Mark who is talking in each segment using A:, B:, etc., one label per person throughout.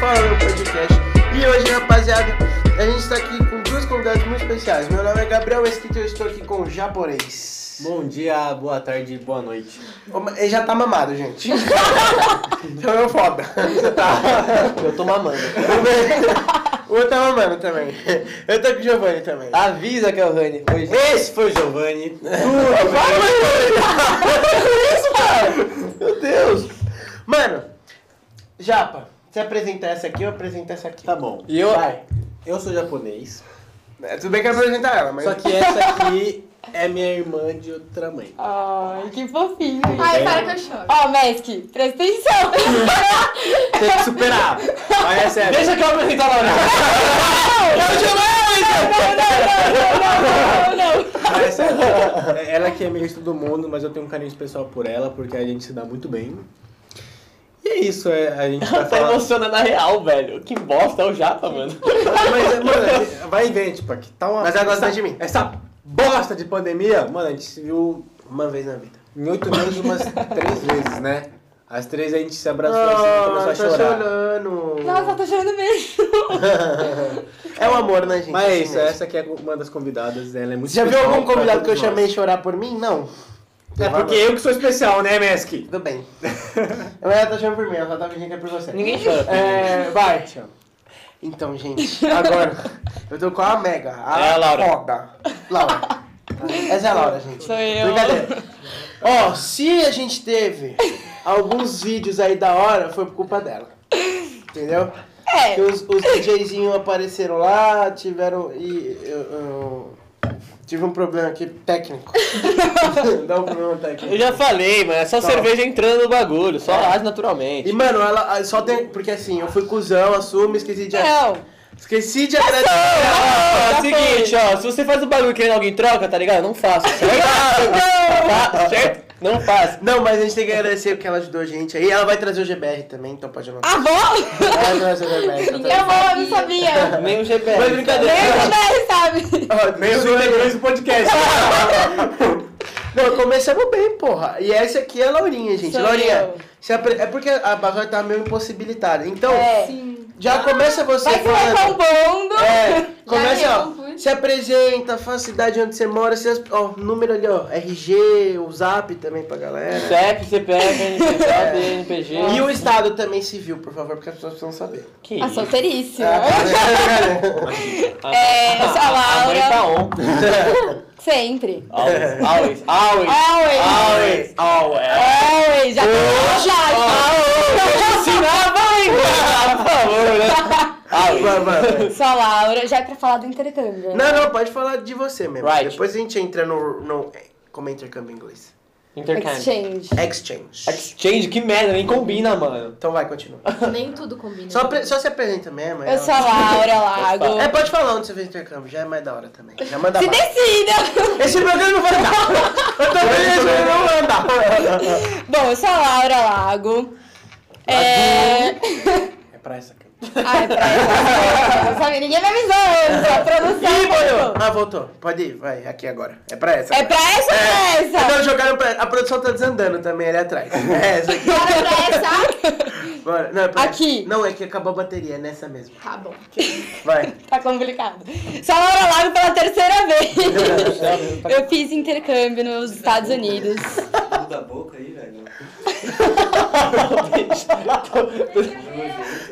A: Fala Meu um Podcast. E hoje, rapaziada, a gente está aqui com duas convidadas muito especiais. Meu nome é Gabriel Mesquita e eu estou aqui com o japonês.
B: Bom dia, boa tarde, boa noite.
A: Ô, mas Ele já tá mamado, gente. então é um foda. Tá.
B: Eu tô mamando.
A: o outro tá mamando também. Eu tô com o Giovanni também.
B: Avisa que é o Rani. Hoje. Esse foi o Giovanni.
A: Meu Deus! Mano, Japa, você apresentar essa aqui, eu apresento essa aqui.
B: Tá bom.
C: E eu-
B: Vai. Eu sou japonês.
A: É, tudo bem que eu apresentar ela, mas.
B: Só que essa aqui é minha irmã de outra mãe.
C: Ai, que fofinho.
D: Ai, para que eu choro.
C: Ó, Mask, presta atenção.
B: Tem que superar. Mas essa é
C: que eu apresentar a Laura. Não, não, não, não, não,
B: mas essa é- Ela que é meio de todo mundo, mas eu tenho um carinho especial por ela, porque a gente se dá muito bem. E é isso, é, a gente vai
E: Tá
B: falar...
E: emocionando na real, velho. Que bosta, é o Japa, mano.
B: Mas, mano, vai ver, tipo, aqui tá uma.
A: Mas ela gosta
B: essa-
A: de mim.
B: Essa bosta de pandemia, mano, a gente se viu
A: Uma vez na vida.
B: em oito meses umas três vezes, né? As três a gente se abraçou
A: Ah,
B: assim, começou
A: tô
B: a chorar.
A: chorando.
C: Nossa, eu tô chorando mesmo.
A: É um amor, né, gente?
B: Mas é
A: Assim
B: isso,
A: mesmo.
B: essa aqui é uma das convidadas, ela é muito
A: Já viu
B: especial
A: algum
B: pra
A: convidado que eu
B: todos nós.
A: chamei chorar por mim? Não.
B: É porque eu que sou especial, né, Mesk?
A: Tudo bem. Ela tá chorando por mim, ela só tá fingindo que é por você.
E: Ninguém chora.
A: É, vai. Então, gente, agora eu tô com a Mega, a
E: É a Laura.
A: foda. Laura. Essa é a Laura, gente.
C: Sou eu.
A: Brincadeira. Ó, se a gente teve alguns vídeos aí da hora, foi por culpa dela. Entendeu? Que
C: É,
A: os, os DJzinhos apareceram lá, tiveram. E eu, eu tive um problema aqui técnico. Dá um problema técnico.
E: Eu já falei, mano. É só
A: Tá.
E: cerveja entrando no bagulho. Só
A: É.
E: age naturalmente.
A: E mano, ela ah, só tem. Porque assim, eu fui cuzão, assumo, esqueci de.
C: não.
A: Esqueci de agradecer.
E: Ah,
B: tá
C: já
E: é o seguinte, ó. Se você faz um bagulho querendo alguém troca, tá ligado? Não faça. Certo? Tá, certo? Não faça.
A: Não, mas a gente tem que agradecer porque ela ajudou a gente aí. Ela vai trazer o GBR também, então pode anotar.
C: A vó?
A: Ela vai trazer o GBR. então tá
C: Eu vou, eu não sabia.
E: Nem o GPS.
A: Mas brincadeira.
C: Nem o Ginelli sabe.
A: bom. Ó,
B: Meio
A: zoeira.
B: integrantes do podcast.
A: Não, começamos bem, porra. E essa aqui é a Laurinha, gente.
C: Sou
A: Laurinha,
C: eu.
A: se apre- é porque a Basói tá meio impossibilitada. Então,
C: É.
D: Sim.
A: já começa você
C: Vai um que vai
A: falando.
C: compondo.
A: É, começa,
D: Já
C: um
A: ó.
D: eu.
A: Se apresenta, fala a cidade onde você mora, se, ó, número ali, ó, RG, o zap também pra galera.
E: CEP, CPF, NPJ, NPG.
B: Ah.
A: E o estado também civil, por favor, porque as pessoas precisam saber.
E: Que
D: Ah,
C: A
E: isso?
C: solteiríssima.
E: A-
C: É, eu sou a
E: A mãe
C: Laura.
E: tá on.
C: Sempre.
E: Always, always, always.
C: Always.
E: Always, always.
C: Oi, já tá tô já.
E: Ah, Por favor, né?
C: Ah,
E: Always.
A: Vai, vai, vai.
C: Sou a Laura, já é pra falar do intercâmbio. né?
A: Não, não, pode falar de você mesmo.
E: Right.
A: Depois a gente entra no. no como é intercâmbio em inglês?
E: Intercâmbio.
C: Exchange.
A: Exchange.
E: Exchange, que merda, nem combina, mano.
A: Então vai, continua.
D: Nem tudo combina. né?
A: Só, apre- só se apresenta mesmo. é
C: Eu sou a Laura Lago.
A: É, pode falar onde você fez intercâmbio, já é mais da hora também. Já manda
C: Se
A: mais.
C: decida!
A: Esse programa não vai andar. Eu tô vendo esse programa não vai andar.
C: Bom, eu sou a Laura Lago. É.
B: É pra essa aqui.
C: Ai, peraí. Não sabe, Ninguém me avisou antes. A
A: Ih,
C: produção.
A: molhou. Ah, voltou. Pode ir, vai, aqui agora. É pra essa. É.
C: É pra essa ou pra essa?
A: Não, jogaram pra... A produção tá desandando também ali atrás. É essa aqui.
C: Bora pra
A: Bora. Não, é pra
C: Aqui.
A: Não, é que acabou a bateria, é nessa mesmo.
D: Tá bom.
A: Vai.
C: essa? Tá complicado. Sou a Laura Lago pela terceira vez. Eu fiz intercâmbio nos Estados Unidos.
F: da boca aí, velho.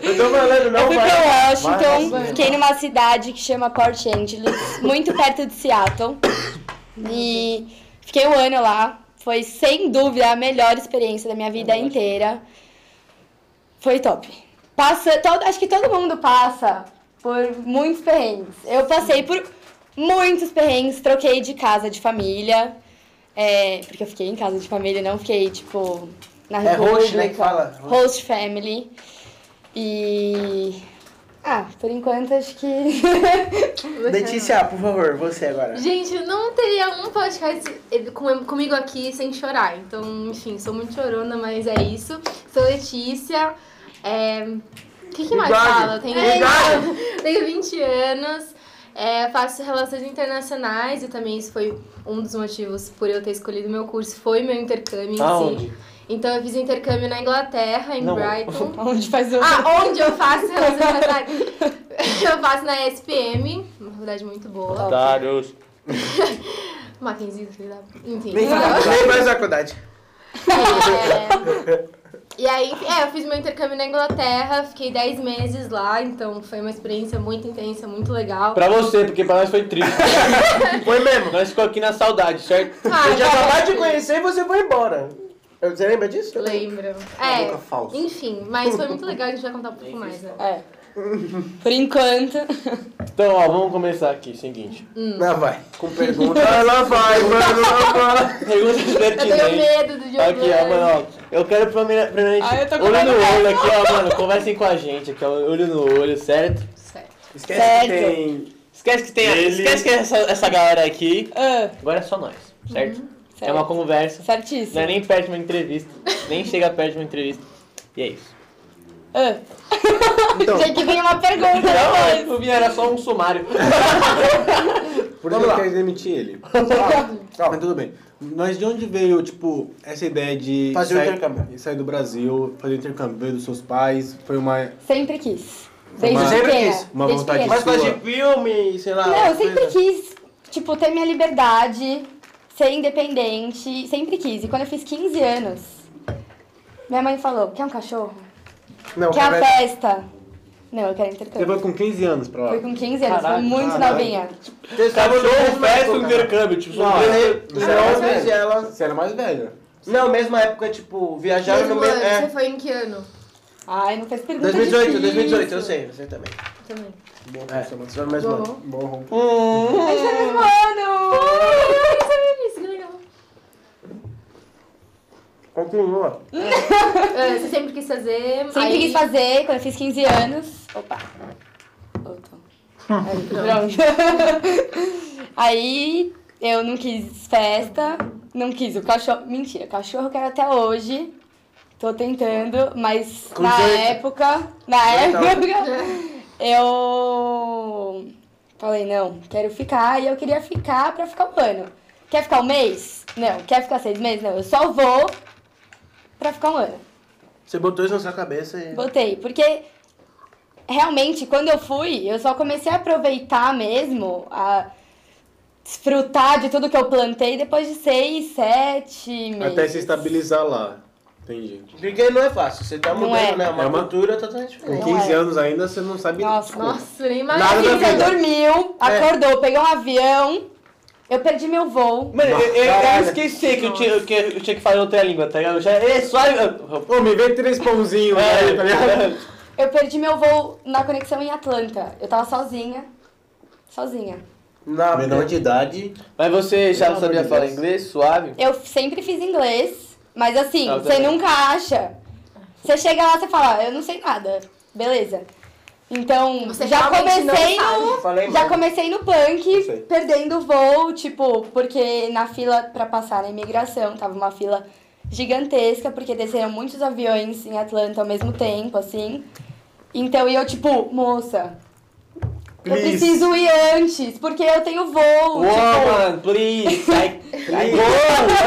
A: Eu tô falando, não
C: É Eu fui
A: vai.
C: pra
A: Vai,
C: Washington,
A: vai.
C: fiquei numa cidade que chama Port Angeles, muito perto de Seattle. E fiquei um ano lá. Foi sem dúvida a melhor experiência da minha vida inteira. Foi top. Passa, todo, acho que todo mundo passa por muitos perrengues. Eu passei por muitos perrengues, troquei de casa de família. é, porque eu fiquei em casa de família, não fiquei, tipo, na
A: É host, né, que
C: República.
A: fala.
C: Host family. E. Ah, por enquanto acho que.
D: Uhum.
A: Letícia, por favor, você agora.
D: Gente, não teria um podcast ele- com- comigo aqui sem chorar. Então, enfim, sou muito chorona, mas é isso. Sou Letícia. É... O que, que mais
A: Idade.
D: fala? Eu Tenho...
A: Idade.
D: Tenho 20 anos. é, faço relações internacionais e também isso foi um dos motivos por eu ter escolhido meu curso, foi meu intercâmbio em si. Então eu fiz intercâmbio na Inglaterra, em
E: Não.
D: Brighton.
G: Onde faz o.
D: Ah, onde eu faço relacionamento? Eu faço na SPM, uma faculdade muito
E: Tá
D: boa.
E: Otários.
D: Mackenzie, sei lá. enfim.
A: Nem faculdade, mas faculdade.
D: É. E aí, enfim, é, eu fiz meu intercâmbio na Inglaterra, fiquei 10 meses lá, então foi uma experiência muito intensa, muito legal.
E: Pra você, porque pra nós foi triste.
A: Foi mesmo.
E: nós ficou aqui na saudade, certo?
D: Ah,
A: Eu já
D: cara,
A: acabei de conhecer e você foi embora. Eu- Você lembra disso?
D: Lembro.
H: boca falsa.
D: É, enfim, mas foi muito legal, a gente vai contar um pouco mais, né?
G: É. Por enquanto.
E: Então, ó, vamos começar aqui, seguinte.
A: Lá Ah, vai.
B: Com pergunta.
A: Lá vai, mano, lá vai.
E: Perguntas
D: Eu tenho
E: pertinentes.
D: medo do Diogo.
E: Aqui, é ó, mano, ó. Eu quero primeira- primeiramente
G: Ai, eu tô com
E: olho
G: medo
E: no olho aqui, ó, mano. Conversem com a gente aqui, ó, olho no olho, certo?
D: Certo.
B: Esquece
G: Certo.
B: que tem.
E: Esquece que tem a-
B: Ele-
E: esquece que é essa, essa galera aqui.
G: Ah,
E: Agora é só nós, certo? É
G: certo.
E: uma conversa.
G: Certíssimo.
E: Não é nem perto de uma entrevista. nem chega perto de uma entrevista. E é isso.
G: Ah.
A: Então,
G: Tem que vir uma pergunta depois.
E: Não, o Vinha era só um sumário.
B: Por
A: Vamos
B: isso que eu
A: lá.
B: quero demitir ele.
A: ó,
B: Mas tudo bem. Mas de onde veio, tipo, essa ideia de
A: Fazer o
B: sair,
A: intercâmbio.
B: sair do Brasil, fazer o intercâmbio? Veio dos seus pais? Foi uma.
C: Sempre quis. Desde
B: Uma-
A: Sempre
C: pequena.
A: quis.
B: Uma
C: Desde
B: vontade
C: pequena.
A: mas faz
B: sua.
A: de filme, sei lá.
C: Não, eu sempre
A: coisa.
C: quis, tipo, ter minha liberdade, ser independente, sempre quis. E quando eu fiz 15 anos, minha mãe falou, quer um cachorro?
A: Não,
C: quer a
A: cara,
C: festa? Não, eu quero
B: Você
C: intercâmbio.
B: foi com 15 anos pra lá.
C: Fui com 15 anos,
E: Caraca,
C: fui muito
A: caraca.
C: novinha.
E: Tava novo, festa, um
A: cara.
E: intercâmbio. Tipo,
A: Não,
E: surpresa.
A: você é
B: Não,
A: homem,
B: velho.
A: ela...
B: Você era mais velha.
A: Não, mesma época, tipo, viajaram
D: Mesmo
A: no
D: ano,
A: mesmo...
D: Você
A: É,
D: foi em que ano?
C: Ai, não fez pergunta
A: 2018,
C: difícil.
A: 2018, eu sei, você também.
D: Também.
B: Bom,
A: É,
B: você é uma-
A: você é o mesmo
D: Bom.
A: ano.
B: bom rompo.
C: A gente foi mesmo um ano!
D: Eu não sabia disso, que legal.
A: Continua.
D: É, Você sempre quis fazer.
C: Sempre
D: aí-
C: quis fazer, quando eu fiz 15 anos. Opa! Outro. Aí, pronto. Aí eu não quis festa, não quis o cachorro. Mentira, cachorro eu quero até hoje. Tô tentando, mas
A: Com
C: na
A: jeito.
C: época. Na
A: Então.
C: época, eu falei, não, quero ficar e eu queria ficar pra ficar um ano. Quer ficar um mês? Não. Quer ficar seis meses? Não. Eu só vou pra ficar um ano.
A: Você botou isso na sua cabeça e...
C: Botei, porque realmente quando eu fui, eu só comecei a aproveitar mesmo, a desfrutar de tudo que eu plantei depois de seis, sete meses.
B: Até se estabilizar lá. Entendi.
A: Porque não é fácil, você tá
C: Não
A: mudando,
C: é.
A: né? Uma
B: É uma-
A: cultura totalmente
B: Com
A: diferente.
C: Não
B: 15
C: é.
B: anos ainda você não sabe.
C: Nossa.
D: Nossa, nem
B: Nada da
D: imagina.
C: Você
B: vida. É.
C: dormiu, acordou, pegou um avião, eu perdi meu voo.
E: Mano, eu, eu, eu
A: Caralho.
E: esqueci que eu, tinha, que eu tinha que falar outra língua, tá ligado? Eu já, é só.
B: Ô, me vê três pãozinhos aí, tá ligado?
E: É,
C: Eu perdi meu voo na conexão em Atlanta. Eu tava sozinha. Sozinha.
A: Não,
B: é. Menor de idade.
E: mas você já
A: Pelo amor
E: sabia
A: de
E: falar
A: Deus.
E: inglês? Suave?
C: Eu sempre fiz inglês, mas assim,
E: Eu
C: você
E: também.
C: nunca acha. Você chega lá, você fala, "Ah, eu não sei nada. Beleza. Então,
D: Você
C: já
D: realmente não
C: comecei
D: sabe.
C: no.
A: Falei
C: Já
A: mesmo.
C: comecei
B: sei.
C: no punk, perdendo o voo, tipo, porque na fila pra passar na imigração, tava uma fila gigantesca, porque desceram muitos aviões em Atlanta ao mesmo tempo, assim. Então, e eu, tipo, moça, eu
B: Please.
C: preciso ir antes, porque eu tenho voo. tipo,
E: Woman, please, I, I
B: Please.
E: go,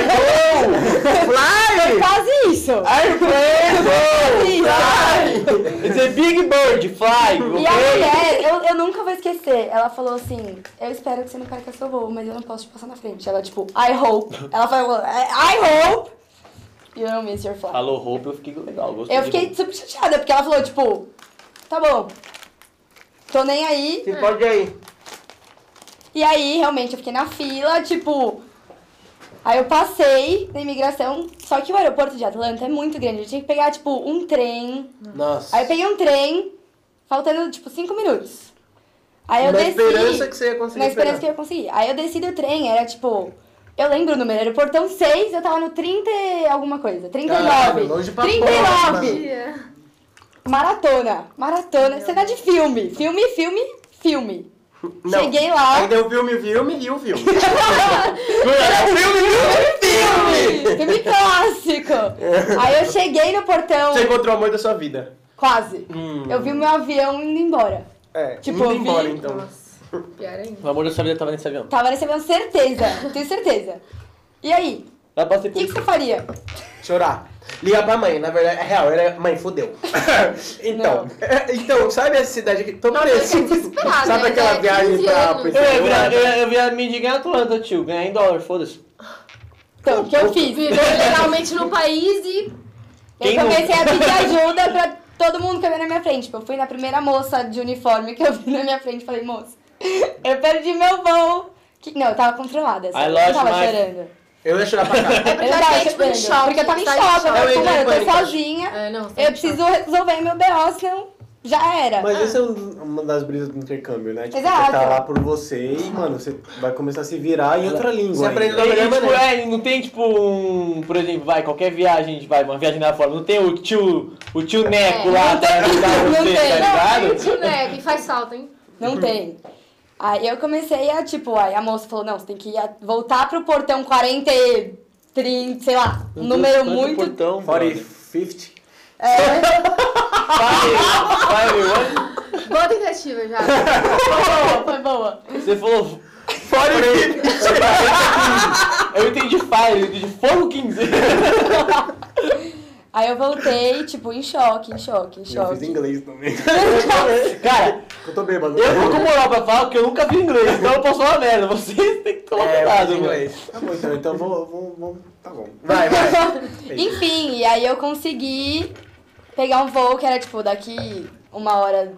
E: I go!
C: foi quase isso.
E: Airplane,
C: Quase
E: go!
C: isso.
E: It's a big bird, fly,
C: E a
E: ok?
C: mulher, eu, eu nunca vou esquecer, ela falou assim, eu espero que você não perca seu voo, mas eu não posso te passar na frente. Ela, tipo, I hope. Ela falou, I hope you don't miss your flight.
E: Falou roupa, eu fiquei legal, gostei.
C: Eu
E: de
C: fiquei
E: roupa.
C: super chateada, porque ela falou, tipo, tá bom, tô nem aí.
A: Você pode ir aí.
C: E aí, realmente, eu fiquei na fila, tipo... Aí eu passei na imigração, só que o aeroporto de Atlanta é muito grande, eu tinha que pegar, tipo, um trem,
A: Nossa.
C: Aí eu peguei um trem, faltando tipo 5 minutos. Aí eu
A: na
C: desci.
A: esperança que você ia conseguir
C: na esperança
A: pegar.
C: que eu ia conseguir. Aí eu desci do trem, era tipo. Eu lembro o número, era o portão 6, eu tava no 30 e alguma coisa. 39.
A: Caralho, longe pra
C: 39!
D: Dia.
C: maratona, maratona, cena de filme. Filme, filme, filme.
A: Não.
C: Cheguei lá.
A: Aí tem o filme, o filme e o filme. é
C: Filme! filme clássico!
E: É.
C: Aí eu cheguei no portão.
A: Você encontrou o amor da sua vida.
C: Quase.
E: Hum.
C: Eu vi o meu avião indo embora.
A: É,
C: Tipo,
A: tipo, indo
C: eu vi-
A: embora, então.
D: Nossa, pior ainda.
E: O amor da sua vida tava nesse avião.
C: Tava recebendo certeza, tenho certeza. E aí?
E: Vai passei
C: O
E: por
C: que, que
E: isso.
C: você faria?
A: Chorar. Ligar pra mãe, na verdade, é real, era mãe, fodeu. então, então, sabe essa cidade aqui? Todo
D: Nossa,
A: preço.
D: eu fiquei desesperada,
A: Sabe
D: né?
A: aquela
D: É,
A: viagem
D: 15
A: pra.
D: anos.
A: pra
E: Eu ia,
A: Islândia?
E: virar, eu, ia, eu ia me indigar em Atlanta, tio. Ganhar em dólar, foda-se.
I: Então, o que eu fiz?
D: Viveu legalmente no país e.
I: Eu
E: Quem não-
I: comecei a pedir ajuda pra
C: Todo mundo que veio na minha frente. Tipo, eu fui na primeira moça de uniforme que eu vi na minha frente e falei, moça, eu perdi meu voo. Que, não, eu tava controlada. sabe?
E: I
C: Eu
E: lost
C: não tava
E: my-
C: chorando.
A: Eu ia chorar pra cá.
D: É porque a gente tipo, em choque.
C: Porque eu tava em
D: tá
C: choque. Eu,
A: Eu
C: falei,
A: entrei
C: mano,
A: em
C: eu tô
A: pânico.
C: sozinha.
D: É, não, tá em
C: Eu preciso resolver meu BO, senão já era.
B: Mas essa é um- uma das brisas do intercâmbio, né? Tipo,
C: Exato.
B: você tá lá por você e, mano, você vai começar a se virar em outra língua. ainda.
A: aprende- Da
E: E,
A: melhor
E: tipo,
A: maneira.
E: é, não tem tipo um. Por exemplo, vai, qualquer viagem, vai, uma viagem na forma. Não tem o tio. O tio Neco
D: É,
E: lá pra ajudar
I: não
E: você,
I: tem,
E: tá
D: choque.
E: ligado?
D: Gente, né? Que faz falta, hein?
I: Não tem.
C: Aí eu comecei a, tipo, aí a moça falou, não, você tem que ir a- voltar pro portão 40 e 30, sei lá, um número
E: Quanto
C: muito. É.
E: Portão,
B: 40,
E: brother?
B: 50.
E: Vai, vai, vai.
D: Boa tentativa já.
I: Foi boa.
E: Você falou. Fora Eu entendi fire, eu entendi fogo 15.
C: Aí eu voltei, tipo, em choque, em choque, em
B: Eu fiz
C: choque.
B: inglês também.
E: Cara,
B: Eu tô bêbado.
E: eu vou com moral pra falar porque eu nunca vi inglês, então eu posso falar merda. Vocês têm que tomar
A: É, eu fiz
E: cuidado, mano.
A: inglês.
B: Tá bom, então, então vou, vou, vou. Tá bom.
A: Vai, vai.
C: Enfim, e aí eu consegui pegar um voo que era, tipo, daqui uma hora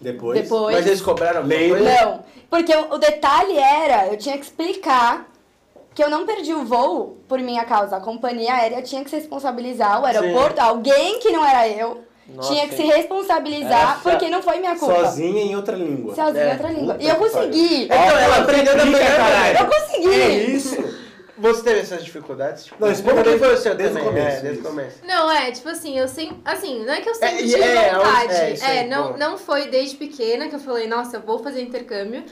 B: Depois.
C: depois.
A: Mas eles cobraram alguma
B: Lei.
A: coisa?
C: Não, porque o, o detalhe era, eu tinha que explicar que eu não perdi o voo por minha causa. A companhia aérea tinha que se responsabilizar, o aeroporto, alguém que não era eu,
E: Nossa,
C: tinha que se
E: hein?
C: responsabilizar
E: Essa-
C: porque não foi minha culpa.
B: Sozinha em outra língua.
C: Sozinha,
A: É,
C: outra língua.
B: puta
C: E eu
B: que pariu.
C: consegui.
A: Então, ela
E: Ela
A: aprendeu da
E: fica,
A: melhor
E: caralho.
A: maneira.
C: Eu consegui!
B: É isso?
A: Você teve essas dificuldades? Tipo,
B: Não, explica
A: como que
B: desde-
A: foi o seu
B: desde o
A: também?
B: começo,
A: É, desde o
B: isso.
A: começo.
D: Não, é, tipo assim, eu sempre. Assim, não é que eu sempre
A: É,
D: tive
A: é,
D: vontade.
A: é,
D: É,
A: isso aí,
D: não,
A: boa.
D: não foi desde pequena que eu falei, nossa, eu vou fazer um intercâmbio.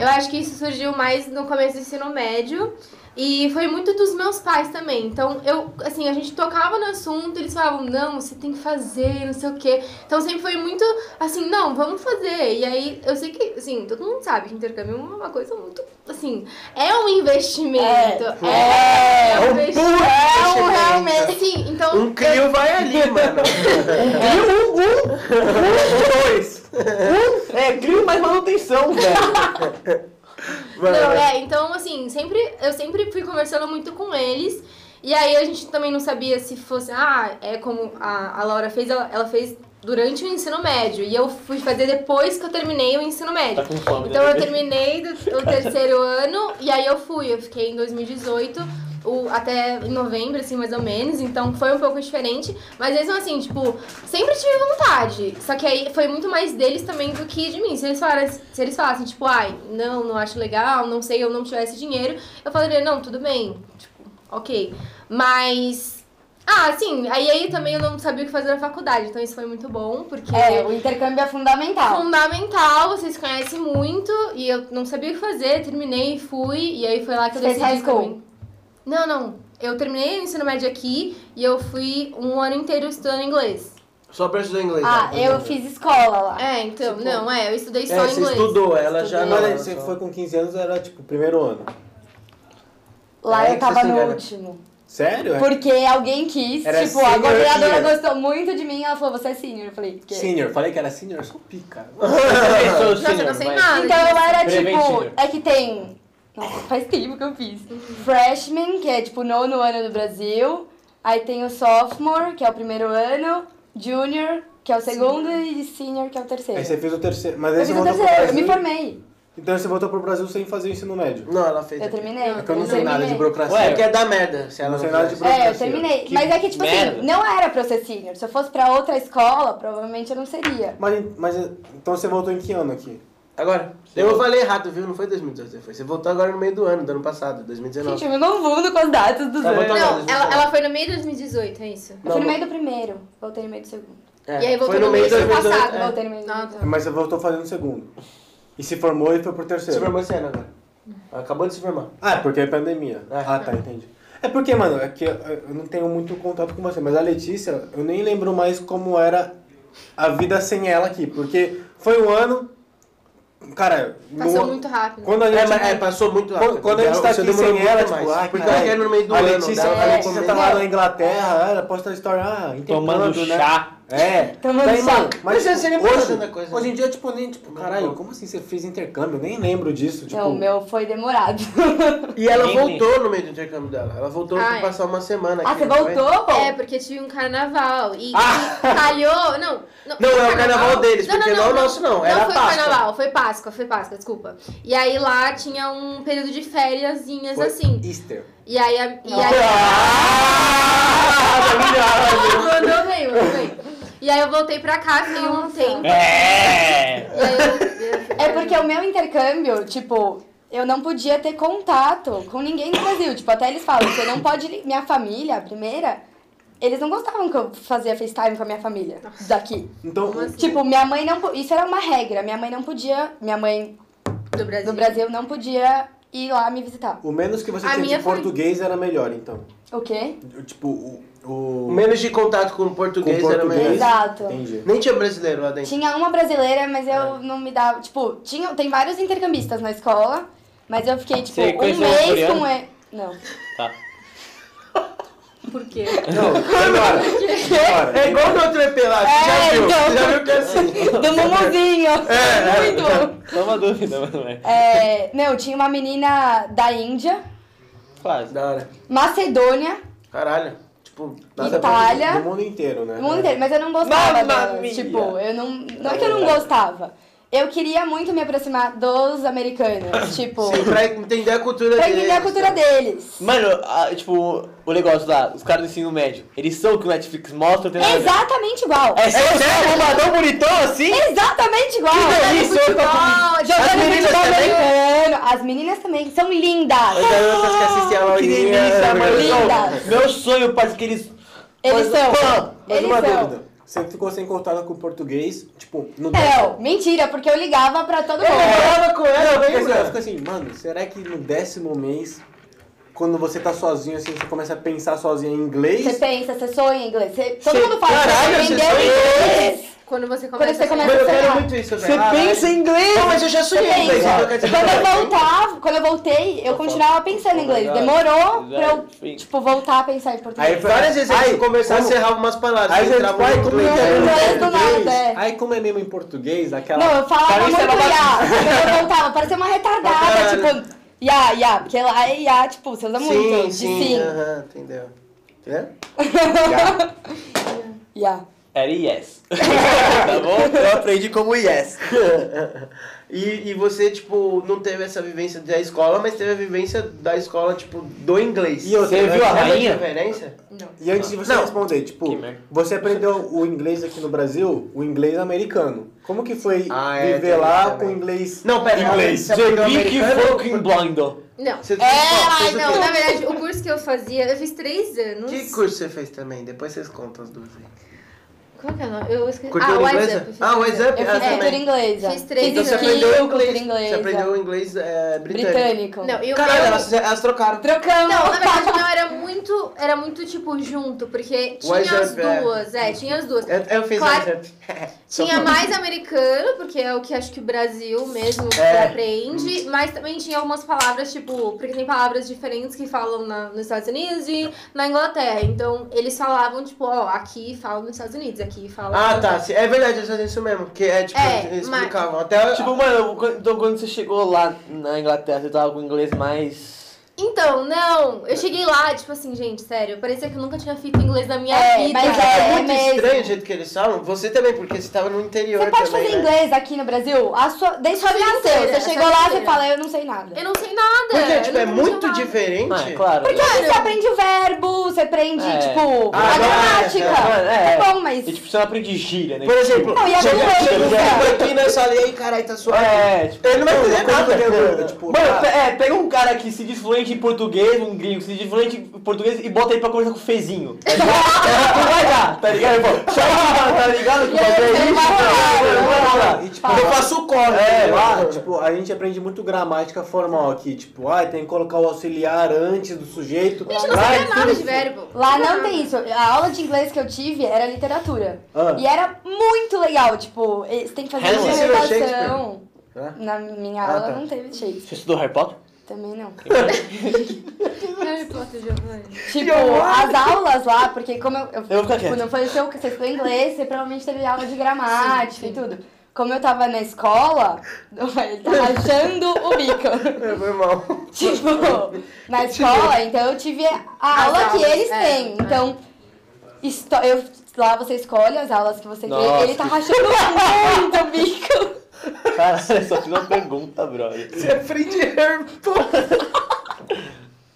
D: Eu acho que isso surgiu mais no começo do ensino médio. E foi muito dos meus pais também. Então, eu, assim, a gente tocava no assunto, eles falavam, não, você tem que fazer, não sei o quê. Então, sempre foi muito assim, não, vamos fazer. E aí, eu sei que, assim, todo mundo sabe que intercâmbio é uma coisa muito, assim, é um investimento. É,
A: É um
D: investi-
A: puto
D: É um
A: investimento.
D: realmente. Assim, então,
A: Um crio vai ali, mano.
E: Dois. É, crio mais manutenção, velho.
D: Não, é, então assim, sempre, eu sempre fui conversando muito com eles. E aí a gente também não sabia se fosse, ah, é como a, a Laura fez, ela, ela fez durante o ensino médio. E eu fui fazer depois que eu terminei o ensino médio.
E: Tá com fome,
D: Então
E: né?
D: eu terminei do- o terceiro ano e aí eu fui, eu fiquei em 2018. o- até em novembro, assim, mais ou menos, então foi um pouco diferente, mas mesmo assim, tipo, sempre tive vontade, só que aí foi muito mais deles também do que de mim, se eles falassem, se eles falassem tipo, ai, não, não acho legal, não sei, eu não tivesse dinheiro, eu falaria, não, tudo bem, tipo, ok, mas, ah, sim, aí, aí também eu não sabia o que fazer na faculdade, então isso foi muito bom, porque...
C: É, o intercâmbio é fundamental.
D: Fundamental, vocês conhecem muito e eu não sabia o que fazer, terminei e fui, e aí foi lá que eu
C: Fez
D: decidi
C: high school?
D: também. Não, não. Eu terminei o ensino médio aqui e eu fui um ano inteiro estudando inglês.
B: é-
A: Só pra estudar inglês.
C: Ah,
A: né?
C: eu fiz escola lá.
D: É, então, não, é, eu estudei
A: É,
D: só
A: você
D: inglês.
A: estudou, ela já
C: Estudei.
A: não.
B: Mas
A: ela
B: aí, você
A: só-
B: foi com 15 anos, era tipo, primeiro ano.
C: Lá
A: É,
C: eu
A: que
C: tava
A: vocês
C: no
A: enganaram.
C: último.
B: Sério? É?
C: Porque alguém quis,
B: Era
C: tipo, a
B: senior
C: coordenadora
B: year.
C: gostou muito de mim, ela falou, você é senior. Eu falei, que?
B: Senior, falei que era senior, sou pica.
C: É.
E: Sou assim, né?
D: Nossa, eu
E: senior,
D: não sei
E: vai.
D: nada.
C: Então eu era
E: Preventivo.
C: tipo. É que tem. Nossa, faz tempo que eu fiz. Freshman, que é tipo nono ano do Brasil. Aí tem o sophomore, que é o primeiro ano. Junior, que é o segundo. E senior, que é o terceiro.
B: Aí você fez o terceiro. Mas aí
C: eu
B: você
C: fiz o
B: voltou pro
C: terceiro, eu me
B: Brasil.
C: formei.
B: Então você voltou pro Brasil sem fazer o ensino médio.
A: Não, ela fez.
C: Eu terminei.
B: É que eu não sei nada de assim, burocracia.
E: Ué,
A: É que é dar merda. Se ela
B: Não sei nada de
A: fizesse.
C: É, eu
B: burocracia.
C: terminei.
E: Que
C: Mas é que, tipo
E: merda.
C: assim, não era pra eu ser senior. Se eu fosse pra outra escola, provavelmente eu não seria.
B: Mas, mas então você voltou em que ano aqui?
A: Agora, eu falei errado, viu? Não foi 2018, foi. Você voltou agora no meio do ano, do ano passado, 2019.
C: Gente, eu me confundo com as datas dos
A: Tá
C: anos.
A: bom, tá bom.
D: Não, ela, ela foi no meio de 2018, é isso?
B: Tá
C: Eu fui no meio do primeiro, voltei no meio do segundo.
A: É,
D: E aí voltou
A: foi no
D: no
A: meio de
D: mês do
A: 2018.
D: passado,
A: é.
C: Voltei no meio do
D: Ah,
C: segundo.
D: tá.
B: Mas você voltou fazendo o segundo. E se formou e foi pro
A: Se
B: terceiro.
A: formou esse ano agora. Acabou de se formar.
B: Ah, é porque é pandemia.
A: É.
B: Ah, tá, entendi. É porque, mano, é que eu eu não tenho muito contato com você, mas a Letícia, eu nem lembro mais como era a vida sem ela aqui, porque foi um ano, Cara,
D: Passou
B: no-
D: muito rápido.
B: quando a
A: É,
B: gente.
A: mas, é, passou muito
B: Quando,
A: rápido.
B: quando a gente tá
A: Dela- você
B: aqui
A: demorou
B: sem
A: muito
B: ela,
A: mais.
B: tipo, ah,
A: Porque
B: cara,
A: ela quebra no meio do
B: a
A: ano,
B: Letícia,
A: dela- né?
B: a
C: é,
B: Letícia tá
C: entendeu?
B: lá na Inglaterra, ela posta a história, ah,
E: Tomando
B: intercâmbio, né?
E: chá.
B: É,
C: Tomando
B: daí,
C: chá.
B: mano,
A: Mas
B: mas
A: você
B: tipo,
A: lembra
B: hoje,
A: da coisa, né?
B: hoje em dia, tipo, nem, tipo, caralho, como assim você fez intercâmbio? Eu nem lembro disso, tipo...
C: Não, o meu foi demorado.
A: E ela
E: Ninguém
A: voltou no meio do intercâmbio dela. Ela voltou
D: Ah,
A: pra
D: é.
A: passar uma semana aqui.
C: Ah, você
A: não foi?
C: voltou? Bom,
D: É, porque tive um carnaval e e calhou. Não, não,
A: Ah. Não, é o carnaval deles, porque não é o nosso, não, era
D: foi
A: Páscoa.
D: carnaval, foi Páscoa, foi Páscoa, desculpa. E aí lá tinha um período de fériasinhas
B: Foi
D: assim.
B: Easter.
D: E aí. a- E aí
A: Ah.
D: mandou bem, mandou bem. E aí eu voltei pra cá, fiquei um
C: Nossa.
E: Ah!
D: tempo.
E: É!
D: E aí eu-
C: É porque o meu intercâmbio, tipo, eu não podia ter contato com ninguém do Brasil. Tipo, até eles falam, você não pode. li- Minha família, a primeira, eles não gostavam que eu fazia FaceTime com a minha família daqui.
B: Então,
D: Como assim?
C: Tipo, minha mãe não. po- Isso era uma regra. Minha mãe não podia. Minha mãe
D: Do Brasil.
C: do Brasil não podia ir lá me visitar.
B: o menos que você
D: A
B: tinha
D: minha
B: de
D: foi-
B: português era melhor, então.
C: O quê?
B: Eu, Tipo, o... o...
A: O Menos de contato com o
B: com
A: português, era melhor.
C: português. Exato.
B: Entendi.
A: Nem tinha brasileiro lá dentro.
C: Tinha uma brasileira, mas eu não me dava. Tipo, tinha, tem vários intercambistas na escola, mas eu fiquei, tipo,
E: Você
C: um
E: conheceu um
C: mês
E: coreano?
C: com ele. Não.
E: Tá.
D: Por quê?
B: Não, agora, agora.
A: É igual no outro EP lá, você já
C: É,
A: viu?
C: então.
A: Você já viu que é assim.
C: Do Mumuzinho.
E: É,
C: Muito.
E: Só uma dúvida, mas não é.
C: É, meu, tinha uma menina da Índia,
E: Quase.
A: Da hora.
C: Macedônia,
A: Caralho. Tipo, nada pra-
C: Itália,
B: Do mundo inteiro, né?
C: do mundo inteiro, mas eu não gostava
E: Mamma
C: dela.
E: mia!
C: Tipo, eu não. Não é que eu não gostava. Eu queria muito me aproximar dos americanos. Tipo,
A: Sim, pra entender a cultura
C: pra
A: deles. né?
C: entender a cultura deles.
E: Mano, a- tipo, o negócio lá, os caras do ensino médio, eles são o que o Netflix mostra, tem nada a ver.
C: Exatamente igual.
E: É sério? Um badão bonitão assim?
C: Exatamente igual.
E: delícia, eu tô
D: Ó,
C: Jogando
E: As meninas
C: futebol
E: também?
C: americano. As meninas também são lindas.
A: As garotas que assistem a né?
E: Que
A: Laurinha.
E: delícia, mano.
C: Lindas.
E: Meu sonho, parceiro, que eles.
C: Eles são.
E: Pã!
B: Mas
C: Eles
B: uma
C: são.
B: dúvida. Você É, ficou sem contato com o português, tipo,
C: É,
B: no...
C: Não, mentira, porque eu ligava pra todo
E: É.
C: mundo.
A: falava com ela,
B: Porque assim, eu
A: lembra?
B: fico assim, mano, será que no décimo mês, quando você tá sozinho, assim, você começa a pensar sozinho em inglês?
C: Você pensa, você sonha em inglês. Você- todo
A: Você-
C: mundo fala,
A: É. Caralho,
C: você
A: você
C: aprendeu
A: sonha em
C: inglês.
D: Quando você começa.
C: Quando você
D: a sonhar.
A: Mano,
C: começa a
A: eu quero
C: sonhar.
A: muito isso, velho.
E: Você
A: Ah,
E: pensa em inglês?
A: Não, mas eu já sonhei em inglês.
C: Pensa.
A: então quer dizer que
C: Quando eu
A: não vai.
C: voltava, quando eu voltei, eu continuava pensando em inglês. Demorou pra eu, tipo, voltar a pensar em português.
B: foi-
A: Várias vezes eu
B: Ai,
A: fui conversar,
B: como-
A: encerrava umas palavras.
B: Aí você
A: entrava um
B: vai
A: no
B: como é
A: inglês.
B: mesmo
C: inglês.
B: em
C: Do nada,
B: português?
C: é.
B: Aí como é mesmo em português, aquela...
C: Não, eu falava
E: Pra mim,
C: muito
E: você era
C: ya. Quando eu voltava, parecia uma retardada,
A: Caralho.
C: tipo, ya, ya. Porque lá é ya, tipo, você usa muito.
A: Sim,
C: De
A: sim.
C: sim.
A: Aham, entendeu. É?
C: Ya.
E: Era yes. tá bom? Eu aprendi como yes.
A: E, e você, tipo, não teve essa vivência da escola, mas teve a vivência da escola, tipo, do inglês.
B: E outra,
E: Você viu a
A: Sabe
E: rainha?
A: diferença?
B: E antes de você
A: Não.
B: responder, tipo,
E: Que merda.
B: você aprendeu o inglês aqui no Brasil, o inglês americano. Como que foi
A: Ah, é,
B: viver
A: tem
B: lá
A: isso também.
B: com inglês?
A: Não, pera.
B: Inglês.
A: Você aprendeu
E: Big
A: americano?
E: fucking blindo.
D: Não.
A: Você
D: É,
A: fez
D: ai,
A: o
D: não,
A: quê?
D: na verdade, o curso que eu fazia, eu fiz três anos.
A: Que curso você fez também? Depois vocês contam as duas aí.
D: Qual que é o nome? Eu esqueci.
A: Cultura
D: ah, Wise
A: inglesa?
D: Up, eu fiz
A: Ah,
D: Wise
A: Wise Up?
C: Eu
A: Ah,
C: fiz
A: também.
C: cultura inglesa.
D: Fiz três.
C: Fiz
A: Então você
D: Aqui,
A: aprendeu
C: Rio, cultura
A: inglês. Você
C: inglesa.
A: aprendeu inglês é, britânico.
C: Britânico.
D: Não, e o
A: Caralho,
D: meu-
A: elas, elas trocaram.
C: Trocamos.
D: Não, na verdade não, era muito, era muito tipo junto, porque
A: Wise
D: tinha as
A: Up, é.
D: duas, é, tinha as duas.
A: Eu, eu fiz
D: Claro.
A: Wise Up.
D: Tinha mais americano, porque é o que acho que o Brasil mesmo
A: É.
D: aprende, mas também tinha algumas palavras, tipo, porque tem palavras diferentes que falam na- nos Estados Unidos e na Inglaterra. Então, eles falavam, tipo, ó, aqui fala nos Estados Unidos, aqui fala.
A: Ah, tá. sim. É verdade, eles faziam isso mesmo. Que é, tipo,
D: É,
A: eles
D: mas-
A: explicavam. Até,
E: Tipo, mano, quando- então quando você chegou lá na Inglaterra, você tava com inglês mais.
D: Então, não, eu cheguei lá, tipo assim, gente, sério, parecia que eu nunca tinha feito inglês na minha
C: É,
D: vida.
C: mas
A: É
C: é
A: muito
C: mesmo.
A: estranho o jeito que eles falam. Você também, porque você tava no interior
C: Você pode
A: também,
C: fazer
A: né?
C: inglês aqui no Brasil? A sua, desde
D: Sua
C: que
D: vida
C: nasceu.
D: inteira,
C: Você
D: sua
C: chegou
D: vida
C: lá e
D: inteira.
C: fala, eu não sei nada.
D: Eu não sei nada.
A: Porque, tipo,
D: eu
A: é
D: nunca tinha
A: muito
D: nada.
A: diferente.
E: Ah, é claro.
C: Porque aí você aprende o verbo, você aprende,
E: É.
C: tipo,
A: Ah,
C: a
A: não, é,
C: gramática.
E: Mano,
C: É,
E: é.
C: bom, mas.
E: E tipo, você não aprende gíria, né?
A: Por exemplo,
C: Não, e é a
A: chega,
C: cultura
A: chega,
C: do
A: chega
C: cara?
A: aqui né, nessa ali, aí, caralho, tá suave.
E: É, tipo.
A: Ele não vai
B: Uma
A: entender
B: coisa que eu tenho dúvida,
A: nada.
B: tipo,
E: Mano,
B: ah,
E: pe- é, pega um cara que se diz fluente em português, um gringo que se diz fluente em português e bota ele pra conversar com o Fezinho. Tá Não vai dar, tá ligado? Ele fala, "Tchau", tá ligado? Que bagulho é isso? né? mano? Não vai rolar.
B: E, tipo,
A: Eu faço o né? colo.
E: É,
B: lá, tipo, a gente aprende muito gramática formal aqui, tipo, ah, tem que colocar o auxiliar antes do sujeito.
D: A gente não
B: Vai,
D: sabia nada de
B: tudo.
D: verbo.
C: Lá não tem isso. A aula de inglês que eu tive era literatura.
B: Ah.
C: E era muito legal, tipo, eh, você tem que fazer
A: Hans
C: uma
A: ensinou Shakespeare.
C: redação.
B: Hã?
C: Na minha
A: Ah,
C: aula
A: tá.
C: não teve Shakespeare.
E: Você estudou Harry Potter?
C: Também não.
D: Harry Potter, Giovanni.
C: Tipo, as aulas lá, porque como eu, eu,
E: vou ficar
C: tipo,
E: quieto.
C: não foi o seu, você estudou inglês, você provavelmente teve aula de gramática e tudo. Como eu tava na escola, ele tá achando o bico.
A: É, Foi mal.
C: tipo, na escola, então eu tive a aula que
D: aulas,
C: eles
D: é,
C: têm.
D: é.
C: Então, histo- eu, lá você escolhe as aulas que você
E: Nossa,
C: quer. Ele tá rachando muito o bico.
E: Cara, só fiz uma pergunta, brother.
A: Você é frente de Harry Potter.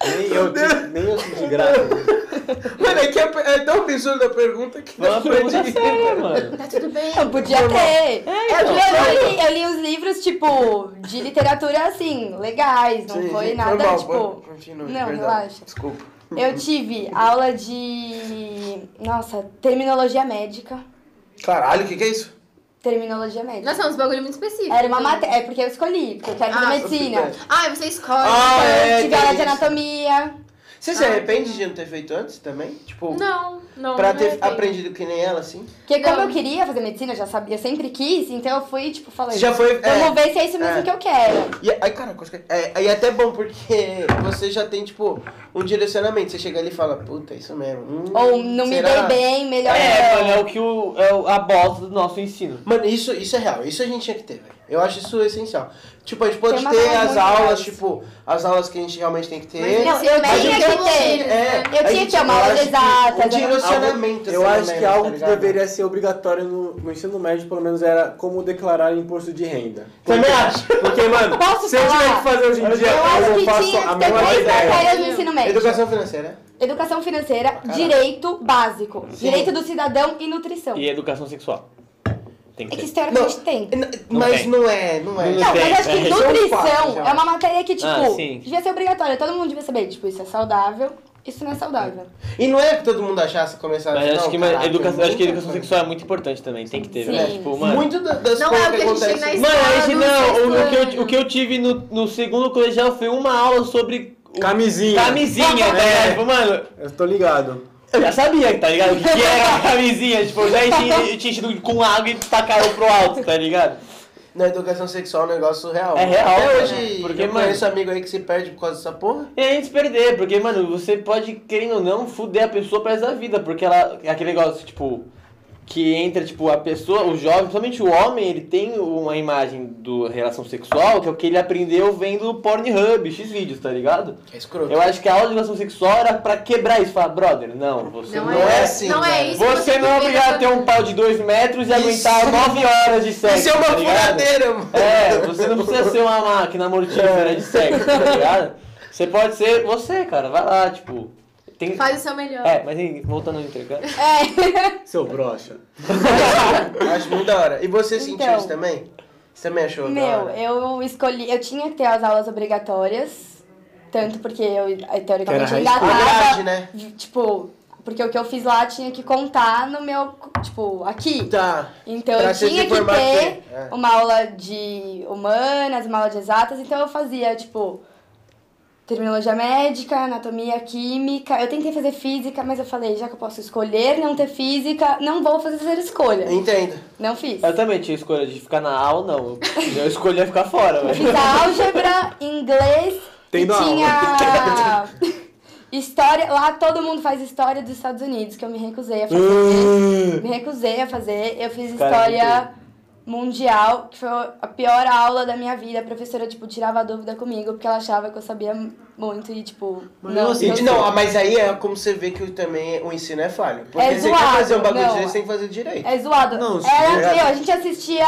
B: Nem eu, te- nem eu senti graça.
A: Mano, é que é, é tão absurda a pergunta que
E: Foi
A: dá
E: uma
A: pra
E: pergunta
A: adivinhar.
E: séria, mano.
D: Tá tudo bem?
C: Eu podia ter. eu, eu li, eu li os livros, tipo, de literatura, assim, legais. Não
A: Sim,
C: foi
A: sim,
C: nada,
A: mal,
C: tipo...
A: pode- continue,
C: não,
A: perdão.
C: relaxa.
A: Desculpa.
C: Eu tive aula de. Nossa, terminologia médica.
A: Caralho, o que, que é isso?
C: Terminologia médica.
D: Nossa, é uns bagulho muito específico.
C: Era uma matéria. É porque eu escolhi, porque eu quero fazer
D: Ah,
C: medicina.
D: Ah, você escolhe.
A: Ah,
C: Então,
A: é,
C: eu tive aula
A: tem
C: de
A: isso.
C: anatomia.
A: Você
C: Ah.
A: se arrepende de não ter feito antes também? Tipo,
D: Não, não.
A: pra
D: não é
A: ter
D: arrependo.
A: aprendido que nem ela, assim?
C: Porque como
D: Não.
C: eu queria fazer medicina, eu já sabia, eu sempre quis, então eu fui, tipo, falei.
A: Você já foi. é,
C: Vamos ver se é isso mesmo
A: é.
C: que eu quero.
A: E, ai, cara, quase que- é, aí é até bom porque você já tem, tipo, um direcionamento. Você chega ali e fala, puta, é isso mesmo. Hum,
C: Ou não
A: será?
C: me dei bem, melhor
E: É,
C: não.
E: mano, é o que o, é o- a bosta do nosso ensino.
A: Mano, isso, isso é real, isso a gente tinha que ter, velho. Eu acho isso essencial. Tipo, a gente pode
C: Tem uma
A: ter
C: galera
A: as
C: muito
A: aulas,
C: legal.
A: tipo, as aulas que a gente realmente tem que ter.
D: Mas
C: Não, eu
A: Mas
C: tinha
A: eu
C: que
A: tenho
C: ter.
A: É,
C: Eu tinha que ter uma aula de
A: Um
C: exatas. era-
A: direcionamento.
B: Eu
A: assim,
E: é
B: acho
A: né,
B: que algo que
A: tá ligado?
B: deveria ser obrigatório no, no ensino médio, pelo menos, era como declarar imposto de renda.
A: Também acho.
B: Porque, mano,
C: Posso
B: se eu tiver
C: falar?
B: que fazer hoje em dia,
C: Eu acho
B: eu não
C: que
B: faço
C: tinha
B: a
C: que ter
B: menor
C: três
B: ideia.
C: matérias no ensino médio.
A: Educação financeira. né?
C: Educação financeira, direito básico, direito do cidadão e nutrição.
E: E educação sexual. Tem
C: É que
E: que ter.
C: historicamente tem.
A: N-
E: Não
A: Mas
E: tem.
A: não é, não é.
E: Não
C: Não, mas acho que
E: tem,
A: Isso
E: é.
A: é um fato,
C: nutrição
A: já.
C: é uma matéria que, tipo,
E: Ah, sim.
C: devia ser obrigatória. Todo mundo devia saber, tipo, isso é saudável, isso não é saudável.
A: E não é que todo mundo achasse começar
E: Mas
A: não,
E: acho que, mano,
A: caraca,
E: educação, acho que
A: muita
E: educação
A: coisa.
E: sexual é muito importante também, tem que ter,
C: Sim.
E: né? Tipo, mano.
A: Muito da- das
D: Não
A: coisas
D: é o que a gente tem
A: acontecem-
D: na
E: Mano, a gente não,
D: Escola
E: o,
D: do
E: o que eu,
D: sexto
E: o que eu tive no, no segundo colegial foi uma aula sobre o-
B: Camisinha. né?
E: camisinha, tá ligado? Tipo, mano,
B: Eu tô ligado.
E: eu já sabia, tá ligado? O que que era a camisinha, tipo, eu já enchi- eu tinha enchido com água e tacaram pro alto, tá ligado?
A: Na educação sexual é um negócio real.
E: É real,
A: Até
E: né?
A: hoje,
E: Porque,
A: eu
E: mano-
A: conheço amigo aí que se perde por causa dessa porra.
E: E a gente se perder, porque, mano, você pode, querendo ou não, fuder a pessoa pra resto da vida, porque ela, é aquele negócio, tipo, que entra, tipo, a pessoa, o jovem, principalmente o homem, ele tem uma imagem do relação sexual, que é o que ele aprendeu vendo Pornhub, X vídeos, tá ligado?
A: É escroto.
E: Eu acho que a aula de relação sexual era pra quebrar isso, falar, brother, não, você não,
D: Não,
A: é
D: é,
A: assim,
D: Não é
A: velho.
D: isso. que
E: Você não é
D: tem que
E: obrigado a ter
D: ver na
E: um pau de dois metros e
A: Isso.
E: aguentar nove horas de sexo.
A: Isso é uma
E: tá ligado?
A: furadeira, mano.
E: É, você não precisa ser uma máquina mortífera de sexo, tá ligado? Você pode ser você, cara, vai lá, tipo. Tem...
D: sua- Faz o seu melhor.
E: É, mas hein, voltando ao intercâmbio.
B: Seu broxa.
A: Acho muito da hora. E você sentiu
C: Então.
A: isso também? Você também
E: É,
A: achou? da
C: Meu,
A: hora?
C: eu escolhi, eu tinha que ter as aulas obrigatórias, tanto porque eu, eh, teoricamente,
B: high
C: ainda
A: A grade,
C: tava,
A: né?
C: tipo, porque o que eu fiz lá tinha que contar no meu, tipo, aqui.
A: Tá.
C: Então
A: Pra
C: eu
A: se
C: tinha que
A: formar
C: ter
A: aqui, é.
C: uma aula de humanas, uma aula de exatas, então eu fazia, tipo, terminologia médica, anatomia, química. Eu tentei fazer física, mas eu falei, já que eu posso escolher não ter física, não vou fazer essa escolha.
A: Entendo.
C: Não fiz.
E: Eu também tinha escolha de ficar na aula, não. Eu escolhi é ficar fora, velho.
C: Fiz a álgebra, inglês,
B: Tem
C: e
B: na
C: tinha história. Lá todo mundo faz história dos Estados Unidos, que eu me recusei a fazer. me recusei a fazer. Eu fiz
E: Cara,
C: história mundial, que foi a pior aula da minha vida. A professora, tipo, tirava a dúvida comigo, porque ela achava que eu sabia muito e, tipo, não.
A: Nossa,
C: eu
A: e- não, mas aí é como você vê que o- também o ensino é falho. Porque
C: É
A: você quer
C: zoado,
A: fazer um bagulho
C: não.
A: direito, você tem que fazer direito.
C: É zoado.
B: Não, isso
C: Era,
B: é errado.
C: meu, a gente assistia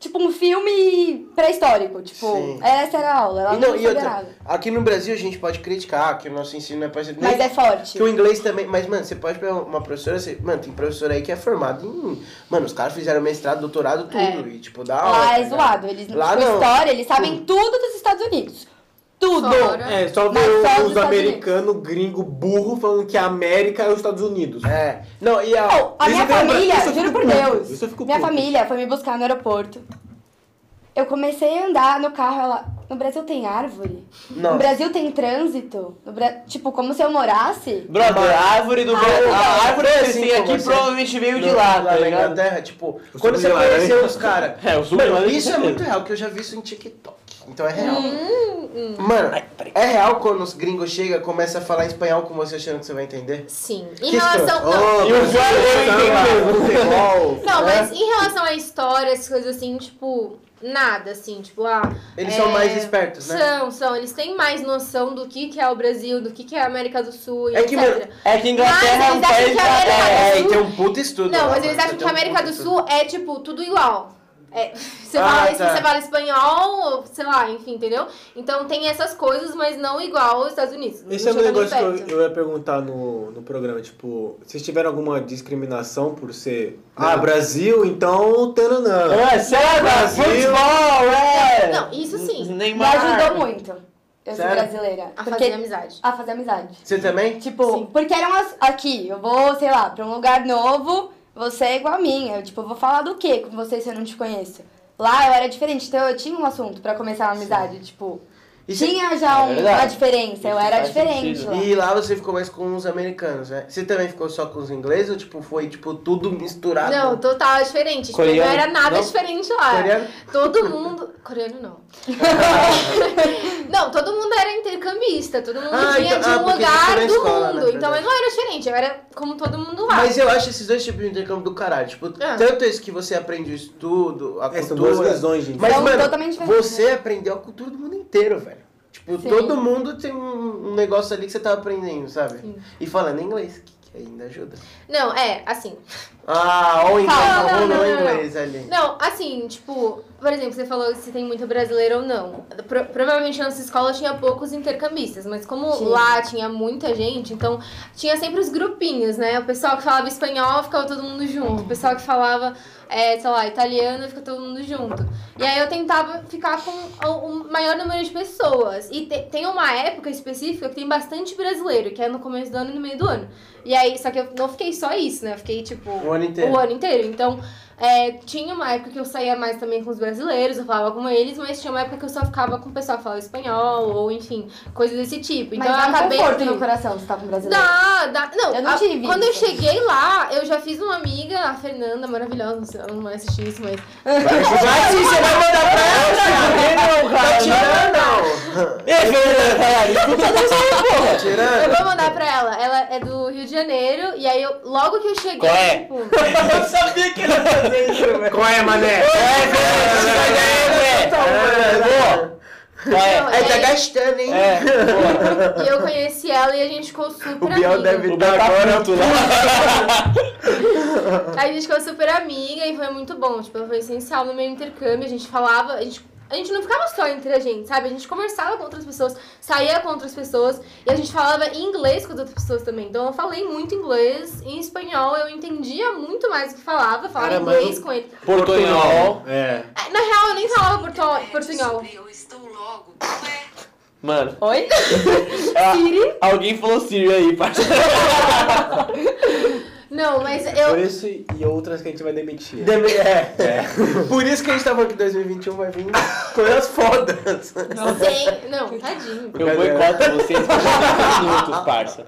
C: tipo um filme pré-histórico, tipo,
A: Sim.
C: essa era a aula, ela tá
A: e
C: não,
A: não, e
C: sabia
A: outra,
C: nada.
A: aqui no Brasil a gente pode criticar que o nosso ensino é parecido.
C: Mas é forte.
A: Que o inglês também. Mas, mano, você pode pegar uma professora. Você, mano, tem professora aí que é formada em. Mano, os caras fizeram mestrado, doutorado, tudo.
C: É.
A: E, tipo, dá
D: Ah,
A: aula.
C: Lá
A: tá
C: é
A: ligado?
C: zoado. Eles,
A: Lá
C: tipo,
A: não.
C: história, eles sabem tudo dos Estados Unidos. Tudo.
D: Fora.
B: É, só
C: Mas
B: ver
C: só dos
B: os
C: Estados
B: americanos gringo burro falando que a América é os Estados Unidos.
A: É. Não, e a.
C: Não, a
B: Isso
C: minha
B: eu fico- isso
C: família,
B: eu
C: juro
B: fico
C: por
B: puto,
C: Deus.
B: isso eu fico
C: minha
B: puto.
C: família foi me buscar no aeroporto. Eu comecei a andar no carro, ela. No Brasil tem árvore?
A: Não.
C: No Brasil tem trânsito? No Bra- Tipo, como se eu morasse?
E: Brother, a árvore do Brasil. A árvore que eles
A: Sim,
E: têm
A: pô,
E: aqui
A: você-
E: provavelmente veio de
A: No-
E: lá, tá
A: na
E: ligado?
A: Inglaterra, tipo, quando você
B: submundo,
A: conheceu
B: né?
A: os caras.
E: É, o sul
A: Mano, isso é muito real, que eu já vi isso em TikTok. Então é real.
D: Hum,
A: Mano, é real quando os gringos chegam e começam a falar espanhol com você achando que você vai entender?
D: Sim. Em
A: Que
D: relação.
A: escroto.
D: Não,
A: Oh,
E: E o Jorge eu entendi.
D: não, mas
A: é.
D: em relação à história, essas coisas assim, tipo, nada, assim, tipo, ah.
A: Eles
D: é,
A: são mais espertos, né?
D: São, são. Eles têm mais noção do que, que é o Brasil, do que, que é a América do Sul e
A: É
D: etc.
A: que, mano,
E: É que Inglaterra é um
D: Mas
E: país
D: eles acham que a América né?
E: da
A: É,
E: terra.
A: e tem um puto estudo.
D: Não,
A: lá,
D: mas eles
A: mano,
D: acham que
A: tem
D: a
A: um
D: América
A: puto
D: do
A: estudo.
D: Sul é, tipo, tudo igual. É, você,
A: Ah,
D: fala,
A: tá.
D: você fala espanhol, sei lá, enfim, entendeu? Então tem essas coisas, mas não igual aos Estados Unidos. né?
B: Esse
D: Não
B: é um
D: chega nem
B: negócio que eu,
D: perto.
B: eu ia perguntar no, no programa, tipo, vocês tiveram alguma discriminação por ser. Ah, Brasil, então tananã.
E: É, cega,
B: Brasil.
E: futebol, é.
D: Não, isso sim.
C: Me
E: Neymar.
C: ajudou muito. Eu sou
A: Sério?
C: brasileira.
D: A
C: Porque-
D: fazer amizade.
C: A fazer amizade.
A: Você também?
C: Tipo, porque eram as, aqui, eu vou, sei lá, pra um lugar novo, você é igual a mim. Eu, tipo, vou falar do quê com você se eu não te conheço? Lá eu era diferente, então eu tinha um assunto pra começar uma amizade, tipo,
A: E, cê-
C: tinha já um-
E: é verdade.
C: uma diferença, eu
E: Isso
C: era
E: faz
C: diferente
E: sentido.
C: lá.
A: e lá você ficou mais com os americanos, né? Você também ficou só com os ingleses ou tipo, foi tipo tudo misturado? Tá
D: Não, total, é diferente. Tipo,
E: Coreano,
D: não era nada
E: não?
D: diferente lá.
A: Coreano?
D: Todo mundo. Coreano não. não, todo mundo era intercambista. Todo mundo
A: Ah,
D: vinha
A: então-
D: de
A: ah,
D: um
A: porque eles
D: lugar
A: foram na
D: do
A: escola,
D: mundo.
A: né,
D: então eu
A: verdade.
D: não era diferente, eu era como todo mundo lá.
A: Mas eu acho esses dois tipos de intercâmbio do caralho. Tipo,
D: Ah.
A: tanto esse que você aprende o estudo, a
B: É, são duas
A: cultura.
B: lesões, gente.
A: Mas,
C: São
A: mano,
C: totalmente diferentes,
D: né?
A: você aprendeu a cultura do mundo inteiro, velho. Tipo,
C: Sim.
A: todo mundo tem um um negócio ali que você tá aprendendo, sabe? E falando inglês, que, que ainda ajuda.
D: Não, é, assim.
A: Ah, ou inglês,
D: Fala, não,
A: ou
D: não,
A: no
D: não, não.
A: inglês ali.
D: Não, assim, tipo, por exemplo, você falou se tem muito brasileiro ou não. Pro- provavelmente na nossa escola tinha poucos intercambistas, mas como
C: Sim.
D: lá tinha muita gente, então tinha sempre os grupinhos, né? O pessoal que falava espanhol ficava todo mundo junto. O pessoal que falava, é, sei lá, italiano ficava todo mundo junto. E aí eu tentava ficar com o, o maior número de pessoas. E te- tem uma época específica que tem bastante brasileiro, que é no começo do ano e no meio do ano. E aí, só que eu não fiquei só isso, né? Eu fiquei, tipo,
A: O ano inteiro.
D: o ano inteiro. Então, é, tinha uma época que eu saía mais também com os brasileiros, eu falava com eles, mas tinha uma época que eu só ficava com o pessoal que falava espanhol, ou enfim, coisas desse tipo. Então
C: Mas dá
D: eu
C: um
D: acabei.
C: conforto no coração você tá com brasileiro.
D: Dá, dá. Não,
C: Eu não
D: a-
C: tive
D: quando eu
C: isso.
D: cheguei lá, eu já fiz uma amiga, a Fernanda, maravilhosa, não sei, ela não vai assistir isso, mas.
E: Vai sim, você vai mandar pra ela, não,
A: Tá
E: cara. né?
A: tirando, não!
E: Ei, Fernanda, caralho, escuta tudo isso aí, porra.
A: Tá tirando?
D: Eu vou mandar pra ela. Ela é do Rio de Janeiro, e aí eu, logo que eu cheguei,
E: Qual é?
D: tipo.
E: Eu sabia que ele ia fazer isso, velho.
B: Qual é, mané?
E: É, velho,
A: Tá,
E: é,
A: mano.
E: Qual é?
A: Aí tá gastando, hein?
E: É, porra.
D: E eu conheci ela e a gente ficou super
A: O Biel
D: amiga.
A: deve
E: O
A: estar
E: Biel tá
A: agora
E: puto lá.
D: A gente ficou super amiga e foi muito bom. Tipo, ela foi essencial no meu intercâmbio. A gente falava, a gente, a gente não ficava só entre a gente, sabe? A gente conversava com outras pessoas, saía com outras pessoas e a gente falava em inglês com as outras pessoas também. Então eu falei muito inglês, em espanhol eu entendia muito mais do que falava, falava
B: Cara, mas
D: inglês
B: eu-
D: com ele.
E: Portunhol.
B: É.
D: É, Na real, eu nem falava porto, portunhol.
J: Eu estou logo. Ué,
E: Mano,
C: Oi?
E: ah, alguém falou Siri aí, parceiro.
D: Não, mas
B: Por
D: eu.
B: isso e outras que a gente vai demitir.
A: Deve- É. Por isso que a gente tá falando que 2021 vai vir coisas fodas.
D: Sem, não, tadinho.
E: Eu boicoto vocês por 10 minutos, parça.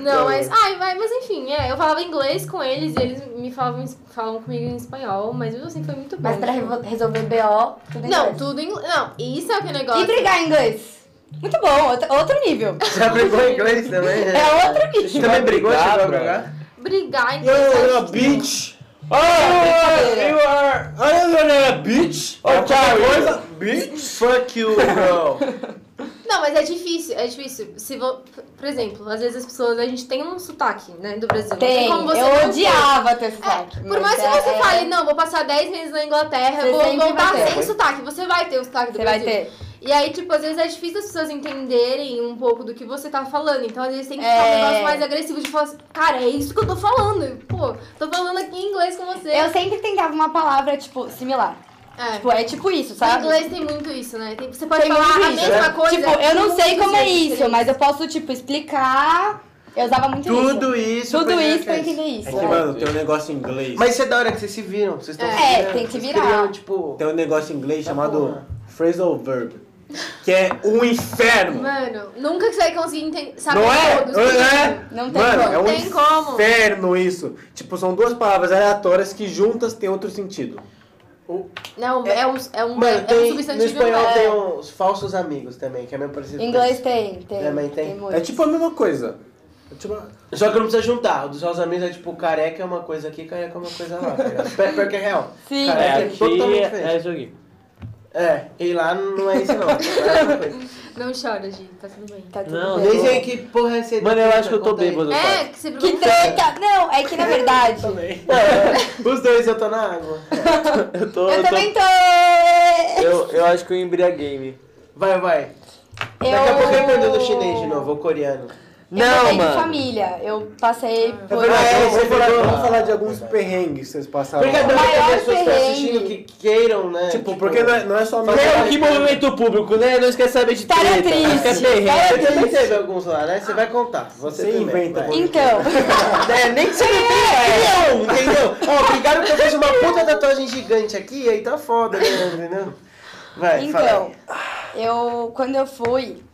D: Não, mas. Ai, vai, mas enfim, é. Eu falava inglês com eles e eles me falavam, falavam comigo em espanhol, mas mesmo assim foi muito bom.
C: Mas pra revo- resolver BO, tudo em
D: Não,
C: inglês.
D: tudo em inglês. Não, isso é o que o negócio.
C: E brigar em inglês? Muito bom, outro, outro nível.
A: Já brigou em inglês também? né?
C: É outro nível.
A: Você também brigou?
E: Brigar,
A: Chegou a
E: bro.
A: brigar?
D: Brigar em inglês.
B: You're a
D: acho que
B: bitch!
E: Oh, you are... I'm a bitch. Oh, tchau.
A: Bitch? Fuck you, bro.
D: Não. Não, mas é difícil, é difícil. Se vo... Por exemplo, às vezes as pessoas, a gente tem um sotaque, né, do Brasil. Não
C: Tem,
D: como você
C: eu
D: não-
C: odiava ter sotaque.
D: Por mais que
C: mas
D: você
C: é-
D: fale, não, vou passar 10 meses na Inglaterra,
C: Você
D: vou
C: sempre
D: voltar
C: vai ter.
D: sem sotaque. Você vai ter o sotaque do
C: Você vai
D: Brasil.
C: ter.
D: E aí, tipo, às vezes é difícil as pessoas entenderem um pouco do que você tá falando. Então, às vezes tem que ficar um
C: É.
D: negócio mais agressivo de falar assim, cara, é isso que eu tô falando. Pô, tô falando aqui em inglês com você.
C: Eu sempre tentava uma palavra, tipo, similar.
D: É.
C: Tipo, é tipo isso,
D: Em
C: sabe? Tipo, ah,
D: inglês tem muito isso, né? Tem- você pode
C: Tem
D: falar
C: muito
D: a
C: isso,
D: mesma
A: né?
D: coisa.
C: tipo, eu não sei como é
D: muitas
C: isso,
D: vezes.
C: mas eu posso, tipo, explicar. Eu usava muito
A: Tudo
C: isso.
A: isso.
C: Tudo isso pra
A: pra
C: entender
B: É
C: isso.
B: que, mano, tem um negócio em inglês.
A: Mas isso é da hora que vocês se viram. Vocês estão
C: É, tem que virar.
A: tipo.
B: Tem um negócio em inglês chamado
A: porra.
B: Phrasal verb. Que é um inferno.
D: Mano, nunca que você vai conseguir enten-
C: Tá
D: saber
B: não é?
D: todos.
B: Não é?
C: Não tem
B: Mano,
C: como.
B: é um
D: Tem como.
B: inferno isso. Tipo, são duas palavras aleatórias que juntas têm outro sentido. É
D: Não, é um, é um, é
A: Mano,
D: um
A: tem, no
D: substantivo.
A: espanhol
D: é-
C: um-
A: tem os falsos amigos também, que é meio parecido. com
C: Em inglês
A: isso.
C: tem, tem.
A: É, mas tem.
C: muito.
B: É tipo a mesma coisa. É tipo a-
A: Só que não precisa juntar. O dos falsos amigos é tipo, careca é uma coisa aqui, careca é uma coisa lá. tá ligado? Pior pior que é real.
C: Sim.
E: É,
A: Careca é, totalmente
E: aqui é
A: diferente.
E: isso aqui.
A: É, e lá não é isso não. Lá é outra coisa.
D: Não chora, Gi, tá tudo bem.
C: Tá tudo
E: Não,
C: bem.
A: Nem sei que porra é essa.
E: Mano, eu acho que eu tô
A: Conta aí.
E: bêbado,
D: É,
E: cara.
D: que você
C: Que treta! Não, é que na verdade.
A: É, Os dois eu tô na água.
E: Eu tô.
C: eu
E: tô-
C: também tô.
E: Eu, eu acho que eu embriaguei-me.
A: Vai, vai.
C: Eu...
A: Daqui a pouco eu pergunto do chinês de novo, ou coreano.
C: Eu mudei
E: Não,
C: de
E: mano.
C: família. Eu passei por.
A: verdade,
B: Ah,
A: é,
B: vamos
A: você
B: falar-
A: pegou-
B: vamos falar de alguns
A: Verdade.
B: perrengues que vocês passaram.
A: Porque é bom
C: O
A: que
C: maior
A: as pessoas que estão assistindo
C: perrengue.
A: que queiram, né?
B: Tipo, porque não é, não é só...
E: Não, que movimento público, né? Não esquece saber de
C: Tá na
E: treta.
C: triste.
E: Quer perrengue.
A: Você também teve alguns lá, né? Você vai contar. Você,
B: Você
A: primeiro,
B: inventa.
A: vai.
C: Então,
E: Tá
A: É,
E: Né?
A: nem que você não tenha opinião, entendeu? Ó, obrigado que eu fiz uma puta tatuagem gigante aqui, aí tá foda, né? Entendeu? Vai,
C: então,
A: fala.
C: eu. Quando eu fui.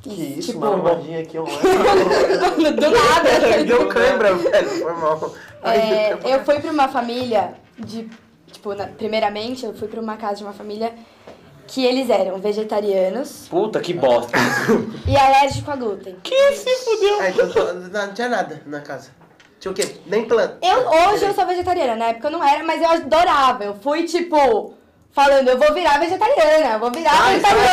A: Que isso,
C: tipo,
A: uma magia aqui, ó.
C: do nada.
A: Deu câimbra, velho, foi mal.
C: É, eu fui pra uma família de. Tipo, na- primeiramente, eu fui pra uma casa de uma família que eles eram vegetarianos
E: Puta que bosta.
C: e alérgico a glúten.
A: Ah, então tô- não, não tinha nada na casa. Tinha o quê? Nem planta.
C: Eu, hoje eu sou vegetariana, na época eu não era, mas eu adorava. Eu fui, tipo, falando, eu vou virar vegetariana, eu vou virar vegetariana.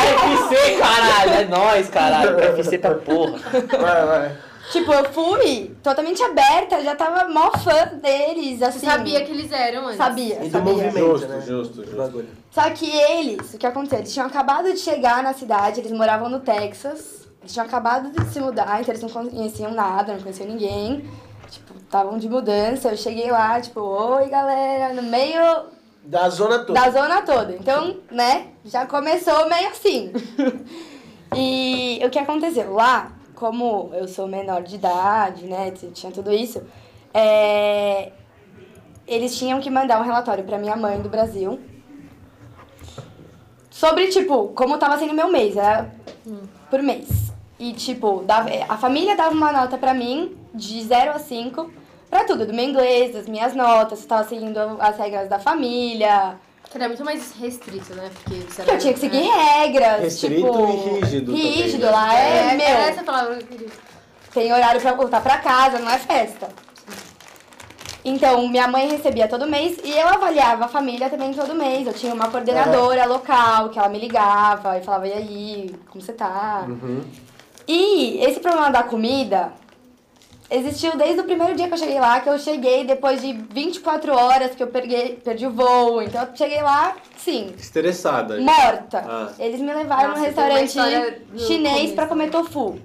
E: FC, caralho. É nóis, caralho. FC pra porra.
A: Vai, vai.
C: Tipo, eu fui totalmente aberta, já tava mó fã deles, assim.
D: Você sabia que eles eram antes.
C: Sabia,
A: E do
C: sabia.
A: movimento, né?
B: justo,
A: Do bagulho.
C: Só que eles, o que aconteceu? Eles tinham acabado de chegar na cidade, eles moravam no Texas. Eles tinham acabado de se mudar, então eles não conheciam nada, não conheciam ninguém. Tipo, estavam de mudança. Eu cheguei lá, tipo, oi galera, no meio
A: Da zona toda.
C: da zona toda. Então, né, já começou meio assim. e o que aconteceu? Lá, como eu sou menor de idade, né, t- tinha tudo isso, é, eles tinham que mandar um relatório pra minha mãe do Brasil sobre, tipo, como tava sendo meu mês, era por mês. E, tipo, dava, a família dava uma nota pra mim de 0 a 5 pra tudo, do meu inglês, das minhas notas, se eu tava seguindo as regras da família,
D: Que era muito mais restrito, né? Porque isso
C: que
D: era-
C: eu tinha que seguir
D: É.
C: regras.
B: Restrito
C: tipo,
B: e rígido também,
C: Rígido
B: né?
C: lá é,
D: É,
C: meu.
D: era essa palavra que eu queria.
C: Tem horário pra voltar pra casa, não é festa. Então, minha mãe recebia todo mês e eu avaliava a família também todo mês. Eu tinha uma coordenadora local que ela me ligava e falava: e aí, como você tá?
B: Uhum.
C: E esse problema da comida existiu desde o primeiro dia que eu cheguei lá, que eu cheguei depois de 24 horas que eu perdi, perdi o voo. Então, eu cheguei lá, sim,
B: Estressada.
C: morta.
B: Ah.
C: Eles me levaram
D: Nossa,
C: num
D: tem uma
C: restaurante
D: história do
C: chinês
D: começo.
C: pra comer tofu.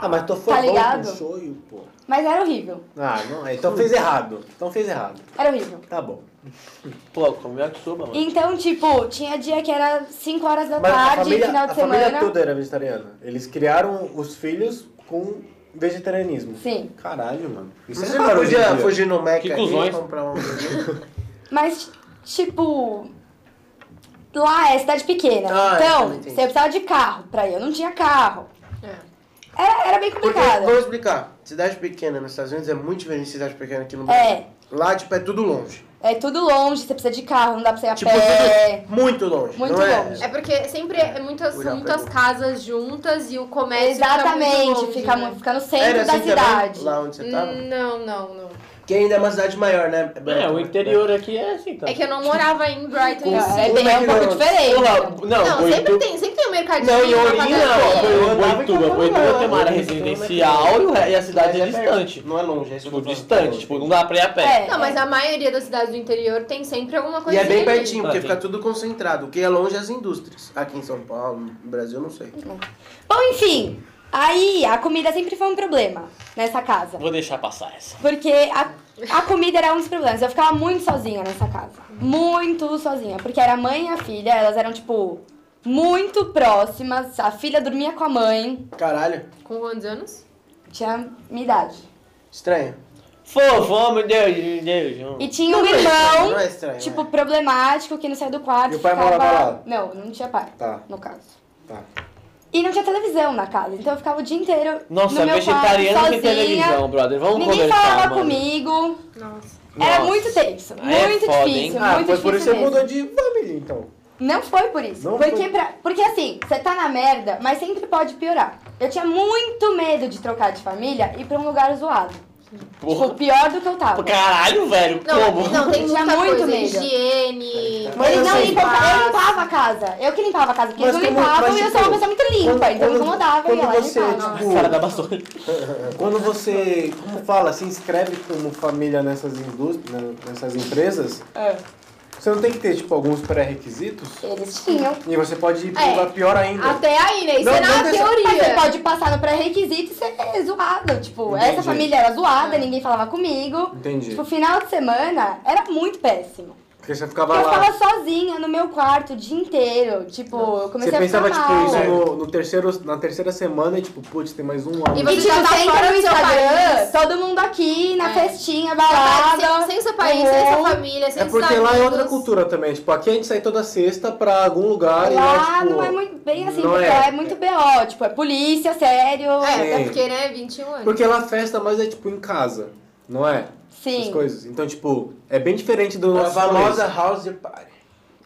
B: Ah, mas tô
C: Tá
B: fofão
C: ligado?
B: com shoyu, pô.
C: Mas era horrível.
B: Ah, não é. Então fez errado. Então fez errado.
C: Era horrível.
B: Tá bom.
E: Pô, como é que soba, mano?
C: Então, tipo, tinha dia que era 5 horas da
B: Mas a
C: tarde,
B: família,
C: final de
B: a família
C: semana.
B: toda era vegetariana. Eles criaram os filhos com vegetarianismo.
C: Sim.
B: Caralho, mano. Isso
A: Você
B: é
A: não
B: raro hoje em
A: podia
B: dia.
A: fugir no Mac
E: Que
A: aí
E: cuzões.
A: e comprar um hambúrguer?
C: Mas, tipo. Lá é cidade pequena.
A: Ah,
C: então,
A: eu entendi.
C: você precisava de carro pra ir. Eu não tinha carro.
D: É.
C: Era, era bem
A: Porque,
C: complicado.
A: vamos explicar. Cidade pequena nos Estados Unidos é muito diferente de cidade pequena aqui no Brasil.
C: É.
A: Lá, tipo, é tudo longe.
C: É tudo longe, você precisa de carro, não dá pra você ir a
A: Tipo,
C: pé.
A: tudo muito longe.
C: É. Muito
A: não é?
C: longe.
D: É porque sempre é muitas,
A: Ui,
D: são
A: não,
D: muitas
A: pegou.
D: casas juntas e o comércio
C: Exatamente,
D: fica muito longe,
C: fica,
D: né?
C: mu- fica no
A: Era
C: centro da
A: assim
C: cidade.
A: também,
C: Hum.
A: lá onde você tava?
D: Não, não, não.
A: Que ainda é uma cidade maior, né?
E: É, o interior aqui é assim, tá?
D: É que eu não morava em Brighton.
C: É,
D: assim.
C: é bem- é um pouco diferente.
E: Porra, não,
D: Não, sempre
E: Boitu-
D: tem, sempre tem um mercadinho.
E: Não, em
D: pra
E: Ourinho
D: fazer
E: não.
D: feira.
A: É. Eu andava em
E: Boituba.
A: Campo
E: Boituba
A: Mourão.
E: tem uma área residencial e o re- e a cidade é
A: né? Mas perto.
E: distante.
A: Não é longe, é isso que
E: Tipo,
A: eu tô falando.
E: distante. Tipo, não dá pra ir a pé.
C: É.
D: Não, mas a maioria das cidades do interior tem sempre alguma
A: E
D: coisa
A: é bem
D: ali.
A: pertinho, porque
B: Tá,
E: Ah, tem.
A: fica tudo concentrado. O que é longe é as indústrias. Aqui em São Paulo, no Brasil, não sei.
C: Bom, enfim. Aí, a comida sempre foi um problema nessa casa.
E: Vou deixar passar essa.
C: Porque a, a comida era um dos problemas. Eu ficava muito sozinha nessa casa. Muito sozinha. Porque era a mãe e a filha, elas eram, tipo, muito próximas. A filha dormia com a mãe.
A: Caralho,
D: Com quantos anos?
C: Tinha minha idade.
A: estranho.
E: Fofo, meu Deus, meu Deus.
C: E tinha um
A: Não,
C: irmão,
A: é estranho.
C: tipo, problemático, que não saía do quarto.
B: E o pai
C: ficava-
B: morava lá?
C: Não, não tinha pai,
B: Tá,
C: no caso.
B: tá.
C: E não tinha televisão na casa, então eu ficava o dia inteiro
E: Nossa,
C: no meu
E: vegetariano
C: quarto,
E: sem
C: sozinha.
E: televisão, brother. Vamos
C: Ninguém
E: conversar,
C: falava
E: mano.
C: comigo.
D: Nossa.
C: Era
E: Nossa.
C: muito tenso,
E: Ah, é
C: muito
E: foda, hein?
C: difícil,
B: Ah,
C: muito
B: foi por isso que
C: difícil
B: você
C: mesmo.
B: mudou de família, então.
C: Não foi por isso.
B: Não
C: porque,
B: foi.
C: pra- porque assim, você tá na merda, mas sempre pode piorar. Eu tinha muito medo de trocar de família e ir pra um lugar zoado.
E: Porra.
C: Tipo, pior do que eu tava.
E: Pô, Caralho, velho,
D: Não,
E: como?
D: não, tem
C: Tinha
D: muita
C: É muito
D: coisa.
C: medo.
D: Higiene.
B: tá. Mas assim,
C: Ele
B: eu
C: não
B: sei.
C: limpava, eu limpava a casa. Eu que limpava a casa, porque
B: Mas
C: eles não
B: como-
C: limpavam
B: mas,
C: e eu sou uma
B: tipo,
C: pessoa muito limpa,
B: quando-
C: então eu
B: quando-
C: incomodava e
B: quando
C: ela
B: você,
C: limpava.
B: tipo,
E: Cara da bastonha.
B: Quando você, como fala, se inscreve como família nessas indústrias, né, nessas empresas,
C: É.
B: você não tem que ter, tipo, alguns pré-requisitos?
C: Eles tinham.
B: E você pode ir pra um
D: É.
B: lugar pior ainda.
D: Até aí, né? Isso
B: Não,
D: é na
B: não tem-
C: Mas você
D: teoria.
C: pode passar no pré-requisito e ser zoado. Tipo, essa
B: Entendi.
C: família era zoada, ninguém falava comigo.
B: Entendi.
C: Tipo, final de semana era muito péssimo.
B: Porque você
C: Eu
B: ficava lá.
C: ficava sozinha no meu quarto o dia inteiro. Tipo, eu comecei
B: Você
C: a ficar
B: pensava, tipo,
C: mal.
B: isso no, no terceiro, na terceira semana e, tipo, putz, tem mais um ano.
D: E
C: E,
D: você
C: tipo,
D: já tá
C: você entra
D: fora
C: no
D: do seu
C: Instagram,
D: país.
C: todo mundo aqui, na
D: É.
C: festinha,
D: sem,
C: balada.
D: sem seu país, sem
C: Uhum.
D: sua família, sem
B: É porque
D: seus
B: lá é
D: amigos.
B: outra cultura também. Tipo, aqui a gente sai toda sexta pra algum lugar e
C: Lá
B: tipo,
C: não é muito bem assim,
B: não
C: porque
B: é.
C: lá é muito BO, tipo, é polícia, sério.
D: É, até
B: Sim.
D: porque, né, 21 anos.
B: Porque lá festa mais é, tipo, em casa, não é? As
C: Sim.
B: coisas. Então, tipo, é bem diferente do
A: A
B: nosso
A: famosa house party.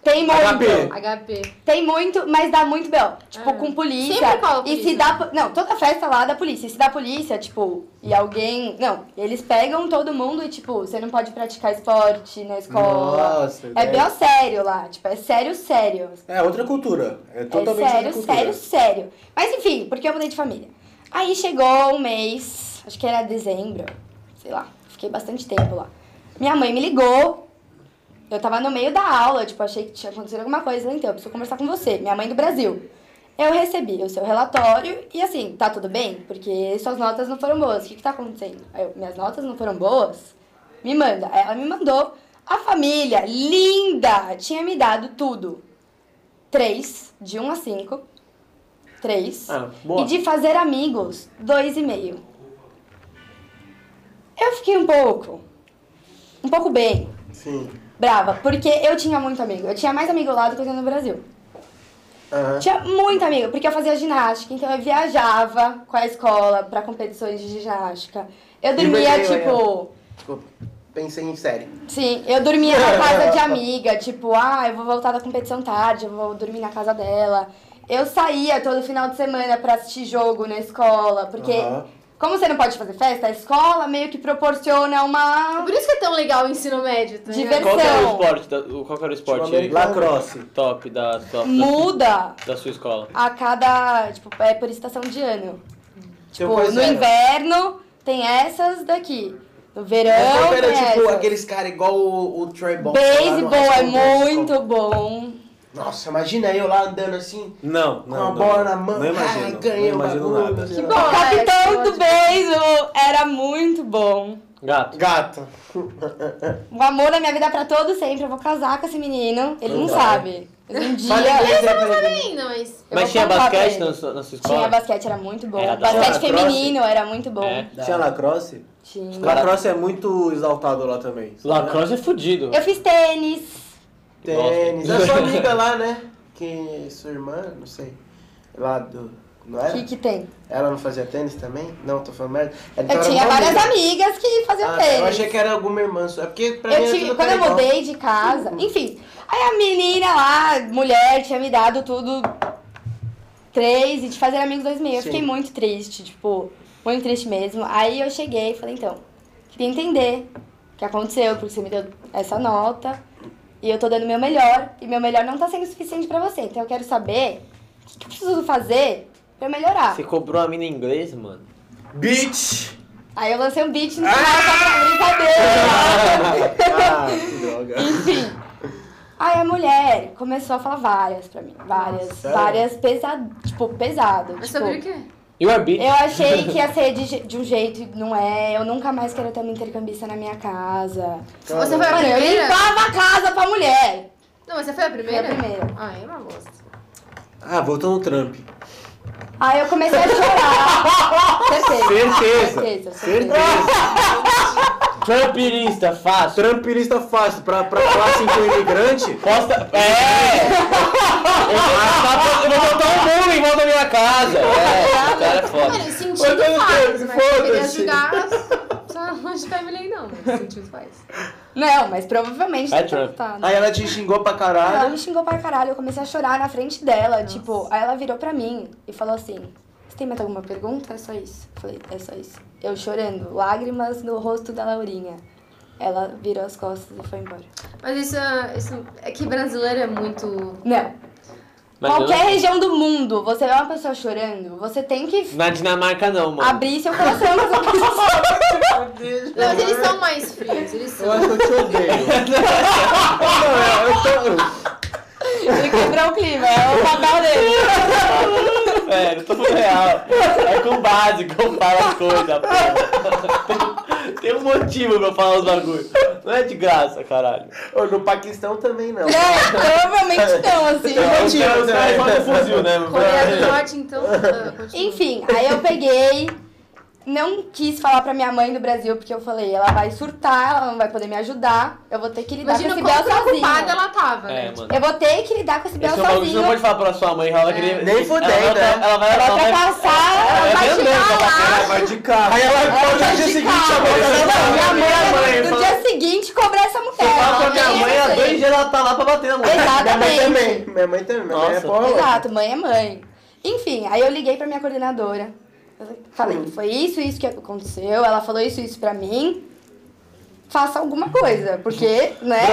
C: Tem
B: HP.
C: muito.
D: HP.
C: Tem muito, mas dá muito BO. Tipo,
D: Ah.
C: com polícia.
D: Sempre cola a
C: E se
D: polícia.
C: dá. po- Não, toda festa lá é da polícia. E se dá polícia, tipo, e alguém. Não, eles pegam todo mundo e, tipo, você não pode praticar esporte na escola.
B: Nossa,
C: É BO sério lá, tipo, é sério, sério.
B: É outra cultura. É totalmente
C: é sério,
B: outra cultura.
C: sério, sério. Mas enfim, porque eu mudei de família. Aí chegou um mês, acho que era dezembro, sei lá, fiquei bastante tempo lá. Minha mãe me ligou, eu tava no meio da aula, tipo, achei que tinha acontecido alguma coisa, ela, então, eu preciso conversar com você, minha mãe do Brasil. Eu recebi o seu relatório e assim, tá tudo bem? Porque suas notas não foram boas, o que que tá acontecendo? Aí eu, minhas notas não foram boas? Me manda. Aí ela me mandou. A família, linda, tinha me dado tudo. Três, de 1 a 5. Três.
E: Ah,
C: e
E: boa.
C: de fazer amigos, dois e meio. Eu fiquei um pouco, um pouco bem,
A: Sim.
C: brava, porque eu tinha muito amigo. Eu tinha mais amigo lá do que eu tinha no Brasil.
A: Aham.
C: Tinha muito amigo, porque eu fazia ginástica, então eu viajava com a escola pra competições de ginástica. Eu dormia,
A: Lembrei,
C: tipo.
A: Desculpa. Pensei em série.
C: Sim, eu dormia na casa de amiga, tipo, ah, eu vou voltar da competição tarde, eu vou dormir na casa dela. Eu saía todo final de semana pra assistir jogo na escola, porque
B: Aham.
C: como você não pode fazer festa, a escola meio que proporciona uma
D: Por isso que é tão legal o ensino médio, tá ligado?
C: Diversão.
E: Qual que era o esporte? da- o- Qual que era o esporte aí?
B: Lacrosse.
E: top da, sua- da,
C: muda
E: da sua escola?
C: a cada, tipo, é por estação de ano.
A: Seu
C: Tipo,
A: coisa
C: no
A: era-
C: inverno tem essas daqui. No verão,
A: Mas qual que
C: tem
A: era tipo
C: essas.
A: aqueles caras igual o, o Troy Bolton lá no
C: Beisebol é
A: High School Musical?
C: muito bom.
A: Nossa, imagina eu lá andando assim,
B: Não, não.
A: com a
B: não,
A: bola
B: não.
A: na mão.
B: Não
A: ah,
B: imagino.
A: ganhei
B: não
A: o
B: imagino
A: bagulho.
B: nada.
A: sei
D: Que
A: lá.
D: bom.
C: O é capitão
D: Ai,
C: do
D: que é ódio.
C: beisebol era muito bom.
E: Gato.
A: Gato.
C: O amor da minha vida é pra todo sempre. Eu vou casar com esse menino. Ele não
E: Legal.
C: sabe. Mas Um
A: Uhum. Fala
C: dia.
A: inglês, né, pra mim.
D: Ainda, mas...
C: Eu
E: Mas
C: vou
E: tinha
C: contar pra
E: basquete
C: ele.
E: na sua, na sua escola?
C: Tinha basquete, era muito bom.
E: Era da
C: basquete
B: hora.
C: feminino era muito bom.
E: É.
B: Tinha lacrosse?
C: Tinha.
B: Lacrosse é muito exaltado lá também.
E: Lacrosse é fudido.
C: Eu fiz tênis.
A: Tênis.
E: Nossa.
A: A sua amiga lá, né? Que sua irmã, não sei. Lá do. Não
C: O
A: era?
C: que, que tem?
A: Ela não fazia tênis também? Não, tô falando merda. Então
C: Eu tinha várias amigas que faziam
A: Ah,
C: tênis.
A: eu achei que era alguma irmã sua. É porque pra mim
C: Eu
A: era
C: tive,
A: tudo
C: quando eu
A: legal.
C: mudei de casa, enfim. Aí a menina lá, mulher, tinha me dado tudo três e de fazer amigos dois e meio. Eu
A: Sim.
C: fiquei muito triste, tipo, muito triste mesmo. Aí eu cheguei e falei, então, queria entender o que aconteceu, porque você me deu essa nota e eu tô dando meu melhor e meu melhor não tá sendo suficiente pra você. Então eu quero saber o que que eu preciso fazer pra eu melhorar.
E: Você cobrou a mina em inglês, mano?
B: Bitch!
C: Aí eu lancei um beat
A: Ah!
C: no final só pra brincadeira.
B: Ah, que droga.
C: Enfim. Aí a mulher começou a falar várias pra mim. Várias,
A: Sério?
C: várias pesado. Tipo, pesado.
D: Mas
C: tipo,
D: sobre o quê?
E: You are bitch.
C: eu achei que ia ser de, je- de um jeito e não é. Eu nunca mais quero ter uma intercambista na minha casa.
D: Você foi a
C: Mano, eu
D: primeira?
C: limpava a casa pra mulher.
D: Não, mas você foi a primeira?
C: Fui a primeira.
D: Ah, é uma bosta.
B: Ah, voltando ao Trump.
C: Aí eu comecei a chorar. certeza.
B: Certeza.
C: Certeza. certeza.
E: Trampirista, fácil.
B: Trampirista fácil, pra, pra falar assim com imigrante,
E: Posta. É! Eu vou botar- eu vou botar um muro em volta da minha casa. É, o cara é foda.
D: Mano,
B: Mas eu não
D: sentido faz,
B: tenho-
D: mas eu queria
B: foda-se.
D: julgar só não de Family Lei, não, mas sentido faz.
C: Não, mas provavelmente
E: É
C: tá
E: Trump.
C: tratado.
A: Aí ela te xingou pra
C: Ela
A: caralho.
C: me xingou pra caralho, eu comecei a chorar na frente dela. Tipo, aí ela virou pra mim e falou assim: Você tem mais alguma pergunta? É só isso. Eu falei: É só isso. Eu chorando, lágrimas no rosto da Laurinha. Ela virou as costas e foi embora.
D: Mas isso, é- isso é que brasileiro é muito.
C: Não.
E: Mas eu
C: Qualquer
E: não-
C: região do mundo, você vê uma pessoa chorando, você tem que f-
E: Na Dinamarca não, mano.
C: abrir seu coração pra essa pessoa.
D: Não, mas eles são mais frios, eles
A: Eu
D: são.
A: acho que eu te odeio.
C: Ele quebrou o clima, é o papel dele.
E: Velho, tudo real. É com base, compara as coisas, porra. Tem um motivo pra eu falar os bagulhos. Não é de graça, caralho.
A: Ô, no Paquistão também não.
C: É, provavelmente não, assim.
A: Tem motivo,
E: Os
A: né?
E: caras falam com fuzil, né?
D: Coreia do Norte, então. ah, continua.
C: Enfim, aí eu peguei, não quis falar pra minha mãe do Brasil, porque eu falei, ela vai surtar, ela não vai poder me ajudar, eu vou ter que lidar
D: Imagina o
C: com
D: quão
C: esse Bel
D: preocupada
C: sozinha.
D: ela tava,
E: É,
D: né?
E: mano.
C: Eu vou ter que lidar com esse Bel
E: Esse é um bagulho que você
C: sozinho.
E: não pode falar pra sua mãe, ela vai querer.
A: Nem fudendo,
E: ela vai-
A: né?
E: Ela vai. É
C: Ela vai
E: ela
C: fracassar,
E: vai
C: ela vai
E: vendendo,
C: chegar
E: ela
C: lá.
B: É, vai de carro.
A: Aí ela acorda no
C: de
A: dia seguinte,
C: cara.
A: a mãe
E: Ela
A: tá
E: vai-
A: lá.
E: minha mãe,
C: no-
E: mãe,
C: no
E: fala-
C: dia seguinte cobrar essa mulher.
E: Eu falo pra
C: ela
E: minha
C: tem
E: mãe,
C: isso
E: há
C: aí.
E: dois dias ela tá lá pra bater na mãe.
A: Minha mãe
C: Exatamente.
A: também. Minha mãe também. Minha mãe é
E: Nossa.
A: porra louca.
C: Exato, mãe é mãe. Enfim, aí eu liguei pra minha coordenadora. Eu Falei, foi isso, isso que aconteceu. Ela falou isso, isso pra mim. Faça alguma coisa, porque, né?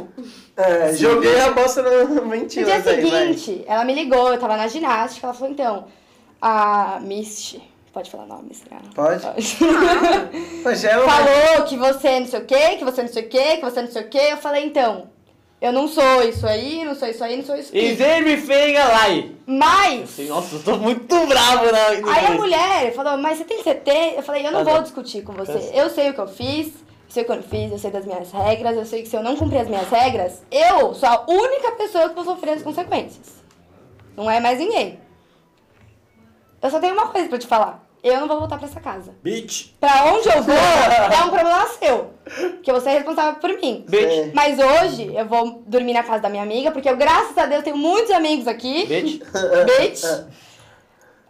A: É, joguei a bosta no
C: no
A: mentira.
C: dia
A: daí, vai.
C: seguinte, ela me ligou, eu tava na ginástica. Ela falou, então, a Misty, pode falar nomes, né?
A: Pode?
D: Tipo, ah,
A: é, Angela,
C: falou que você é não sei o quê, que você não sei o quê, que você é não sei o quê. Eu falei, então, eu não sou isso aí, não sou isso aí, não sou isso
E: Is
C: aqui.
E: everything alive?
C: Mas...
E: Assim, é Nossa, eu tô muito bravo né? na.
C: Aí a mulher falou, mas você tem CT? Eu falei, eu não
E: Ah,
C: vou
E: não.
C: discutir com você. Eu sei o que eu fiz, sei o que eu não fiz, eu sei das minhas regras, eu sei que se eu não cumprir as minhas regras, eu sou a única pessoa que vou sofrer as consequências. Não é mais ninguém. Eu só tenho uma coisa pra te falar. Eu não vou voltar pra essa casa.
B: Bitch.
C: Pra onde eu vou é um problema seu. Que você é responsável por mim.
E: Bitch.
C: Mas hoje eu vou dormir na casa da minha amiga, porque eu, graças a Deus, tenho muitos amigos aqui.
E: Bitch.
C: Bitch.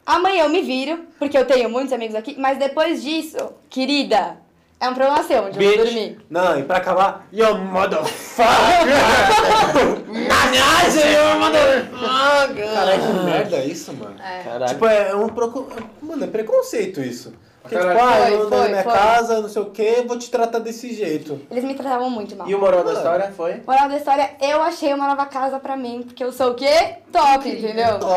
C: Amanhã eu me viro, porque eu tenho muitos amigos aqui, mas depois disso, querida, é um problema seu onde eu vou
E: Bitch.
C: dormir.
B: Não, e pra acabar, yo motherfucker!
E: Caralho, eu
B: Caralho, que merda é isso, mano.
E: Caralho.
B: Tipo, é um proco... Mano, é preconceito isso. Porque, tipo,
A: Caralho.
B: ah, eu ando na
C: Foi, foi,
B: minha
C: foi.
B: casa, não sei o que, vou te tratar desse jeito.
C: Eles me tratavam muito mal.
A: E o moral da história foi?
C: Moral da história, eu achei uma nova casa pra mim, porque eu sou o quê? Top, entendeu?
B: Top.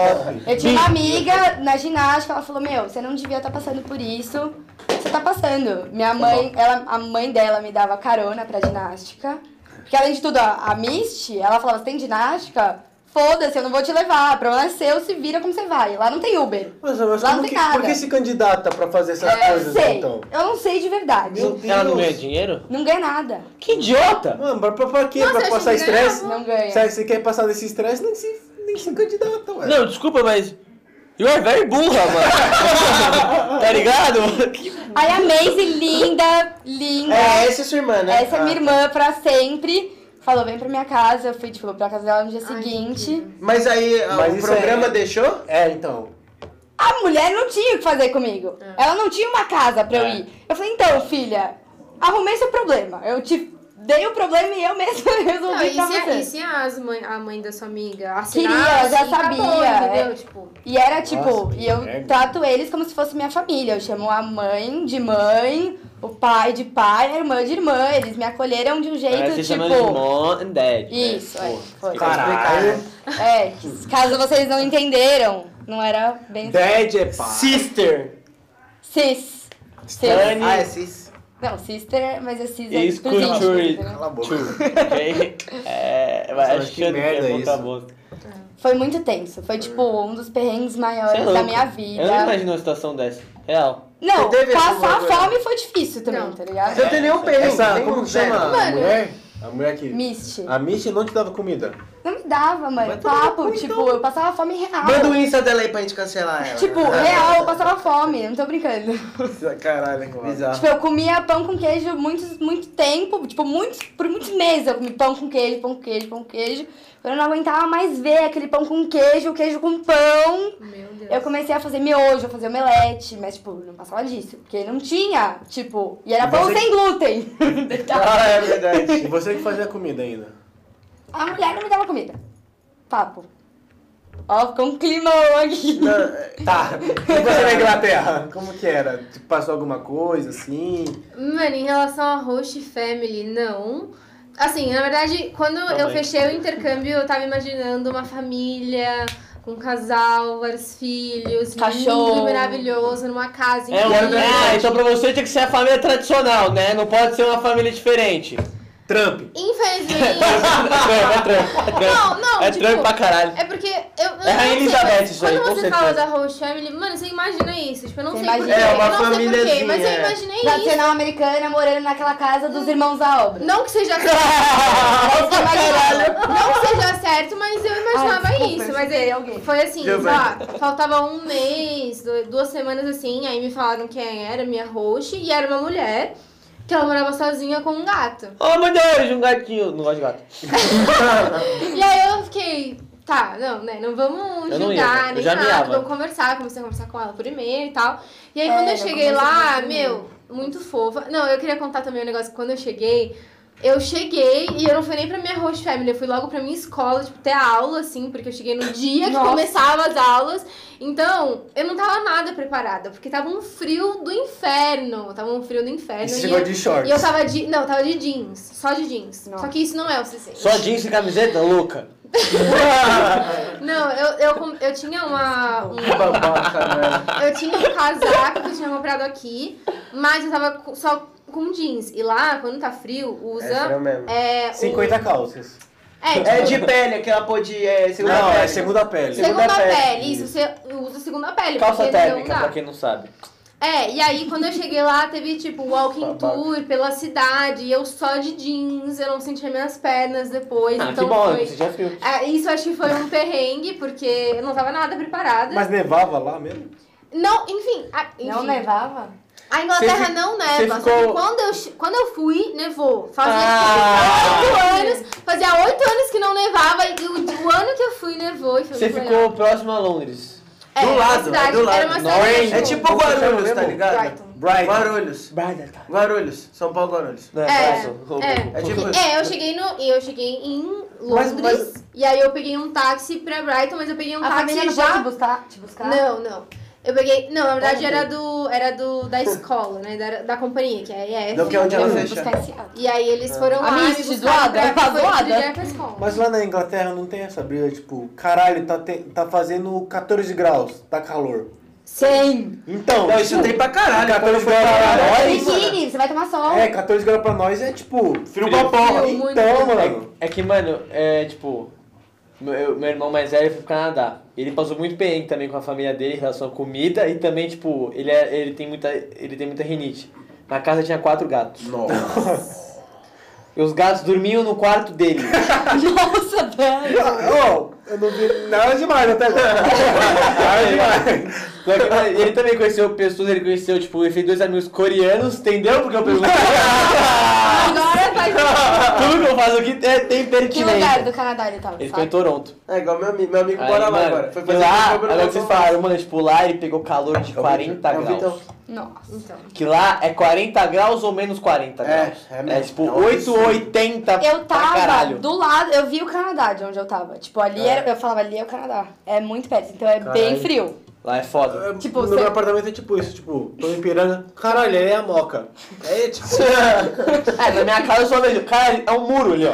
C: Eu tinha uma amiga na ginástica, ela falou, meu, você não devia estar passando por isso. Você tá passando. Minha mãe, ela, a mãe dela me dava carona pra ginástica. Porque além de tudo, a, a Misty, ela falava, você tem ginástica? Foda-se, eu não vou te levar. O problema é seu, se vira como você vai. Lá não tem Uber.
B: Mas, mas
C: Lá não
B: como
C: tem
B: que,
C: nada.
B: por que se candidata pra fazer essas
C: Eu não
B: coisas,
C: sei.
B: então?
C: Eu não sei de verdade.
B: Meu Deus.
E: Tipo, Ela não ganha dinheiro?
C: Não ganha nada.
E: Que idiota!
B: Mano, pra, pra, pra quê?
D: Nossa, eu
B: pra
D: achei
B: passar
D: que
B: estresse?
D: ganhava.
C: Não ganha.
B: Se você é quer passar desse estresse, nem se, nem se candidata, ué.
E: Não, desculpa, mas. You are very burra, mano. tá ligado?
C: Aí a Maisie, linda, linda.
A: É, essa é sua irmã, né?
C: Essa é minha irmã pra sempre. Falou, vem pra minha casa. Eu fui, tipo, pra casa dela no dia seguinte.
A: Mas aí ah,
B: Mas
A: o
B: isso
A: programa
B: aí-
A: deixou?
B: É, então.
C: A mulher não tinha o que fazer comigo. Ela não tinha uma casa pra eu
E: É.
C: ir. Eu falei, então, filha, arrumei seu problema. Eu te dei o problema e eu mesma
D: Não, é
C: resolvi
D: e,
C: pra
D: se a,
C: você.
D: e se as mãe, a mãe da sua amiga
C: Queria,
D: assinar?
C: ela já
D: assim, acabou,
C: sabia,
D: entendeu?
C: é.
D: Tipo,
C: E era tipo,
B: Nossa, que
C: e eu
B: merda.
C: trato eles como se fosse minha família. Eu chamo a mãe de mãe, o pai de pai, a irmã de irmã. Eles me acolheram de um jeito,
E: Parece que
C: tipo.
E: chama de mom and dad. né?
C: Isso, é,
E: Porra,
C: foi.
E: fica
B: Caralho.
C: É, que caso vocês não entenderam, não era bem. assim.
B: Dead é pá.
A: Sister.
C: Cis. Cis.
E: Dani.
A: Ah, é sis.
C: Não, sister, mas é cis é
E: Is
C: presente,
E: culture.
C: entendeu?
B: Cala a boca.
E: Ok? É, vai,
B: Nossa, mas
E: acho
B: que
E: que eu
B: merda
E: não
B: isso.
E: acabou.
C: Foi muito tenso. Foi, tipo, um dos perrengues
E: Você é
C: maiores da
E: louco.
C: minha
E: Eu não
C: vida.
E: imagino uma situação dessa. Real.
C: Não,
A: Você teve
C: passar
E: né?
A: alguma coisa?
C: fome foi difícil também,
D: Não.
C: tá ligado?
A: Você não Tipo, tem um nenhum perrengue.
B: Essa,
A: nenhum
B: como que chama?
A: zero.
B: a Mulher? A mulher que.
C: Mist.
B: A Misty não te dava comida.
C: Não me dava, mano.
B: Vai
E: tá
B: tomar no
C: Papo,
B: cu,
C: tipo,
B: então.
C: eu passava fome real.
A: Manda o
E: um
A: Insta dela aí pra gente cancelar ela.
C: Tipo,
E: É.
C: real, eu passava fome, não tô brincando.
A: Caralho, que
E: Tá.
A: bizarro.
C: Tipo, eu comia pão com queijo muitos, muito tempo, tipo, muitos, por muitos meses eu comi pão com queijo, pão com queijo, pão com queijo. Eu não aguentava mais ver aquele pão com queijo, queijo com pão.
D: Meu Deus.
C: Eu comecei a fazer miojo, a fazer omelete, mas, tipo, não passava disso, porque não tinha, tipo, e era
B: E
C: pão
B: você-
C: sem glúten. Tá.
A: Ah, é verdade.
B: E você que fazia a comida ainda.
C: A mulher não me dava comida. Papo. Ó, ficou um climão aqui.
B: Tá. E você na Inglaterra? Como que era? Tipo, passou alguma coisa assim?
D: Mano, em relação a host family, não. Assim, na verdade, quando eu
E: bem.
D: fechei o intercâmbio, eu tava imaginando uma família, um casal, vários filhos,
C: Cachorro.
D: lindo e maravilhoso, numa casa
E: É, um-
D: incrível.
E: é, então pra você tinha que ser a família tradicional, né? Não pode ser uma família diferente. Trump.
D: Infelizmente.
E: Trump, é Trump, é Trump.
D: Não, não,
E: É
D: tipo,
E: Trump pra caralho.
D: É porque eu, eu
E: É Rainha
D: não sei,
E: Elizabeth
D: mas
E: isso aí,
D: quando
E: com
D: você
E: certeza.
D: fala da Host Family, mano, você imagina isso. Tipo, eu não
C: Você
D: sei porquê.
C: imagina.
A: uma
C: É,
D: eu não sei porquê,
A: famíliazinha,
D: mas eu
A: é.
D: imaginei isso.
C: Nacional americana morando naquela casa dos irmãos da obra.
D: Não que seja
C: Parece que eu imaginava.
D: Não que seja certo, mas eu imaginava
C: Ai, desculpa,
D: isso.
C: eu
D: Mas
C: chutei
D: aí,
C: alguém.
D: foi assim, sei
A: Deu
D: lá, faltava um mês, du- duas semanas assim, aí me falaram quem era, minha host, e era uma mulher que ela morava sozinha com um gato.
E: Ô, oh, mulheres, um gatinho. Não gosto de gato.
D: E aí eu fiquei, tá, não, né, não vamos
E: Eu não ia,
D: julgar,
E: eu
D: nem
E: já
D: nada,
E: miava.
D: vamos conversar, comecei a conversar com ela por e-mail e tal. E aí
C: É,
D: quando eu
C: eu
D: cheguei
C: comecei a
D: lá,
C: conversar por
D: meu, muito fofa. Não, eu queria contar também um negócio, que quando eu cheguei, eu cheguei e eu não fui nem pra minha host family, eu fui logo pra minha escola, tipo, ter aula, assim, porque eu cheguei no dia que
C: Nossa.
D: começava as aulas. Então, eu não tava nada preparada, porque tava um frio do inferno, tava um frio do inferno.
B: E
D: E,
B: você chegou de shorts.
D: e eu tava de, não, eu tava de jeans, só de jeans.
C: Nossa.
D: Só que isso não é o suficiente.
E: Só jeans e camiseta, louca.
D: Não, eu, eu, com- eu tinha uma. um-
A: Que babaca, né? velho.
D: eu tinha um casaco que eu tinha comprado aqui, mas eu tava co- só com jeans. E lá, quando tá frio,
A: É
D: usa.
A: frio mesmo.
D: É, o-
B: 50 calças.
D: é, tipo,
A: É de pele, aquela pô de... É, segunda
B: não,
A: pele.
B: é segunda pele.
D: segunda,
A: segunda
D: pele.
A: pele.
D: Isso, você usa segunda pele.
E: Calça
D: porque
E: térmica, né?
D: não dá.
E: pra quem não sabe.
D: É, e aí quando eu cheguei lá, teve tipo walking
A: Babaca.
D: tour pela cidade, e eu só de jeans, eu não sentia minhas pernas depois.
E: Ah,
D: então
E: que bom,
D: foi.
E: você já viu.
D: É, isso eu acho que foi um perrengue, porque eu não tava nada preparada.
B: Mas nevava lá mesmo?
D: Não, enfim. a-
C: Não
D: enfim.
C: levava?
D: A Inglaterra
A: Você fi-
D: não neva.
A: você
D: só que
A: ficou-
D: Quando, eu, che- quando eu fui, nevou. Fazia tipo,
E: Ah!
D: oito anos. Fazia oito anos que não nevava. E o, o ano que eu fui, nevou. E foi
E: Você
D: muito
E: ficou próximo a Londres.
D: legal.
A: do
D: É,
A: lado,
D: uma cidade-
A: é do lado.
D: Era uma cidade
E: Norwich.
A: É tipo Guarulhos, tá ligado?
D: Brighton.
B: Brighton.
A: Guarulhos.
E: tá.
B: Brighton.
A: Guarulhos. São Paulo, Guarulhos.
E: Né,
D: É,
E: próximo.
D: é.
A: É tipo...
D: É, eu cheguei no. Eu cheguei em Londres.
A: Mas- mas-
D: E aí eu peguei um táxi pra Brighton, mas eu peguei um
C: A família
D: táxi
C: não foi
D: já.
C: te buscar? Te buscar?
D: Não, não. Eu peguei. Não, na verdade era do. Era do da escola, né? Da, da companhia, que é a EF.
A: Não, que é onde Ah. ela
C: Foi
A: fecha.
C: buscar esse ano.
D: E aí eles foram
C: A
D: lá.
C: Miss de
D: me buscaram
C: zoada?
D: pra-
C: Tá
D: foi
C: zoada?
D: dirigir pra escola.
B: Mas lá na Inglaterra não tem essa briga, tipo, caralho, tá, te- tá fazendo 14 graus, tá calor.
C: Sim.
B: Então,
A: Não, isso tem pra caralho.
B: 14
A: Quando eu fui
B: graus
A: pra lá,
B: pra
A: olha
B: nós?
A: isso.
C: Biquíni, você vai tomar sol.
B: É, 14 graus pra nós é tipo.
A: Frio pra porra.
D: muito
B: Então,
D: frio.
B: mano.
E: É que, mano, é tipo. Meu, meu irmão mais velho foi pro Canadá. Ele passou muito bem também com a família dele em relação à comida e também, tipo, ele, é, ele, tem, muita, ele tem muita rinite. Na casa tinha quatro gatos.
A: Nossa.
E: E os gatos dormiam no quarto dele.
C: Nossa, velho.
B: Ó, eu não vi nada demais até agora. nada demais.
E: Só que, mano, ele também conheceu pessoas, ele conheceu, tipo, ele fez dois amigos coreanos, entendeu? Porque eu perguntei.
D: Agora faz
E: Tudo que eu faço aqui é,
C: Que
E: tem
C: lugar
E: pertinência.
C: do Canadá ele tava?
E: Ele ficou em
C: sabe?
E: Toronto.
A: É igual meu amigo. Meu amigo
E: Aí,
A: mora lá
E: mano,
A: agora. Foi
E: e
A: fazer
E: lá,
A: intercâmbio no
E: agora que vocês
A: Brasil.
E: falaram, mano, tipo, lá ele pegou calor de 40
A: um É o Vitão.
E: graus.
C: Nossa.
D: Então.
E: Que lá é 40 graus ou menos 40
A: É,
E: graus.
A: é mesmo.
E: tipo
A: É um
E: 880
C: Eu
E: pra
C: tava
E: caralho.
C: do lado, eu vi o Canadá de onde eu tava. Tipo, ali era, eu falava, ali é o Canadá. É muito perto, então é bem
A: Caralho.
C: frio.
E: Lá é foda.
B: É,
C: Tipo,
B: no
C: você-
B: meu apartamento é tipo isso, tipo, tô em piranga, caralho, aí é a moca. É tipo.
E: É, na minha casa eu só vejo. Cara, é um muro ali, ó.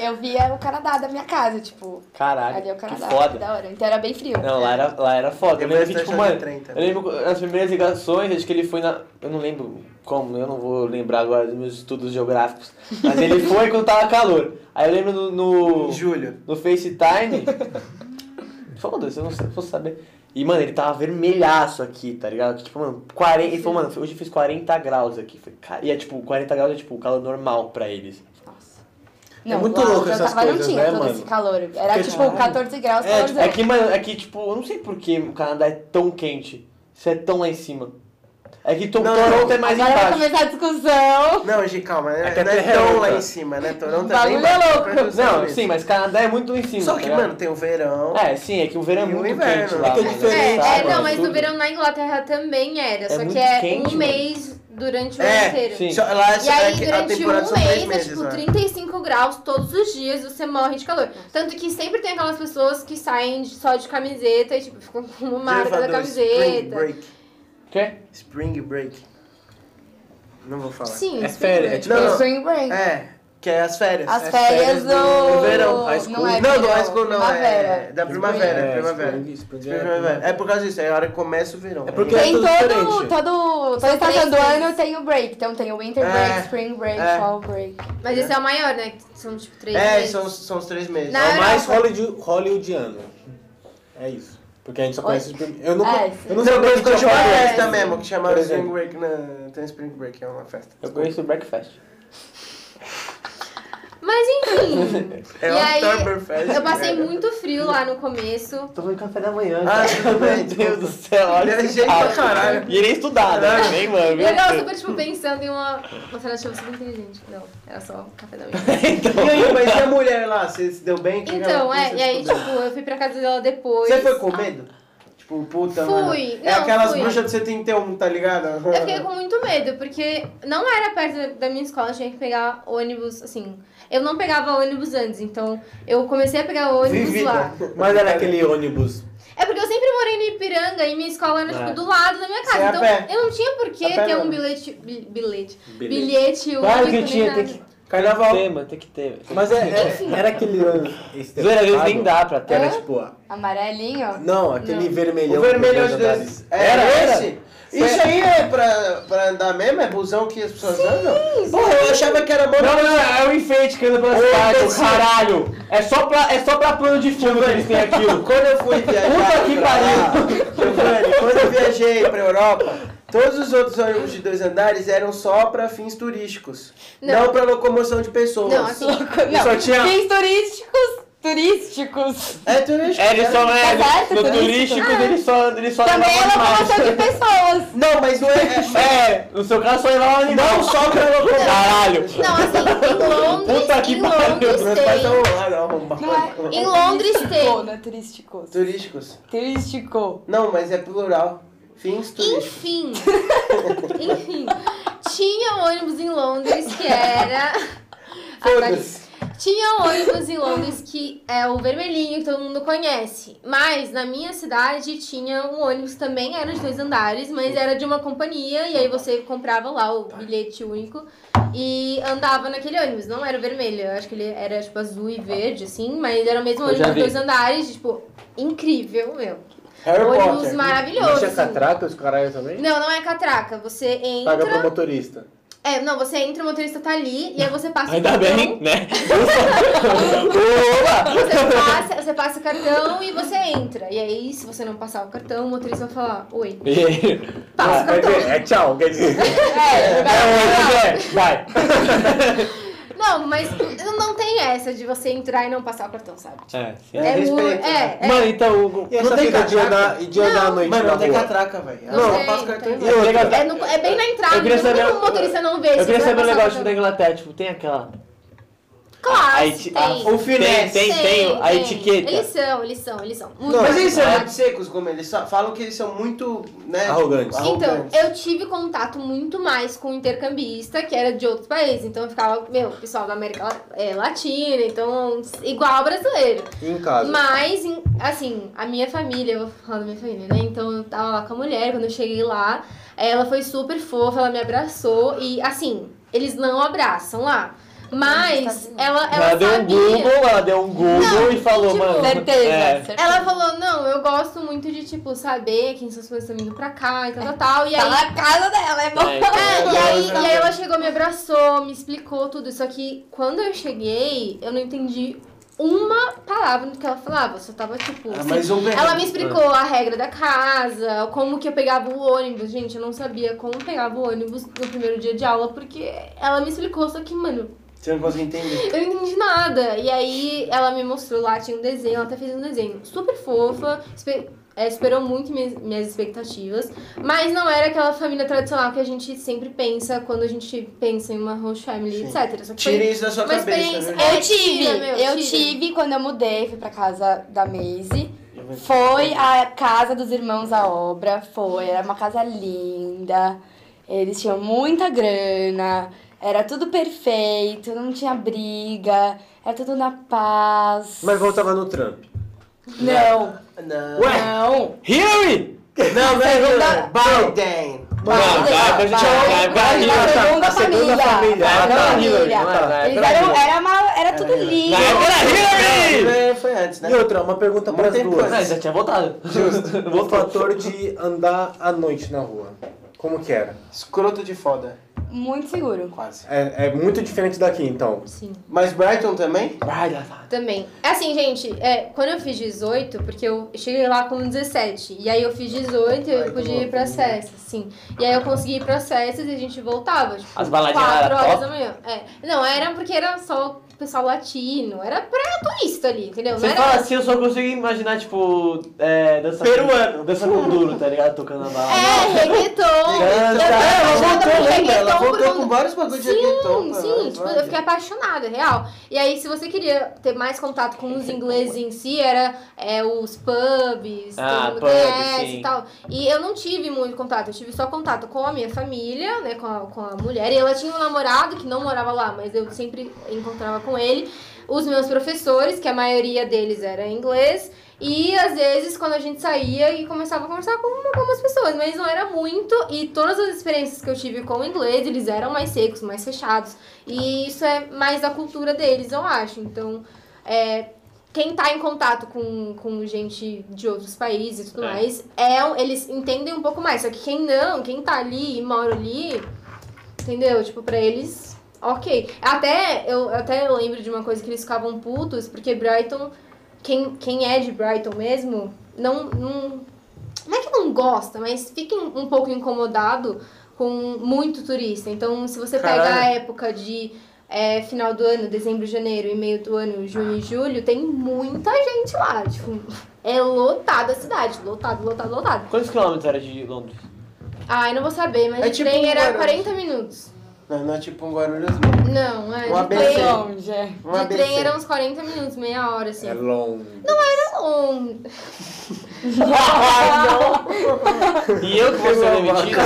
C: Eu via o Canadá da minha casa, tipo,
E: Caralho,
C: ali é o
E: que
C: Canadá. Que
E: foda.
C: da hora. Então era bem frio.
E: Não, lá é era, lá era foda. Eu
A: Tem uma
E: lembro que, tipo,
A: estação
E: mano,
A: de trem também.
E: eu lembro nas primeiras ligações, acho que ele foi na. Eu não lembro como, eu não vou lembrar agora dos meus estudos geográficos. Mas ele Tipo, foi quando tava calor. Aí eu lembro no. no-
A: Em julho.
E: no FaceTime Foda-se, eu não sei, eu fosse saber. E, mano, ele tava vermelhaço aqui, tá ligado? Tipo, mano, 40. Ele falou, mano, hoje eu fiz 40 graus aqui. Falei, cara, E é tipo, 40 graus é tipo o calor normal pra eles.
B: É muito louco
C: onde eu
B: essas
C: tava,
B: coisas,
C: não tinha
B: né,
C: todo
B: mano?
C: esse calor. Era
E: Porque,
C: tipo 14 graus,
E: É,
C: 14
E: tipo, é que, mano, é que, tipo, eu não sei por que o Canadá é tão quente. Se é tão lá em cima. É que to-
A: Não,
E: Toronto
A: não.
E: é mais
C: Agora vai
E: embaixo.
C: começar a discussão.
A: Não, Gi, calma, né?
E: É que a
A: não é
E: terra é
A: tão
E: outra.
A: lá em cima, né? Toronto
C: O bagulho é
A: bem
C: louco.
A: perto dos Estados
E: Não,
A: Unidos.
E: sim, mas Canadá é muito em cima.
A: Só
E: tá
A: que,
E: ligado?
A: mano, tem o verão.
E: É, sim, é que o verão é
A: E o
E: muito
A: inverno,
E: quente
A: né?
E: lá.
A: Que é
E: mano,
D: É,
E: tá,
D: é, não,
E: mano,
D: mas
E: tudo.
D: no verão na Inglaterra também era,
E: É
D: só
E: muito
D: que é
E: quente,
D: um
E: mano.
D: mês durante o ano
A: É,
D: inteiro.
E: sim.
A: Só- Lá
D: E
A: só- é
D: aí,
A: que a
D: durante
A: temporada
D: um
A: são três
D: mês, é
A: meses,
D: tipo
A: né?
D: 35 graus todos os dias, você morre de calor. Tanto que sempre tem aquelas pessoas que saem de- só de camiseta e, tipo, ficam com uma marca da
A: Elevador, Spring
D: camiseta.
A: break.
E: Quê?
A: Spring break. Não vou falar.
D: Sim,
B: É férias, é
D: é
B: tipo-
A: Não, não.
C: Spring break.
A: É, que é as férias.
C: As
A: É
C: férias do...
A: do verão. High
C: Não, é
A: não, do
C: verão,
A: high school não,
C: primavera.
A: é da primavera,
B: É,
A: primavera.
B: spring- spring-
A: Primavera. É por causa disso, é a hora que começa o verão.
B: É porque-
C: Tem
B: tudo
C: todo,
B: diferente.
C: todo, toda
D: São três
C: estação do
D: meses.
C: ano tem o break. Então tem o winter break,
A: É.
C: spring break,
A: É.
C: fall break.
D: Mas esse é o maior, né? que São, tipo, três
A: É,
D: meses.
A: são, são os três meses.
D: Na-
B: É o mais Hollywood- hollywoodiano. É isso. Porque a gente só conhece os primeiros. Eu não,
C: É,
B: eu não
A: Não,
B: sabia
A: eu
B: que tinha
A: conheço uma
B: férias.
A: festa mesmo, que chama
B: Por
A: Spring
B: exemplo.
A: Break. Na... Tem Spring Break, é uma festa.
E: Eu conheço o Breakfast.
D: Mas enfim.
A: É
D: e aí,
A: Oktoberfest.
D: eu passei
A: né?
D: muito frio lá no começo.
E: Tô tomando café da manhã.
A: Ah,
E: cara.
A: tudo bem,
E: Meu Deus do céu, olha.
A: Viajei
E: esse
A: pra
E: papo.
A: caralho.
E: E ele é estudado, né? Nem, mano.
D: E eu
E: meu
D: tava
E: Deus.
D: super, tipo, pensando em uma alternativa super inteligente. Não, era só um café da manhã.
A: E aí, mas e a mulher lá? Você se deu bem? Que
D: Então,
A: que
D: é,
A: você
D: e aí,
A: descobriu?
D: tipo, eu fui pra casa dela depois.
A: Você foi com medo? Tipo, puta, mano.
D: Fui,
A: É
D: não,
A: aquelas
D: fui.
A: bruxas de 71, tá ligado?
D: Eu fiquei com muito medo, porque não era perto da minha escola, eu tinha que pegar ônibus, assim. Eu não pegava ônibus antes, então eu comecei a pegar ônibus
A: Vivida.
D: lá.
B: Mas era aquele ônibus.
D: É porque eu sempre morei no Ipiranga e minha escola era, tipo,
E: É.
D: do lado da minha
A: Você ia
D: casa.
A: a pé.
D: Então, eu não tinha por
A: A
D: que
A: pé
D: ter um
A: mesmo.
D: bilhete. bi- Bilhete.
B: Bilhete.
D: Bilhete único.
E: Claro que
D: nem
E: tinha,
D: nada.
E: tem que
B: Carnaval.
E: ter, mano, tem que ter.
B: Mas é, é- era aquele ônibus.
E: Zoeira, às vezes
B: estereotipado,
E: nem dá pra
B: Que
E: ter. né?
D: É?
B: era tipo. a-
C: Amarelinho.
B: Não, aquele vermelhão.
A: O vermelhão de
B: com dois andares.
A: dois. Era, É, esse? Isso aí é pra, pra andar mesmo? É busão que as pessoas andam? Porra, eu achava que era bom.
E: Não, não, não, é o enfeite que anda pela cidade, o caralho! É só pra, é só pra plano de fundo que eles têm aquilo.
A: Quando eu fui viajar.
E: Puta que
A: pra lá, Giovanni, quando eu viajei pra Europa. Todos os outros ônibus de dois andares eram só pra fins turísticos. Não,
D: Não.
A: pra locomoção de pessoas.
D: Não, assim.
C: Não,
E: só tinha-
C: fins turísticos. Turísticos.
A: É turístico.
E: É, eles
A: era-
E: só é,
C: Tá certo,
E: no
C: turístico.
E: turístico eles só, eles só
C: Também é
E: levam animais.
C: locomoção de pessoas.
A: Não, mas não é. é-
E: É, no seu caso só levavam animais. Não só pra locomoção. Caralho!
D: Não, assim, em Londres.
E: Puta que
D: em
E: pariu,
D: Londres
A: né? Meus pais
D: tem.
C: Não é?
A: estão.
D: Em Londres
C: Turístico,
D: tem.
C: não é turísticos.
A: Turísticos.
C: Turístico.
A: Não, mas é plural. Fins turísticos.
D: Enfim. Enfim. Tinha um ônibus em Londres que era.
A: Foda-se.
D: Tinha um ônibus em Londres que é o vermelhinho que todo mundo conhece. Mas na minha cidade tinha um ônibus que também era de dois andares, mas era de uma companhia. E aí você comprava lá o bilhete único e andava naquele ônibus. Não era o vermelho, eu acho que ele era tipo azul e verde, assim, mas era o mesmo
E: Eu já
D: ônibus de
E: vi.
D: dois andares, tipo, incrível, meu.
B: Harry
D: ônibus
B: Potter.
D: maravilhoso,
B: Não tinha
D: assim.
B: catraca, os caralho também?
D: Não, não é catraca. Você entra.
B: Paga pro motorista.
D: É, não, você entra, o motorista tá ali, e aí você passa o
E: Ainda
D: cartão.
E: bem, né? Ufa! Opa!
D: Você passa, você passa o cartão e você entra. E aí, se você não passar o cartão, o motorista vai falar, oi,
E: E aí?
D: passa o
B: quer
D: cartão.
B: dizer, é tchau, quer dizer.
E: É, é, é, vai.
D: Não, mas não tem essa de você entrar e não passar o cartão, sabe?
E: É, sim.
A: É,
D: muito.
A: respeito,
D: É, é.
E: Mano, então, o-
B: E essa
A: Não tem
B: vida de
A: catraca?
B: andar, de andar à noite
A: Mano,
B: na
A: não tem
B: rua?
A: catraca, velho.
D: Não
A: Ela
D: tem,
A: passa o
D: não
A: cartão e
D: tem.
A: vai.
D: É, no- é bem na entrada,
E: Eu queria
D: não tem
E: saber-
D: como o motorista não vê.
E: eu
D: se
E: queria
D: você
E: saber um
D: vai passar o
E: negócio tipo, da
D: cartão.
E: Inglaterra, tipo, tem aquela...
D: Claro,
E: Aí
D: tem.
E: te- ah,
A: O
E: Tem,
A: finesse.
E: tem, tem, a
D: tem.
E: etiqueta.
D: Eles são, eles são, eles são. Muito
A: Mas eles são
E: é.
A: muito secos como eles só- falam que eles são muito, né?
B: Arrogantes.
D: Então,
A: arrogantes.
D: eu tive contato muito mais com intercambista, que era de outros países. Então, eu ficava, meu, pessoal da América La- é, Latina, então, igual ao brasileiro.
B: Em casa.
D: Mas, em- assim, a minha família, eu vou falar da minha família, né? Então, eu tava lá com a mulher, quando eu cheguei lá, ela foi super fofa, ela me abraçou. E, assim, eles não abraçam lá. Mas, ela, ela,
E: Ela deu um
D: sabia...
E: Google, ela deu um Google
D: Não,
E: e falou,
D: tipo,
E: mano...
C: Certeza.
E: é.
C: certeza.
D: Ela falou, não, eu gosto muito de, tipo, saber quem são as pessoas que estão vindo pra cá e tal, tal, tal. E
C: Tá
D: aí,
C: na casa dela, é bom.
E: É,
D: É,
E: então,
D: e aí, e aí ela chegou, me abraçou, me explicou tudo. Só que quando eu cheguei, eu não entendi uma palavra do que ela falava. Eu só tava tipo.
A: Ah,
D: assim,
A: mas um
D: ela me explicou a regra da casa, como que eu pegava o ônibus. Gente, eu não sabia como pegava o ônibus no primeiro dia de aula, porque ela me explicou, só que, mano,
A: Você não consegue entender.
D: eu não entendi nada. E aí ela me mostrou lá, tinha um desenho, ela até fez um desenho super fofa, espe- é, superou muito minhas, minhas expectativas. Mas não era aquela família tradicional que a gente sempre pensa quando a gente pensa em uma host family,
A: Sim.
D: etc. Só que
A: Tire
D: foi
A: isso da sua
D: uma
A: cabeça,
D: experiência.
A: né?
D: É,
C: Eu tive,
D: tira, meu,
C: eu
D: tira.
C: tive quando eu mudei, fui pra casa da Maisie. Foi a casa dos irmãos à obra, foi, era uma casa linda. Eles tinham muita grana, era tudo perfeito, não tinha briga, era tudo na paz.
B: Mas voltava no Trump.
E: Né?
C: Não,
D: É.
A: Não.
C: não.
E: Hillary!
A: Não, não é
C: Segunda-
A: Hillary. Biden.
E: Não, vai, vai, vai, vai,
C: Não,
E: vai,
C: a segunda
B: a segunda
C: família.
B: família.
C: a
E: Ah,
C: segunda
E: tá,
C: família.
E: Hillary, não é, não é,
C: Eles
E: pera
C: eram,
E: aí.
C: era, uma, era tudo lindo.
E: Na época era Hillary!
A: É, Foi antes, né?
B: E outra, uma pergunta para as
A: Muito
B: duas.
E: Não, já tinha voltado.
B: O fator de andar à noite na rua. Como que era?
A: Escroto de foda,
C: Muito seguro.
A: quase.
B: É, é muito diferente daqui, então.
D: Sim.
A: Mas Brighton também?
D: Também. Assim, gente, é, quando eu fiz 18, porque eu cheguei lá com 17, e aí eu fiz 18 e
A: Ai,
D: eu pude
A: que
D: ir pra Cesses, sim. E aí eu consegui ir pra Cesses e a gente voltava, tipo,
E: As baladinhas lá
D: 4
E: era
D: horas
E: top?
D: da manhã. É. Não, era porque era só o pessoal latino, era pra turista ali, entendeu? Não
E: Você
D: era...
E: fala assim, eu só consigo imaginar, tipo, é, dança
A: Peruano.
E: Dança com duro, tá ligado? Tocando a bala.
D: É, reggaeton.
A: Ela,
D: eu
A: ela
D: voltava então, pro
A: voltou, lembra? Ela
D: reggaeton
A: voltou
D: por
A: com
D: um-
A: vários bagulhos de
D: Sim,
A: reggaeton. pra
D: Sim,
A: nós,
D: tipo,
A: olha.
D: eu fiquei apaixonada, real. E aí, se você queria ter mais contato com os ingleses em si, era é, os pubs,
E: Ah,
D: todo mundo
E: pub,
D: conhece
E: sim.
D: e tal. E eu não tive muito contato, eu tive só contato com a minha família, né, com a, com a mulher. E ela tinha um namorado que não morava lá, mas eu sempre encontrava com ele. Os meus professores, que a maioria deles era inglês. E às vezes, quando a gente saía e começava a conversar com algumas pessoas, mas não era muito. E todas as experiências que eu tive com o inglês, eles eram mais secos, mais fechados. E isso é mais da cultura deles, eu acho. Então, é, quem tá em contato com, com gente de outros países e tudo
E: É.
D: mais, é, um- eles entendem um pouco mais. Só que quem não, quem tá ali e mora ali, entendeu? Tipo, pra eles, ok. Até eu até lembro de uma coisa que eles ficavam putos, porque Brighton, quem, quem é de Brighton mesmo, não, não. Não é que não gosta, mas fica um pouco incomodado com muito turista. Então, se você pega a
A: Caralho.
D: época de é, final do ano, dezembro, janeiro e meio do ano, junho e julho, tem muita gente lá. Tipo, é lotada a cidade. Lotado, lotado, lotado.
E: Quantos quilômetros era de Londres?
D: Ai, não vou saber, mas
A: É
D: de
A: tipo
D: trem
A: um
D: era
A: Guarulhos.
D: 40 minutos.
A: Não, não é tipo um Guarulhos, não.
D: Não, é.
A: Um
D: de
A: ABC.
D: trem,
C: Longe. é.
A: Um
D: de
A: ABC.
D: trem era uns 40 minutos, meia hora, assim. Tá
B: É longe.
D: Bom,
E: E eu que
D: um
E: vou ser demitido?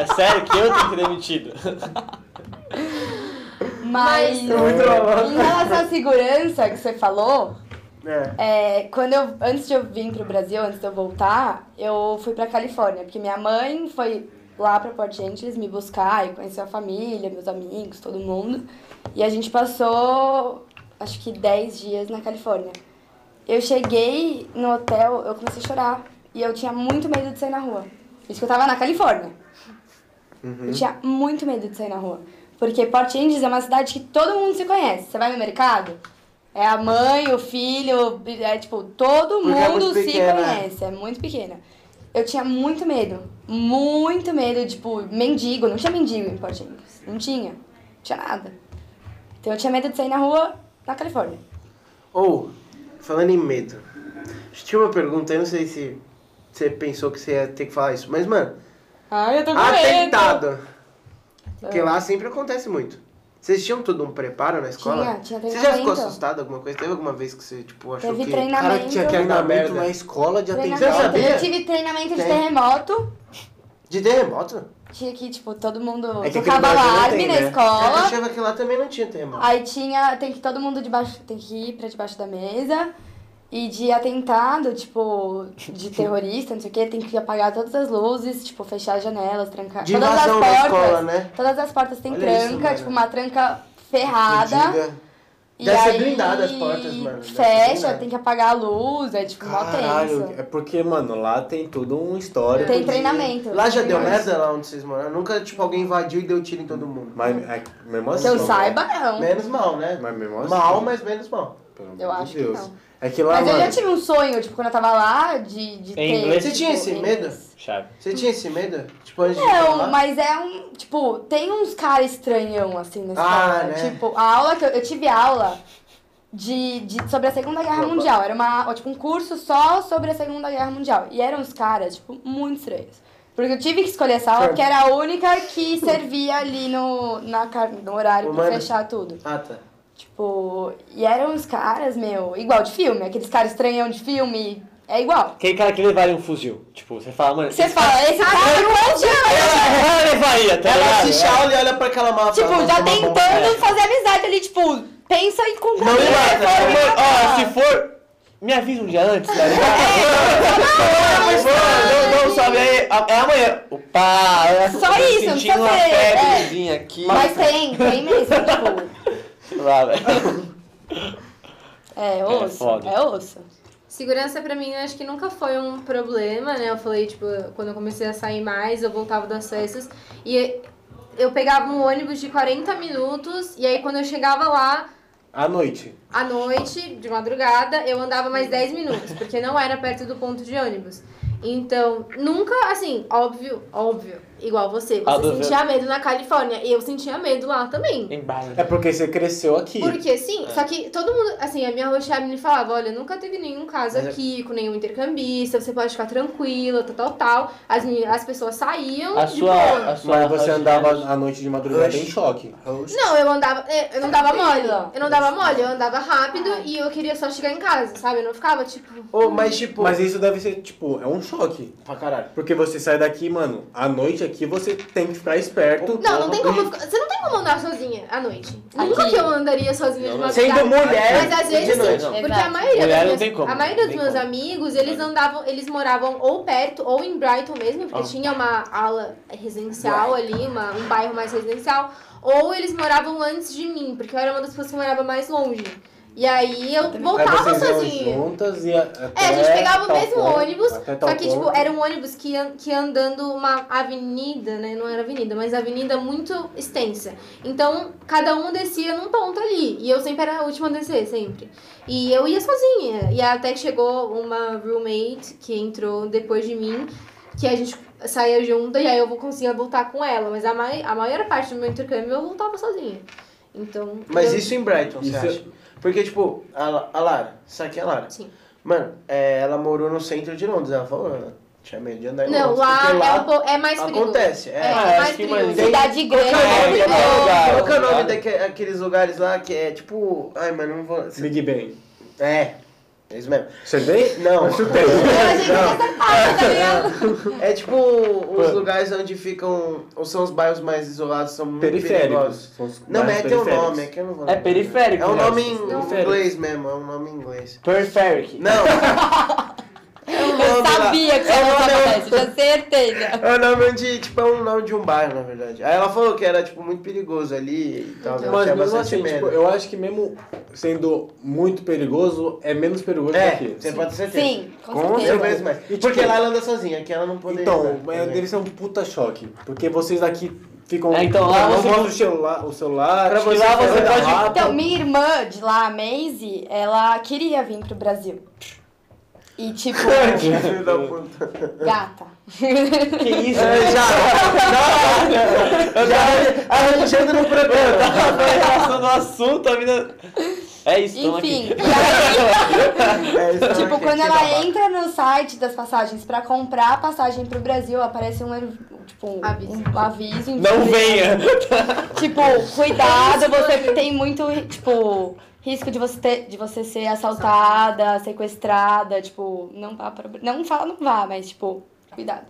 E: é sério que eu tenho que ser demitido?
C: Mas em relação à segurança que você falou,
A: É.
C: é, quando eu, antes de eu vir pro Brasil, antes de eu voltar, eu fui pra Califórnia, porque minha mãe foi lá pra Port Angeles me buscar e conhecer a família, meus amigos, todo mundo. E a gente passou, acho que 10 dias na Califórnia. Eu cheguei no hotel, eu comecei a chorar. E eu tinha muito medo de sair na rua. Isso que eu tava na Califórnia.
A: Uhum.
C: Eu tinha muito medo de sair na rua. Porque Port Angeles é uma cidade que todo mundo se conhece. Você vai no mercado, é a mãe, o filho, é tipo, todo
A: Porque é
C: mundo
A: muito
C: se
A: pequena.
C: conhece. É muito pequena. Eu tinha muito medo. Muito medo, tipo, mendigo. Não tinha mendigo em Port Angeles. Não tinha. Não tinha nada. Então eu tinha medo de sair na rua na Califórnia.
A: Ou, falando em medo, tinha uma pergunta, eu não sei se você pensou que você ia ter que falar isso, mas, mano,
C: Ai, eu tô
A: Ah, atentado.
D: É.
A: Porque lá sempre acontece muito. Vocês tinham todo um preparo na escola?
C: Tinha, tinha
A: Você já ficou
C: treinamento.
A: assustado alguma coisa? Teve alguma vez que você, tipo, achou
C: Teve
A: que...
C: treinamento.
B: Cara, tinha que andar muito
A: Treinamento.
B: na escola de
C: Treinamento.
A: Você
B: atentado.
A: sabe? sabia?
C: Eu tive treinamento de
A: Tem.
C: terremoto.
A: De terremoto?
C: Tinha que, tipo, todo mundo
B: É que aqui no
C: tocava
B: Brasil não
C: alarme
B: tem,
C: na
B: né?
A: É, Eu
C: escola.
A: achava que lá também não tinha terremoto.
C: Aí tinha. Tem que todo mundo debaixo. Tem que ir pra debaixo da mesa. E de atentado, tipo, de terrorista, não sei o quê, tem que apagar todas as luzes, tipo, fechar as janelas, trancar.
A: De
C: todas as
A: invasão na
C: portas.
A: escola, né?
C: Todas as portas têm
A: Olha isso,
C: tranca,
A: mano.
C: tipo, uma tranca ferrada.
A: Diga.
C: E
A: Deve ser
C: aí
A: blindado as portas, mano. Deve ser
C: Fecha,
A: blindado.
C: tem que apagar a luz, é tipo mó tenso.
B: Caralho, é porque, mano, lá tem tudo um histórico.
C: Tem
B: de-
C: treinamento.
A: Lá já deu merda lá onde vocês moram? Nunca, tipo, alguém invadiu e deu tiro em todo mundo.
B: Mas, é, mesmo assim,
C: Que eu
B: mano,
C: saiba, não.
A: Menos mal, né?
B: Mas mesmo assim.
A: Mal, mas menos mal.
B: Pelo amor
C: Eu
B: de
C: acho que
B: Deus.
C: não.
B: É que lá,
C: Mas eu
B: mano,
C: já tive um sonho, tipo, quando eu tava lá, de, de ter...
E: inglês?
A: Você
C: tipo,
A: tinha esse
C: em-
A: medo?
E: Chave.
A: Você tinha esse medo? Tipo, antes de
C: Não,
A: falar?
C: mas é um. Tipo, tem uns caras estranhão assim na
A: Ah,
C: escola.
A: né?
C: Tipo, a aula que eu, eu tive aula de, de, sobre a Segunda Guerra
A: Opa.
C: Mundial. Era uma, tipo, um curso só sobre a Segunda Guerra Mundial. E eram uns caras, tipo, muito estranhos. Porque eu tive que escolher essa aula,
A: Certo.
C: porque era a única que servia ali no, na, car- no horário pra
A: Humana.
C: fechar tudo.
A: Ah, tá.
C: Tipo, e eram uns caras, meu, igual de filme, aqueles caras estranhão de filme, é igual.
E: Aquele cara que levaria um fuzil. Tipo, você fala, mano.
C: Você fala, esse cara é um antigo,
E: Ela levaria, tá
A: Ela
E: ligado?
A: assiste a aula e olha pra aquela mapa.
C: Tipo, já tentando fazer amizade ali, tipo, pensa em comprar
E: Não me
C: um
E: mata.
C: telefone
E: Mano,
C: pra
E: ó,
C: ela.
E: se for. Me avisa um dia antes, tá ligado? Mano, É, Não, não, sabe aí. a- É amanhã. Opa, eu
C: Só
E: tô
C: isso, não
E: sentindo
C: precisa
E: uma
C: ser, é.
E: febrezinha aqui.
C: Mas tem, tem mesmo, tipo.
E: Lá, velho.
C: É osso,
E: foda.
C: é, osso.
D: Segurança pra mim eu acho que nunca foi um problema, né? Eu falei, tipo, quando eu comecei a sair mais, eu voltava das festas e eu pegava um ônibus de 40 minutos e aí quando eu chegava lá
B: à noite.
D: à noite, de madrugada, eu andava mais 10 minutos, porque não era perto do ponto de ônibus. Então, nunca, assim, óbvio, óbvio, igual você, você
E: Óbvio.
D: sentia medo na Califórnia e eu sentia medo lá também.
E: Embala.
B: É porque você cresceu aqui.
D: Porque
A: É.
D: sim, só que todo mundo, assim, a minha roxada me falava, olha, nunca teve nenhum caso
A: Mas é-
D: aqui com nenhum intercambista, você pode ficar tranquila, tal, tal, tal. As, meni- as pessoas saíam
E: A
D: de
E: sua.
D: boa.
E: A sua
B: Mas você
E: a-
B: andava à noite de madrugada
A: Oxi.
B: em choque.
D: Não, eu andava, é, eu não dava mole.
C: Tranquila.
D: Eu não dava mole, eu andava rápido e eu queria só chegar em casa, sabe? Eu não ficava, tipo,
A: Ô, mas tipo.
B: Mas isso deve ser, tipo, é um choque.
A: Pra caralho.
B: Porque você sai daqui, mano, à noite aqui você tem que ficar esperto.
D: não, não
E: é
D: tem como. ficar- Você não tem como andar sozinha à noite. Nunca
C: Aqui.
D: que eu andaria sozinha de madrugada.
E: Sendo mulher.
D: Mas às vezes
A: de noite.
D: sim, porque
C: Exato.
D: a maioria,
E: Mulher
D: das
E: não
D: minhas-
E: tem como,
D: a maioria
E: não
D: dos
E: tem
D: meus
E: como.
D: amigos, eles andavam, eles moravam ou perto ou em Brighton mesmo, porque
E: Oh.
A: Ah.
D: tinha uma ala residencial ali, uma, um bairro mais residencial, ou eles moravam antes de mim, porque eu era uma das pessoas que morava mais longe. E aí eu
B: Aí
D: voltava
B: vocês iam
D: sozinha.
B: juntas e até
D: É, a gente pegava o
B: tal
D: mesmo
B: ponto,
D: ônibus,
B: até tal
D: só que, tipo,
B: ponto.
D: era um ônibus que ia, que ia andando uma avenida, né? Não era avenida, mas avenida muito extensa. Então, cada um descia num ponto ali. E eu sempre era a última a descer, sempre. E eu ia sozinha. E até que chegou uma roommate que entrou depois de mim, que a gente saía junto e aí eu conseguia voltar com ela. Mas a, mai a maior parte do meu intercâmbio eu voltava sozinha. Então.
A: Mas
D: eu-
A: isso em Brighton,
B: Isso
A: você acha? Porque, tipo, a, La- a Lara, isso aqui é a Lara.
D: Sim.
A: Mano, é, ela morou no centro de Londres. Ela falou, "Ah, tinha medo de andar em
D: Não,
A: Londres.
D: lá,
A: porque
D: é, um po- é mais perigoso.
A: Acontece, é.
D: É,
E: Ah,
D: é
E: acho que
D: mais perigoso.
E: mais-
C: Cidade
A: Qualquer
C: grande, é
A: nome,
C: muito
E: qualquer
C: bom.
E: lugar.
A: Qual que é o nome
E: Claro.
A: daqueles lugares lá que é tipo. Ai, mano, não vou.
B: Big Bang.
A: É, é isso mesmo.
B: Você tem?
A: Não,
D: Eu achei que
A: não.
D: essa parte, tá ligado?
A: É tipo os lugares onde ficam. Ou são os bairros mais isolados, são muito
B: Periféricos.
A: perigosos.
B: São os
A: Não, mas é
B: bairros
A: teu
B: periféricos.
A: nome, é que eu não vou
E: É
A: lembrar.
E: periférico,
A: É um
E: né?
A: nome em
E: Periférico.
A: inglês mesmo, é um nome em inglês.
E: Perferic.
A: Não! É um
C: Eu
A: nome lá.
C: sabia que você
A: é
C: ia
A: um nome,
C: falar isso, tinha certeza.
A: é um nome onde, tipo, é um nome de um bairro, na verdade. Aí ela falou que era, tipo, muito perigoso ali e tal, ela
B: Mas
A: tinha
B: mesmo
A: é bastante
B: assim, tipo,
A: medo.
B: eu acho que mesmo sendo muito perigoso, é menos perigoso
A: É,
B: que aqui.
A: você pode ter certeza.
C: Sim, com,
B: Com
A: Eu
C: certeza.
A: mesmo, é.
B: E, tipo,
A: Porque lá ela anda sozinha, que ela não poderia.
B: Então,
A: andar,
B: é,
A: entendeu?
B: deve ser um puta choque. Porque vocês daqui ficam.
E: É, então, lá
B: não
E: você-
B: mostram o celular. O celular
E: Pra
B: tipo,
E: você- lá você
B: anda
E: pode-
B: rápido.
C: Então, minha irmã de lá, a Maisie, ela queria vir pro Brasil. E tipo,
A: Filho da puta.
C: gata.
E: Que isso? né?
A: É, já, já, arranjando no programa.
E: Tava relação do assunto, a mina. É isso, tamo
C: Enfim,
E: aqui.
C: e aí
A: É, isso
C: Tipo,
A: aqui,
C: quando
A: que
C: ela
A: babado.
C: entra no site das passagens pra comprar a passagem pro Brasil, aparece um, tipo, um
D: Aviso.
C: um aviso.
E: Não
C: entendeu?
E: venha!
C: Tipo, cuidado, você tem muito, tipo, risco de você, ter- de você ser assaltada, sequestrada, tipo, não vá pra... Não fala, não vá, mas, tipo, cuidado.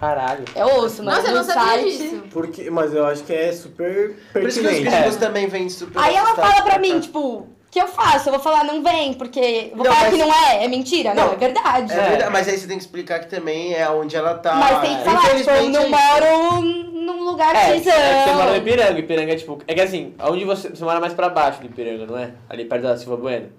E: Caralho.
C: É osso, mano.
D: Nossa, eu não
C: no
D: sabia
C: site-
D: disso.
B: Porque, mas eu acho que é super
A: Por isso que os
B: pertinente.
A: gringos também vêm super
C: Aí ela
A: assustados
C: fala pra
A: cá.
C: mim, tipo, que eu faço? Eu vou falar, não vem, porque. Vou
A: Não,
C: falar
A: mas-
C: que não é, é mentira. Não,
A: Não.
C: é verdade.
A: É verdade, Mas aí você tem que explicar que também é onde ela tá.
E: Ah,
C: Mas tem que falar, tipo, eu
A: Infelizmente,
C: não
A: é
C: moro num lugar
E: É, é que
C: xizão.
E: você mora no Ipiranga, Ipiranga é tipo. É que assim, onde você, você mora mais pra baixo do Ipiranga, não é? Ali perto da Silva Bueno.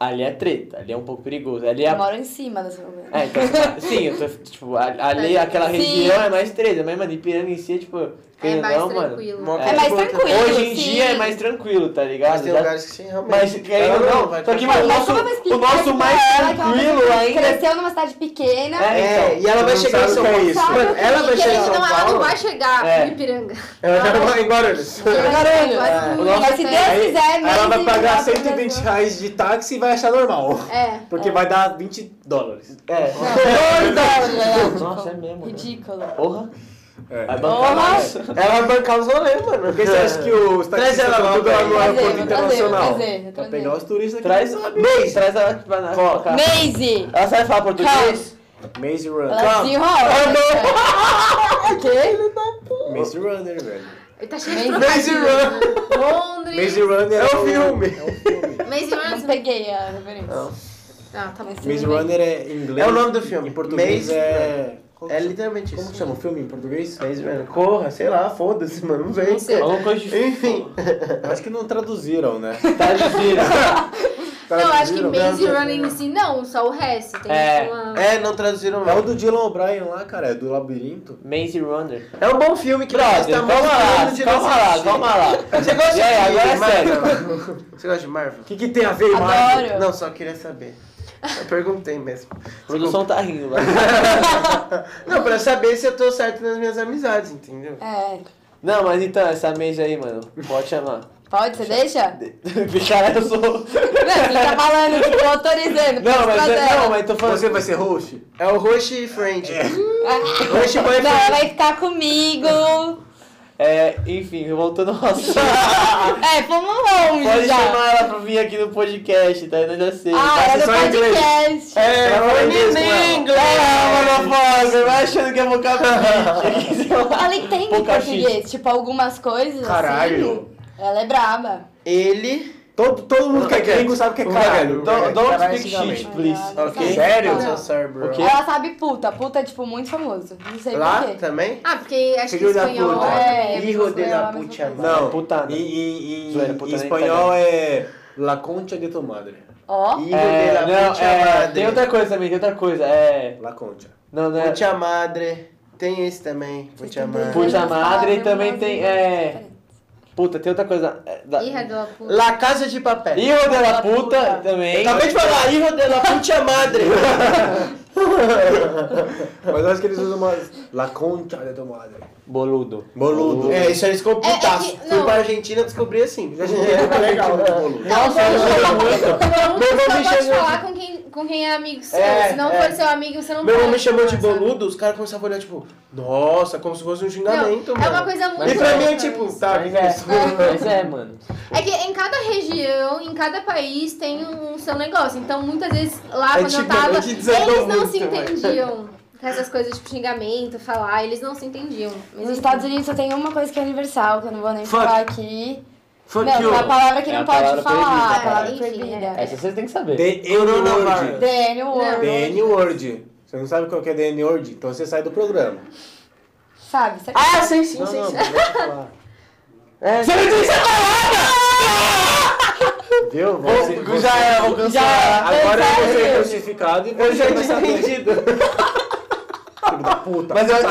E: Ali é treta, ali é um pouco perigoso. Ali é.
C: Eu moro em cima da sua
E: É, então, sim, eu tô, tipo, a- ali aquela
C: Sim.
E: região é mais treta, mas, mano, Ipiranga em si é tipo.
D: É
E: querendo ou
D: mais
E: não, mano,
D: tranquilo.
A: mó
E: É
C: É mais
A: boa, tá?
C: tranquilo.
E: Hoje em
C: sim.
E: dia é mais tranquilo, tá ligado?
A: Mas tem
E: Já-
A: lugares que sim, realmente.
E: Mas querendo ou
A: Ela
E: não,
A: vai
E: só que
A: pra-
E: mano, o
C: Mas como eu vou
E: nosso, o
C: explicar
E: nosso
C: pra
E: mais
C: ela que é uma
E: tranquilo
C: pessoa que
E: ainda é
C: Cresceu numa cidade pequena.
A: É,
E: então,
A: e ela vai
B: não
A: chegar em
B: sabe
A: São
B: o que é
A: Paulo.
B: isso.
A: Mano, ela vai chegar em
C: é
D: Querendo ou
A: São
D: não, ela não
A: Paulo.
D: vai chegar
E: É.
D: no Ipiranga.
A: Ela vai em Guarulhos.
C: Caralho.
D: Vai
C: É.
D: pro
E: Nossa,
C: Mas se
D: Ipiranga.
C: Deus quiser,
B: Aí ela vai
C: meses
B: pagar
C: lá né, pro
B: 120
C: Brasil.
B: reais de táxi e vai achar normal.
D: É.
B: Porque vai dar 20 dólares.
E: É.
C: Dois dólares.
E: Nossa, é mesmo. né?
C: Ridículo.
E: Porra.
B: É.
E: Vai bancar mais.
A: Ela vai bancar os rolês, mano.
B: Porque você acha que os
A: Traz
B: taxistas
A: ela
B: estão
A: lá,
B: tudo lá no
A: velho.
C: Prazer,
B: aeroporto
C: vou
B: internacional?
C: trazer, vou trazer, vou
B: Pra
C: trazer.
B: pegar os turistas aqui.
E: Traz a Mês. Traz ela pra nós. colocar.
C: Maze!
E: Ela sabe falar português?
B: Maze Runner.
C: Ela
E: É,
C: desenrola. Ok?
E: tá-
B: Maze Runner, velho.
D: Ele tá cheio de
A: Maze
D: trocadilho.
A: Run.
D: Londres.
B: Maze Runner
A: É um filme.
B: É um filme.
D: Maze
C: Não
D: Run.
C: peguei a referência.
D: Ah, tá bom.
B: Maze Runner é em inglês.
A: É o nome do filme.
B: Em português
A: Maze
B: é... Como
A: É
B: que-
A: literalmente
B: Como
A: isso.
B: que chama o filme em português?
A: Mas, mano, corra, sei lá, foda-se, mano, não vem.
D: Não sei.
E: Alguma coisa
A: tá-
E: de
A: Enfim.
B: Acho que não traduziram, né?
E: Tá difícil.
D: Não, acho que
B: Traduziram?
D: Maze
A: Não,
D: Runner em si não, só o resto. Tem tipo
E: É.
D: uma...
A: É, não traduziram
B: É o
A: mal.
B: do Dylan O'Brien lá, cara. É do labirinto.
E: Maze Runner.
A: É um bom filme que
E: Brother,
A: está
E: calma lá, calma lá, calma lá.
A: Você gosta
E: E aí,
A: de
E: agora é sério.
A: Marvel? Você gosta de Marvel?
B: O que, que tem a ver, Marvel?
C: Adoro.
A: Não, só queria saber. Eu perguntei mesmo.
E: A produção tá rindo, vai.
A: Não, pra saber se eu tô certo nas minhas amizades, entendeu?
C: É.
E: Não, mas então, essa Maze aí, mano, pode chamar.
C: Pode, você deixa? Não,
E: Que cara eu sou.
C: você tá falando, tipo, autorizando.
E: Não, mas,
C: pode
E: é-
C: fazer.
E: não, mas tô falando.
B: Você vai ser host?
A: É o Roche e Friend. É,
C: Ah.
A: Roche Boy
C: Não, ela
A: Friend.
C: vai ficar comigo.
E: É, enfim, voltando ao assunto.
C: É, fomos longe
E: Ah. Pode
C: já.
E: chamar ela pra vir aqui no podcast, tá? Eu já sei.
C: Ah,
E: Vai
C: era do
E: ser só inglês.
C: podcast.
E: É,
A: Ela fala
E: foi
A: inglês com ela.
E: inglês. É, mano, vai achando que é vocabulário.
C: Ela entende
E: Pouca
C: português, tipo, algumas coisas
B: Caralho.
C: assim. Ela é braba.
A: Ele.
B: Todo, todo mundo que é gringo sabe que é caralho.
E: Don't, don't
B: Caralho,
E: speak
B: xingamento.
E: shit, please.
A: Ok.
B: Sério?
A: So sorry, bro.
E: Ok.
C: Ela sabe puta. Puta é, tipo, muito famoso. Não sei
A: Lá
C: por quê.
A: também?
D: Ah, porque acho que
B: Filho da
D: espanhol.
B: puta.
D: É,
C: É,
A: Hijo de
C: espanhol,
A: la
C: mas não
A: puta
C: sei.
A: madre.
B: Não,
E: Putada.
B: em, em- em-
E: Zoeira,
B: em
E: putada em
B: espanhol é La Concha de tu madre.
C: Ó.
A: Hijo
E: É,
A: de la
E: não,
A: puta
E: é,
A: madre.
E: tem outra coisa também, tem outra coisa. É.
B: La Concha.
E: Não, não é.
A: Puta madre. Tem esse também. Puta madre.
E: Puta
C: Elas
E: madre
C: falam
E: também
C: umas
E: tem,
C: línguas
E: é,
C: diferentes.
E: Puta, tem outra coisa. É, da...
D: Irra da puta.
A: La Casa de Papel.
E: Hijo de la
C: Da
E: puta
C: puta.
E: também.
A: Acabei de falar, hijo de la puta madre.
B: Mas eu acho que eles usam umas La Concha de tu madre.
E: Boludo.
B: Boludo.
A: É, isso aí ficou
D: É, é que-
A: putaço. Fui
D: não.
A: pra Argentina e descobri assim.
B: legal, né? Boludo.
E: Nossa, eu
D: Não,
A: Meu irmão
D: Então, só
A: me
D: pode
A: chamou-
D: falar com quem, com quem é amigo seu.
A: É,
D: Se não
A: é.
D: for seu amigo, você não
A: Meu irmão
D: pode
A: me chamou de
D: conversar.
A: boludo, os caras começavam a olhar tipo, nossa, como se fosse um
D: Não,
A: xingamento, mano.
D: é uma coisa muito
A: E pra mim é
D: louca
A: tipo,
D: isso.
A: tá,
E: Mas é, mas é, mano.
D: É que em cada região, em cada país tem um um seu negócio. Então muitas vezes lá quando eu
A: Antigamente
D: tava,
A: desandou
D: eles não
A: muito,
D: se
A: mano.
D: entendiam. Com essas coisas tipo xingamento, falar, eles não se entendiam. Mas
C: Nos
D: enfim.
C: Estados Unidos só tem uma coisa que é universal, que eu não vou nem
A: Fuck.
C: falar aqui.
A: Fuck
C: não,
A: you.
C: é uma palavra que
E: É a
C: não pode
E: palavra
C: falar.
E: proibida,
C: a palavra
D: cara. Enfim,
C: proibida. É.
E: Essa vocês têm que saber.
B: The N-Word.
C: The N-word.
B: The N-Word. Você não sabe qual que é The N-Word? Então você sai do programa.
C: Sabe? Sabe?
A: Ah, sei sim,
B: Não,
A: sei
B: não,
A: sim.
B: deixa eu falar.
A: É,
B: Viu? Você, você-
A: já é, vou cancelar.
B: agora
C: eu
B: você é
C: sei.
B: crucificado e
A: Eu já
B: você vai
A: tinha
B: saber.
A: entendido.
B: Filho da puta.
E: Mas eu, eu,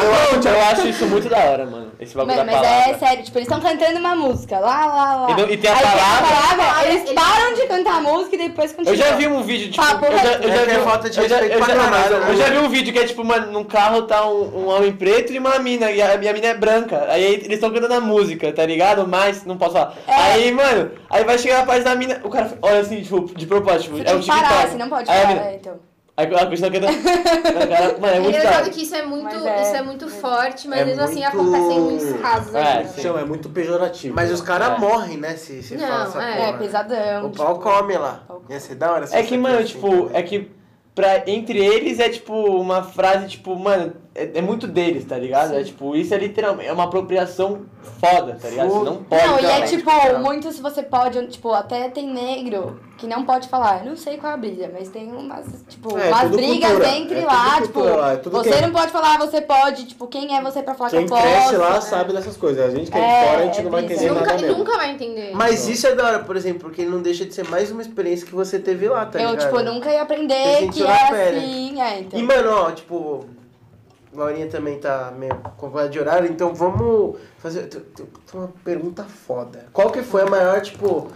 E: eu acho isso muito da hora, mano. Esse bagulho
C: Mano,
E: da
C: mas
E: palavra.
C: é sério, tipo, eles estão cantando uma música, lá, lá, lá.
E: E não- e tem a
C: Aí
E: palavra-
C: palavra, eles
D: Eles-
C: param de cantar a música e depois
E: Eu
C: continuam.
E: já vi um vídeo, tipo.
C: Papo
E: eu já,
C: reto.
E: eu já
A: É que
E: vi
A: é
E: um-
A: falta de
E: eu já-
A: respeito
E: eu
A: pra
E: já-
A: caralho,
E: eu
A: né?
E: já vi um vídeo que é tipo, mano, num carro tá um, um homem preto e uma mina, e a, e a mina é branca. Aí eles estão cantando a música, tá ligado? Mas, não posso falar.
C: É.
E: Aí, mano, aí vai chegar a parte da mina, o cara olha assim, tipo, de propósito, tipo,
C: Você
E: é
C: tem
E: o
C: que parar,
E: TikTok.
C: você não pode
E: aí, a
C: parar,
E: mina-
C: é, então.
E: aí a pessoa cantando. cara, mano, é muito
C: tá
E: da
D: Engraçado
E: hora.
D: que isso é muito,
C: Mas é-
D: isso é muito forte, mas
B: é
D: mesmo assim
B: muito-
D: acontece em muitos casos né?
E: É,
D: ainda.
E: sim.
B: Chama, é muito pejorativo.
A: Mas os caras
E: É.
A: morrem, né, se se
D: Não,
A: fala essa
D: é.
C: É,
A: porra.
C: pesadão.
A: O pau come lá.
C: Pau come.
A: Ia ser da hora se
E: É
A: fosse
E: que, mano,
A: aqui, assim.
E: tipo, é que pra, entre eles é tipo uma frase, tipo, mano, é, é muito deles, tá ligado? É tipo, isso é literalmente, é uma apropriação foda, tá ligado? Você não pode.
C: Não, e é
E: realmente,
C: tipo,
E: tá ligado?
C: muito se você pode, tipo, até tem negro que não pode falar. Eu não sei qual é a briga, mas tem umas, tipo,
B: É,
C: umas
B: tudo
C: brigas
B: cultura.
C: entre
B: É
C: lá,
B: tudo
C: tipo,
B: cultura lá, é tudo
C: você
B: quem-
C: não pode falar, você pode, tipo, quem é você pra falar
B: Quem
C: que eu posso? né?
B: cresce lá sabe dessas coisas. A gente que é de
C: É,
B: fora, a gente não vai
C: é
B: entender
C: bizarro.
B: nada
D: Nunca,
B: mesmo.
D: nunca vai entender.
A: Mas isso é da hora, por exemplo, porque não deixa de ser mais uma experiência que você teve lá, tá
C: eu,
A: ligado?
C: tipo, nunca ia
A: Tem
C: aprender
A: gente
C: que
A: lá,
C: é
A: pera.
C: assim, é, então.
A: E, mano, ó, tipo, Laurinha também tá meio ocupada de horário, então vamos fazer. Tem uma pergunta foda. Qual que foi a maior, tipo.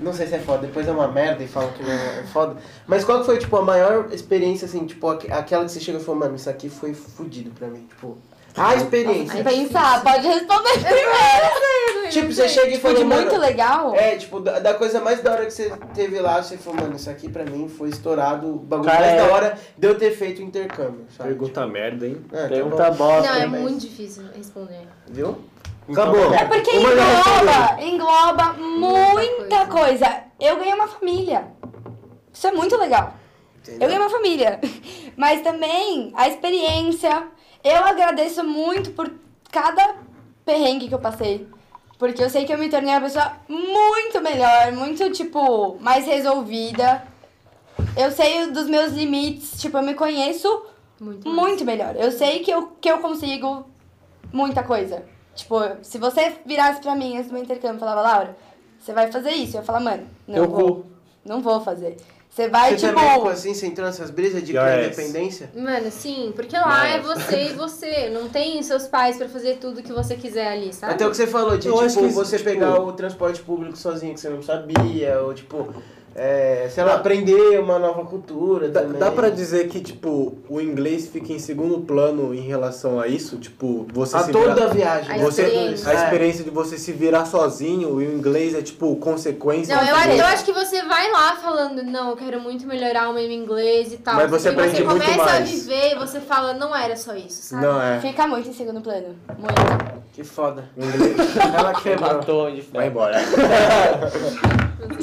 A: Não sei se é foda, depois é uma merda e falam que não é foda. Mas qual que foi, tipo, a maior experiência, assim, tipo, aqu- aquela que você chega e falou, mano, isso aqui foi fudido pra mim, tipo. A experiência.
C: Pensar, ah, pode responder primeiro.
A: Tipo, você chega e
C: Foi
A: fala,
C: de
A: mano,
C: muito legal.
A: É, tipo, da, da coisa mais da hora que você teve lá, você falou, mano, isso aqui pra mim foi estourado. O bagulho
E: Cara,
A: mais
E: é-
A: da hora de eu ter feito o intercâmbio, sabe?
B: Pergunta merda, hein?
A: Tipo, é, tá
E: Pergunta
A: bom.
E: bosta.
D: Não, é
A: mas-
D: muito difícil responder.
A: Viu?
B: Acabou.
C: É porque
B: Uma já
C: engloba,
B: respondeu.
C: engloba muita
D: Muita
C: coisa. Eu ganhei uma família. Isso é muito legal. Eu ganhei uma família. Mas também a experiência. Eu agradeço muito por cada perrengue que eu passei. Porque eu sei que eu me tornei uma pessoa muito melhor, muito, tipo, mais resolvida. Eu sei dos meus limites, tipo, eu me conheço
D: Muito.
C: muito melhor. Eu sei que eu, que eu consigo muita coisa. Tipo, se você virasse pra mim antes do meu intercâmbio e falava, Laura, você vai fazer isso. Eu ia falar, mano, não
E: Eu
C: vou.
E: vou.
C: Não vou fazer. Você vai,
A: você
C: tipo.
A: também ficou assim, você entrou nessas brisas de
B: Yes.
A: criar independência?
D: Mano, sim, porque lá é você e você. Não tem seus pais pra fazer tudo que você quiser ali, sabe?
A: Até o que você falou, de
B: Eu acho
A: tipo,
B: que,
A: você
B: tipo-
A: pegar o transporte público sozinho que você não sabia, ou tipo, é, sei lá, aprender uma nova cultura
B: Dá,
A: também.
B: dá pra dizer que, tipo, o inglês fica em segundo plano em relação a isso? Tipo, você
A: A
B: se
A: toda a
B: virar-
A: viagem.
D: A
A: né?
B: Você,
D: experiência.
B: a
A: É.
B: experiência de você se virar sozinho e o inglês é, tipo, consequência.
D: Não,
B: do
D: eu, acho-
B: outro.
D: eu acho que você vai lá falando, não, eu quero muito melhorar o meu inglês e tal.
B: Mas você
D: e
B: aprende
D: você
B: muito
D: começa a
B: mais.
D: viver e você fala, não era só isso, sabe?
B: Não, é.
C: Fica muito em segundo plano. Muito.
A: É, Que foda.
B: O inglês
A: Ela quebrou.
E: Matou onde
B: vai
E: foi.
B: embora.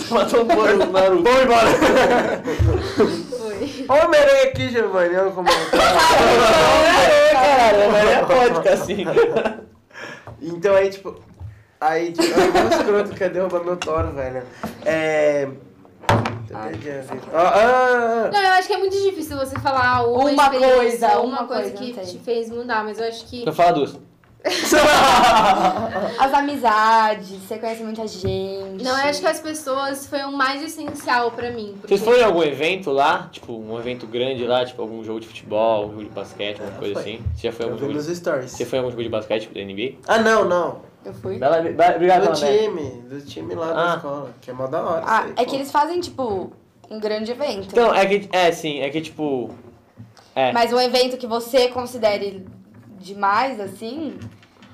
E: Matou um porco do Naruto.
B: Vamos embora! Hum.
D: Foi.
A: Olha o Merengue aqui, Giovanni, olha como ele tá.
E: É, caralho, mas é código assim.
A: Então aí, tipo. Aí, tipo, ai, meu escroto, cadê roubar meu toro, velho? É. eu perdi a vida. Ah, ah, ah,
D: Não, eu acho que é muito difícil você falar "Ah, uma,
C: Uma
D: experiência,
C: coisa,
D: uma,
C: uma
D: coisa,
C: coisa,
D: que
C: não sei.
D: te fez mudar, mas eu acho que.
E: Não Então fala duas.
C: As amizades, você conhece muita gente.
D: Não, eu acho que é as pessoas foi o mais essencial pra mim. Porque...
E: Vocês foram em algum evento lá? Tipo, um evento grande lá, tipo, algum jogo de futebol, algum jogo de basquete, alguma coisa
A: foi.
E: assim? Você já foi em
A: eu
E: algum
A: vi
E: jogo
A: nos
E: de...
A: stories.
E: Você foi em algum jogo de basquete tipo, da NBA?
A: Ah, não, não.
C: Eu fui.
E: Vai lá, vai- obrigado,
A: Do
E: Ana.
A: time, do time lá da
E: Tá né? Ah.
A: escola, que é mó da hora.
C: Ah,
A: isso aí,
C: é
A: pô.
C: que eles fazem, tipo, um grande evento.
E: Então, é que. É, sim, é que tipo. É.
C: Mas um evento que você considere demais, assim,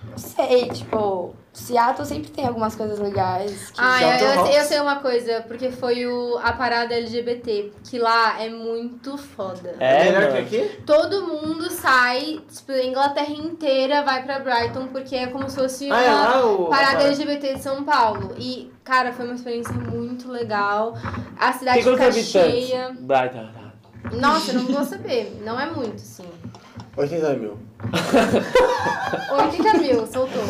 C: não sei, tipo, Seattle sempre tem algumas coisas legais. que-
D: Ah, eu, eu,
A: Shelter
D: sei- eu
A: Rocks.
D: sei uma coisa, porque foi o, a parada LGBT, que lá é muito foda.
A: É
E: É,
A: melhor
E: mano.
A: que aqui?
D: Todo mundo sai, tipo, a Inglaterra inteira vai pra Brighton, porque é como se fosse
A: Ah, é
D: uma
A: lá o.
D: parada
A: rapaz.
D: LGBT de São Paulo. E, cara, foi uma experiência muito legal. A cidade
E: Tem quantos
D: fica
E: habitantes?
D: cheia.
E: Vai, tá, tá.
D: Nossa, eu não vou saber. Não é muito, sim.
B: 80 mil.
D: 80 mil, é soltou.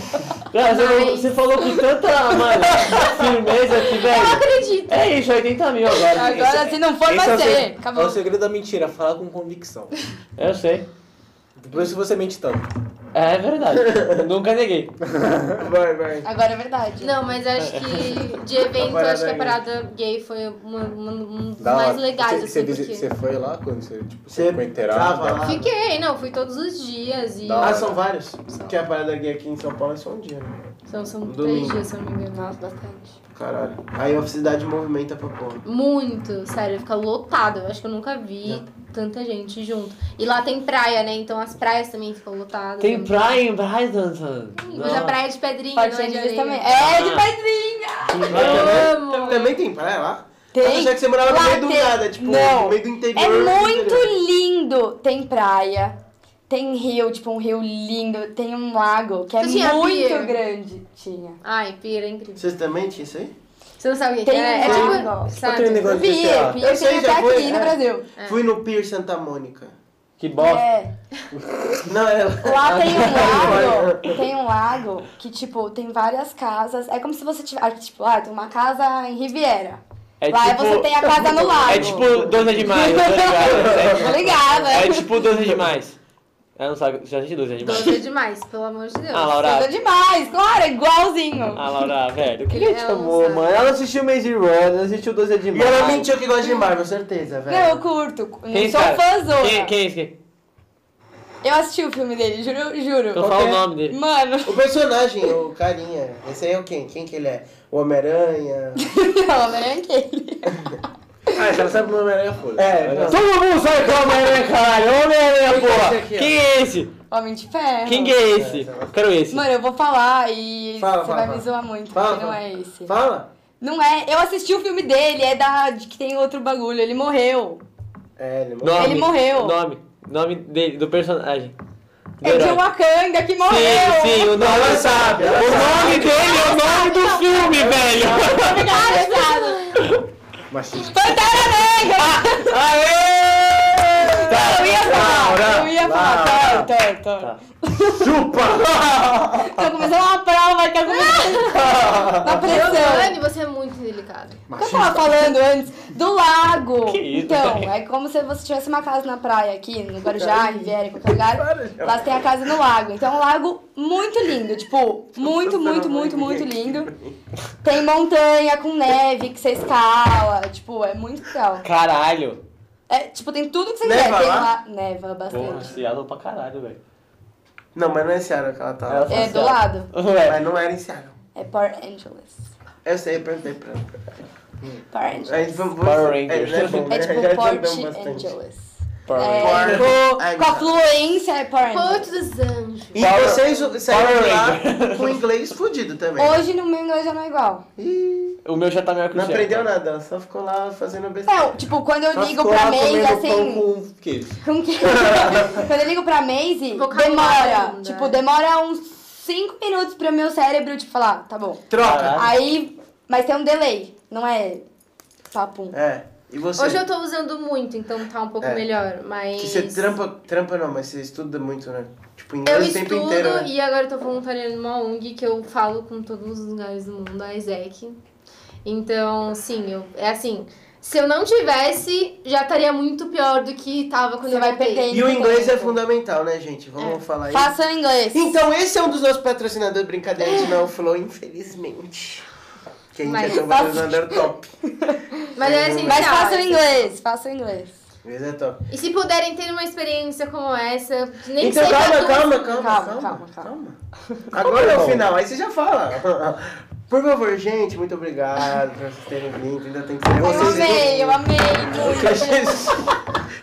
E: Cara, você, falou,
D: Mas-
E: você falou com tanta mano, firmeza aqui,
D: Eu
E: velho.
D: acredito.
E: É isso, 80 mil agora.
C: Agora, se não for,
B: Esse é
C: vai
B: o
C: ser.
B: segredo-
C: Acabou.
B: É o segredo da mentira, falar com convicção.
E: Eu sei.
B: Por isso você mente tanto.
E: É verdade. Nunca neguei.
A: Vai, vai.
C: Agora é verdade.
D: Não, mas acho que de evento,
A: parada
D: acho que a
A: gay.
D: parada gay foi uma, uma- um dos
B: Da
D: mais
B: hora.
D: legais,
B: Você,
D: assim,
B: você, visi-
D: porque...
B: você foi lá quando você, tipo,
A: Você
B: você ficou inteirado?
A: tava
B: tá?
A: lá?
D: Fiquei, não, fui todos os dias e...
B: Da
A: Ah,
B: hora.
A: são vários. Porque a parada gay aqui em São Paulo é só um dia, né?
D: São, são três
A: Domingo.
D: dias, se eu não me engano.
C: Nossa, bastante.
A: Caralho. Aí a cidade movimenta pra porra.
D: Muito, sério, fica lotado. Eu acho que eu nunca vi
A: É.
D: tanta gente junto. E lá tem praia, né? Então as praias também ficam lotadas.
E: Tem
D: Então,
E: praia em Brighton.
D: Mas a praia é de pedrinha,
C: Pode
D: não é
C: ser
D: de
C: de
D: areia.
C: também. É, de pedrinha!
D: Eu amo!
A: Também tem praia lá?
C: Tem.
A: Eu achei que você morava no
C: Lá
A: meio do
C: tem.
A: nada, tipo,
C: Não.
A: no meio do interior.
C: É
A: do
C: muito
A: interior.
C: lindo. Tem praia, tem rio, tipo, um rio lindo. Tem um lago que é
D: Você tinha
C: muito
D: pier?
C: grande. Tinha.
D: Ai, pira, é incrível.
A: Vocês também tinham isso aí?
D: Você não sabe o que
C: Tem
D: que é? É
C: um
D: tipo...
C: lago.
D: Sabe?
B: Aquele negócio de
C: Pier,
B: teatro.
C: pier
A: Eu sei,
C: tem
A: já
C: até
A: foi,
C: aqui no
A: é.
C: Brasil.
D: É.
A: Fui no Pier Santa Mônica.
E: Que bosta.
C: É,
A: Não, é, ela...
C: lá tem um lago, tem um lago que, tipo, tem várias casas. É como se você tivesse, tipo, ah, tem uma casa em Riviera.
E: É
C: lá
E: tipo-
C: você tem a casa no lago.
E: É tipo Dona de Maio, tá ligado?
C: Tá ligado,
E: É,
C: é.
E: é tipo Doze demais. Ela não sabe. Já assistiu Doze demais?
D: Doze é demais, pelo amor de Deus.
E: Ah, Laura.
C: Tudo demais, claro, é igualzinho.
E: Ah, Laura, velho. O que
D: Ele
E: ele te
D: é um
E: chamou,
D: saco.
E: mano? Ela assistiu Maze Runner, ela assistiu Doze
A: E
E: demais.
A: ela mentiu é que gosta de Marvel, certeza, velho.
C: Não, eu curto. Não
E: Quem
C: sou
E: cara?
C: fãzona.
E: Quem, quem é esse? aqui?
C: Eu assisti o filme dele, juro, juro.
E: Então fala o nome dele.
C: Mano,
A: O personagem, o carinha, esse aí é o quem? Quem que ele é? O Homem-Aranha?
C: não, não é aquele.
B: Ah, ela sabe o Homem-Aranha, foda
A: É, não.
E: Todo mundo sabe qual é o Homem-Aranha, caralho. Homem-Aranha,
A: Quem que é
E: porra.
A: esse aqui, ó? um-
E: Quem é esse?
C: Homem de Ferro.
E: Quem que é esse? Quero esse.
C: Mano, eu vou falar e
A: Fala,
C: você
A: fala,
C: vai
A: fala.
C: me zoar muito,
A: Fala,
C: porque não
A: fala.
C: é esse.
A: Fala.
C: Não é, eu assisti o filme dele, é da de que tem outro bagulho, ele morreu.
A: É, ele morreu.
E: Nome.
C: Ele morreu.
E: Nome. Nome dele, do personagem. Do
C: É de
E: herói.
C: Wakanda que morreu.
E: Sim, sim, o nome é
A: Ela sabe, ela
E: O nome
A: sabe.
E: dele é o nome do filme, velho.
C: Obrigada,
B: Machista.
C: Pantera Negra!
E: Aê! Tá,
C: eu ia falar, eu ia falar. Tá, tá, tá.
E: Chupa!
C: Tô começando uma prova que eu comecei. Uma pressão.
D: Giovanni, você é muito delicado.
C: O que eu tava falando antes? Do lago.
E: Que isso,
C: então,
E: velho?
C: é como se você tivesse uma casa na praia aqui, no Guarujá, Riviera, em qualquer lugar. Lá você tem a casa no lago. Então, é um lago muito lindo. Tipo, muito, muito, muito, muito lindo. Tem montanha com neve que você escala. Tipo, é muito legal.
E: Caralho!
C: É, tipo, tem tudo que você
A: Neva
C: quer. Tem
A: lá?
C: lá. Neva
E: Porra,
C: bastante.
E: se ela pra caralho, velho.
A: Não, mas não é em Seattle que ela tava.
E: Ela-
C: É do lado.
E: Ué,
A: Mas não era em Seattle.
C: É Port Angeles.
A: Eu sei, eu perguntei pra ela.
C: Port Angeles.
A: Aí vamos... vamos-
E: Power Rangers.
A: É, né, bom,
C: É
A: né?
C: tipo
A: É, Já
C: Port
A: adiantamos bastante.
C: Angeles.
E: Power
C: É,
A: Port
C: com, com a
A: Angeles.
C: fluência é Port
D: Porto
C: Angeles.
D: dos Anjos.
A: E
E: Power-
A: vocês saíram
E: Power
A: de lá
E: Ranger.
A: com o inglês fudido também.
C: Hoje no meu inglês já não é igual.
A: Ih,
C: É.
E: O meu já tá melhor que o
A: não
E: seu.
A: aprendeu nada, ela só ficou lá fazendo besteira.
C: Não, tipo, quando eu
A: Só
C: ligo
A: ficou
C: pra
A: lá
C: Maze,
A: comendo
C: assim...
A: pão com queijo.
C: Com que... é? quando eu ligo pra Maze,
D: Vocabulário
C: demora.
D: ainda,
C: Tipo,
D: é.
C: demora uns 5 minutos pro meu cérebro, tipo, falar, tá bom.
A: Troca.
E: Ah.
C: Aí, mas tem um delay, não é papum.
A: É. E você?
D: Hoje eu tô usando muito, então tá um pouco
A: É.
D: melhor, mas...
A: Que você trampa... Trampa não, mas você estuda muito, né? Tipo,
D: Eu
A: inglês o tempo
D: estudo
A: inteiro, né?
D: e agora eu tô voluntariando numa ONG que eu falo com todos os lugares do mundo, a ESEC. Então, sim, eu, é assim, se eu não tivesse, já estaria muito pior do que tava quando
C: Você
D: eu
C: vai
D: voltei.
C: perder.
A: E o inglês é
C: tempo.
A: fundamental, né, gente? Vamos falar isso.
C: Faça em inglês.
A: Então, esse é um dos nossos patrocinadores. Brincadeira de não flow, infelizmente. Que a gente
D: Mas-
A: é tão patrocinador top.
D: Mas é assim,
C: Mas faça em inglês, faça em inglês.
A: Inglês é top.
D: E se puderem ter uma experiência como essa, nem que
A: Então,
D: seja
A: calma,
D: duas-
A: calma, calma,
C: Calma,
A: calma,
C: calma,
A: calma, Agora é o final, aí você já fala. Por favor, gente, muito obrigado por vocês terem vindo. Ainda tem que ser
C: Eu
A: vocês.
C: amei, eu amei. muito.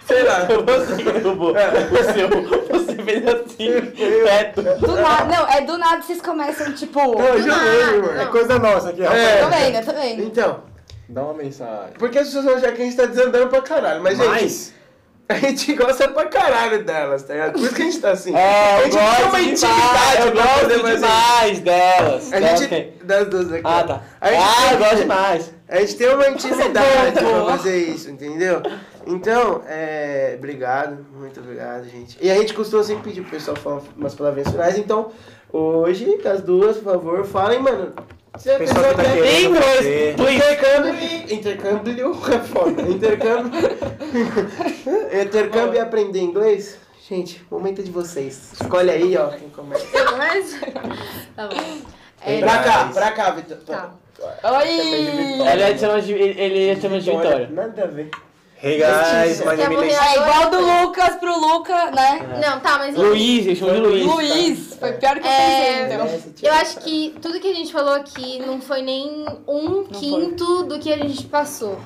A: Sei lá.
E: Você derrubou o seu. Você fez assim, reto.
C: Do nada, não, é do nada vocês começam, tipo...
B: Não, eu
D: Do nada,
B: jurei, mano.
D: não.
B: É coisa nossa aqui, ó.
A: É.
C: Tô vendo, eu tô vendo.
A: Então,
B: Dá uma mensagem.
A: porque as pessoas vão achar que a gente tá desandando pra caralho. Mas, gente,
B: Mas,
A: a gente gosta pra caralho delas, tá ligado? Por isso que a gente tá assim.
E: É,
A: a
E: eu
A: gente tem
E: gosto
A: uma
E: demais,
A: intimidade
E: eu
A: pra fazer
E: gosto
A: mais isso.
E: demais delas.
A: A
E: Delas
A: gente.
E: quem?
A: Das duas aqui.
E: Ah,
A: ó.
E: tá.
A: A gente
E: Ah,
A: tem-
E: eu gosto demais.
A: A gente tem uma intimidade
E: Você é
A: pra
E: bobo.
A: fazer isso, entendeu? Então, é. Obrigado, muito obrigado, gente. E a gente costuma sempre pedir pro pessoal falar umas palavrinhas finais, então, hoje, as duas, por favor, falem, mano. Se a
B: Pessoal
A: pessoa
B: que tá
A: quer.
B: querendo. você.
E: Em inglês, please.
A: Intercâmbio e. Intercâmbio é foda. Intercâmbio. Intercâmbio e aprender inglês? Gente, momento de vocês. Escolhe aí, ó, quem começa.
D: Eu começo? tá bom. É,
A: Pra cá, pra cá, Vitor.
D: Tá.
C: Oi!
E: Ela ia te chamar de, ele ele ia te chamar de Vitória.
A: Nada a ver.
B: Hey guys, my
D: Quer
B: name
D: morrer
B: is...
C: É
D: agora?
C: igual do Lucas pro Luca, né?
A: É.
D: Não, tá, mas...
E: Luiz, ele chamou de Luiz. tá.
C: Luiz, foi pior que eu
D: É.
C: pensei, então.
D: Eu acho que tudo que a gente falou aqui não foi nem um quinto do que a gente passou.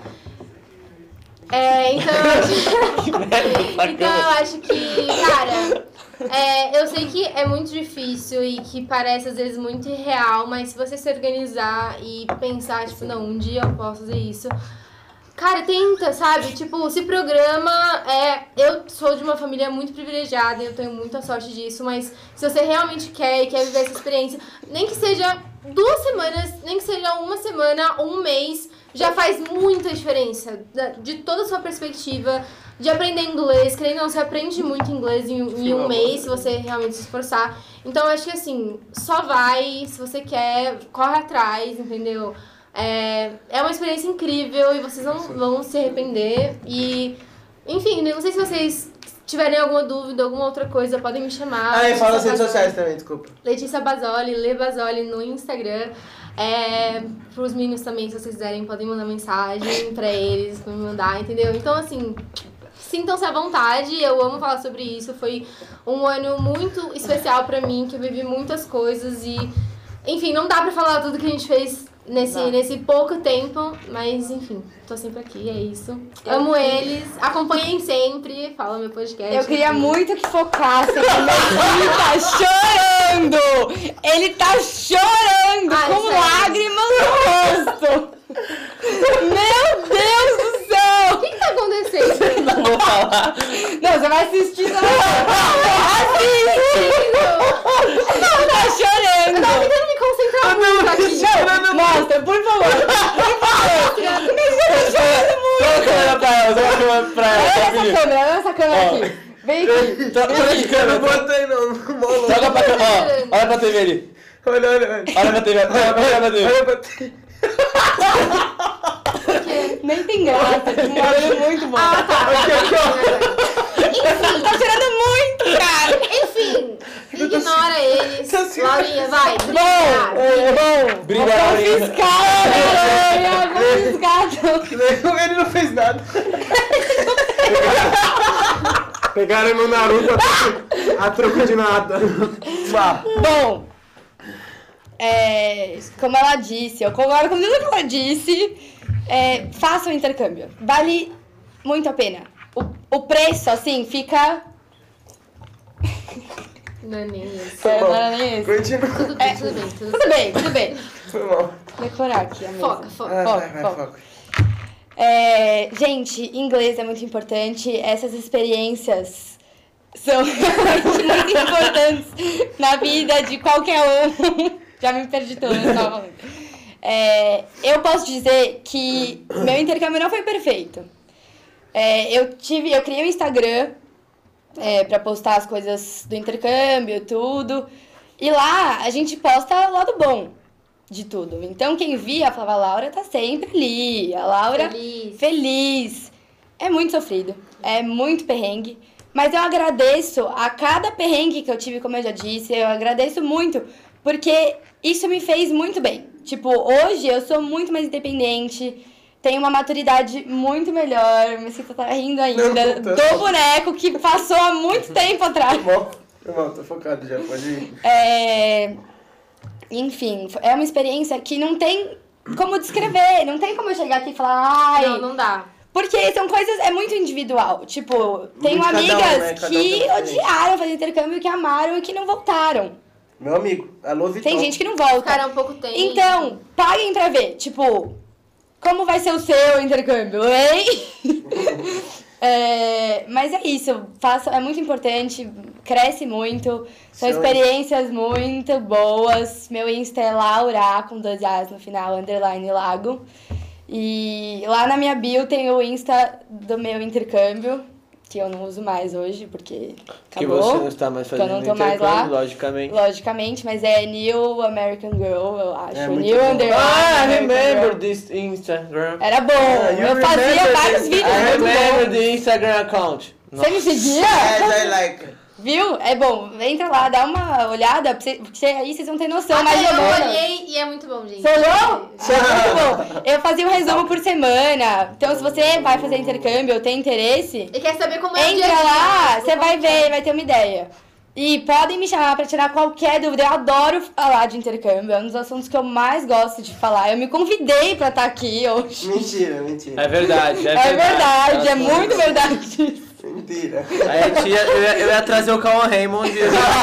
D: É, então, eu
E: É,
D: acho-
E: tá
D: então eu acho que, cara, é, eu sei que é muito difícil e que parece às vezes muito irreal, mas se você se organizar e pensar, tipo, não, um dia eu posso fazer isso, Cara, tenta, sabe? Tipo, se programa. É, eu sou de uma família muito privilegiada e eu tenho muita sorte disso, mas se você realmente quer e quer viver essa experiência, nem que seja duas semanas, nem que seja uma semana, um mês, já faz muita diferença da- de toda a sua perspectiva. de aprender inglês, querendo ou não, você aprende muito inglês em, em um mês se você realmente se esforçar. Então eu acho que assim, só vai, se você quer, corre atrás, entendeu? É, é uma experiência incrível e vocês não vão se arrepender. E, enfim, não sei se vocês tiverem alguma dúvida, alguma outra coisa, podem me chamar.
A: Ah, e fala nas redes
D: Basoli-
A: sociais também, desculpa.
D: Letícia Basoli, Lê Basoli no Instagram. É, pros meninos também, se vocês quiserem, podem mandar mensagem pra eles, pra me mandar, entendeu? Então, assim, sintam-se à vontade, eu amo falar sobre isso. Foi um ano muito especial pra mim, que eu vivi muitas coisas e. Enfim, não dá pra falar tudo que a gente fez nesse, nesse pouco tempo, mas enfim, tô sempre aqui, é isso. Amo eles, acompanhem sempre, fala meu podcast.
C: Eu queria muito que focassem no Ele tá chorando! Ele tá chorando
D: Ai,
C: com
D: sério.
C: lágrimas no rosto! Meu Deus do
D: O
C: céu!
D: que que tá acontecendo?
E: Não vou falar.
C: Não, você vai assistir também. Assiste! Ele tá
D: Eu tava
C: chorando!
D: tentando me concentrar muito aqui.
C: Mostra, por favor! Tá
E: Troca a câmera pra ela, troca a
C: Olha
E: câmera pra ela.
C: essa
E: tá, filho?
C: câmera, olha essa câmera aqui! Vem aqui!
E: Tro- Troca
A: Eu
E: de
A: não
E: câmera. tro-
A: botei não, não molo.
E: Tá Joga pra câmera. Ó, olha pra TV ali.
A: Olha, olha, olha.
E: Olha pra TV. Olha olha pra TV.
A: Olha pra ti.
C: Nem tem graça, que mora muito bom!
D: Ah, tá.
C: Tá chorando muito, cara!
D: Enfim, ignora eles. Laurinha, vai.
C: assim. Bom,
D: Bom.
C: é bom.
E: Briga,
C: Vão
E: Laurinha.
C: fiscal, Laurinha. Vão fiscal.
A: Ele não fez nada.
B: Pegaram meu Naruto a troco- a troco de nada.
C: Bom, é, como ela disse, eu concordo com tudo que ela disse. É, faça o intercâmbio. Vale muito a pena. O, o preço, assim, fica...
D: Não é nem isso.
A: Tá
C: É,
A: bom.
C: não era nem isso.
A: Continua.
D: Tudo
C: É.
D: bem, tudo bem, tudo bem.
C: Tudo bem, tudo bem.
A: Foi mal.
C: Decorar aqui a mesa.
D: Foca, foca.
A: Ah,
C: Foca,
A: vai, vai,
C: foca.
A: foca.
C: É, gente, inglês é muito importante. Essas experiências são realmente muito importantes na vida de qualquer um. Já me perdi toda, eu tava falando. É, eu posso dizer que meu intercâmbio não foi perfeito. É, eu tive, eu criei um Instagram é, para postar as coisas do intercâmbio, tudo. E lá a gente posta o lado bom de tudo. Então quem via falava, a Laura tá sempre ali, a Laura
D: Feliz.
C: feliz. É muito sofrido, é muito perrengue. Mas eu agradeço a cada perrengue que eu tive, como eu já disse, eu agradeço muito, porque isso me fez muito bem. Tipo, hoje eu sou muito mais independente, tenho uma maturidade muito melhor, eu me sinto tá rindo ainda,
A: Não, tá.
C: do boneco que passou há muito tempo atrás.
A: Foi mal. Foi mal, tô focado já, pode ir.
C: É, Enfim, é uma experiência que não tem como descrever, não tem como eu chegar aqui e falar, ai,
D: Não, não dá.
C: porque são coisas, é muito individual. Tipo, tenho
A: cada um,
C: amigas
A: né? Cada um
C: que
A: tem uma diferença.
C: odiaram fazer intercâmbio, que amaram e que não voltaram.
A: Meu amigo, alô, Vitão.
C: Tem gente que não volta.
D: Ficaram um pouco tempo.
C: Então, paguem pra ver, tipo, como vai ser o seu intercâmbio, hein? É, mas é isso, faça, é muito importante, cresce muito,
A: Isso
C: são
A: aí.
C: experiências muito boas. Meu Insta é Laura, com dois As no final, underline lago. E lá na minha bio tem o Insta do meu intercâmbio, que eu não uso mais hoje, porque
E: Que
C: acabou.
E: você não está mais
C: Porque eu
E: fazendo
C: não tô mais
E: intercâmbio,
C: lá.
E: logicamente.
C: Logicamente, mas é New American Girl, eu acho.
A: É, muito
C: New
A: bom.
C: Underline.
E: Ah, I
C: American
E: remember
C: Girl.
E: this Instagram.
C: Era bom,
A: Ah, you
C: É, eu fazia
A: remember
C: vários
A: this-
C: vídeos
E: I
C: muito
E: remember
C: bons.
E: the Instagram account.
C: Você me
A: É,
C: seguia?
A: dá like.
C: Viu? É bom, entra lá, dá uma olhada, pra você- porque aí vocês vão ter noção
D: Até
C: mais ou
D: eu
C: menos.
D: olhei e é muito bom, gente.
C: Você olhou? Ah, muito bom. Eu fazia um resumo por semana. Então, se você vai fazer intercâmbio ou tem interesse,
D: E quer saber como é o dia a
C: Entra
D: dia.
C: lá, você vai ver, vai ter uma ideia. E podem me chamar pra tirar qualquer dúvida. Eu adoro falar de intercâmbio, é um dos assuntos que eu mais gosto de falar. Eu me convidei pra estar aqui hoje.
A: Mentira, mentira.
E: É verdade, é,
C: É verdade, é
E: Ela falou
C: muito
E: isso.
C: verdade.
E: É.
A: Mentira.
E: Aí a É, tia, eu ia, eu ia trazer o Cauan Raymond.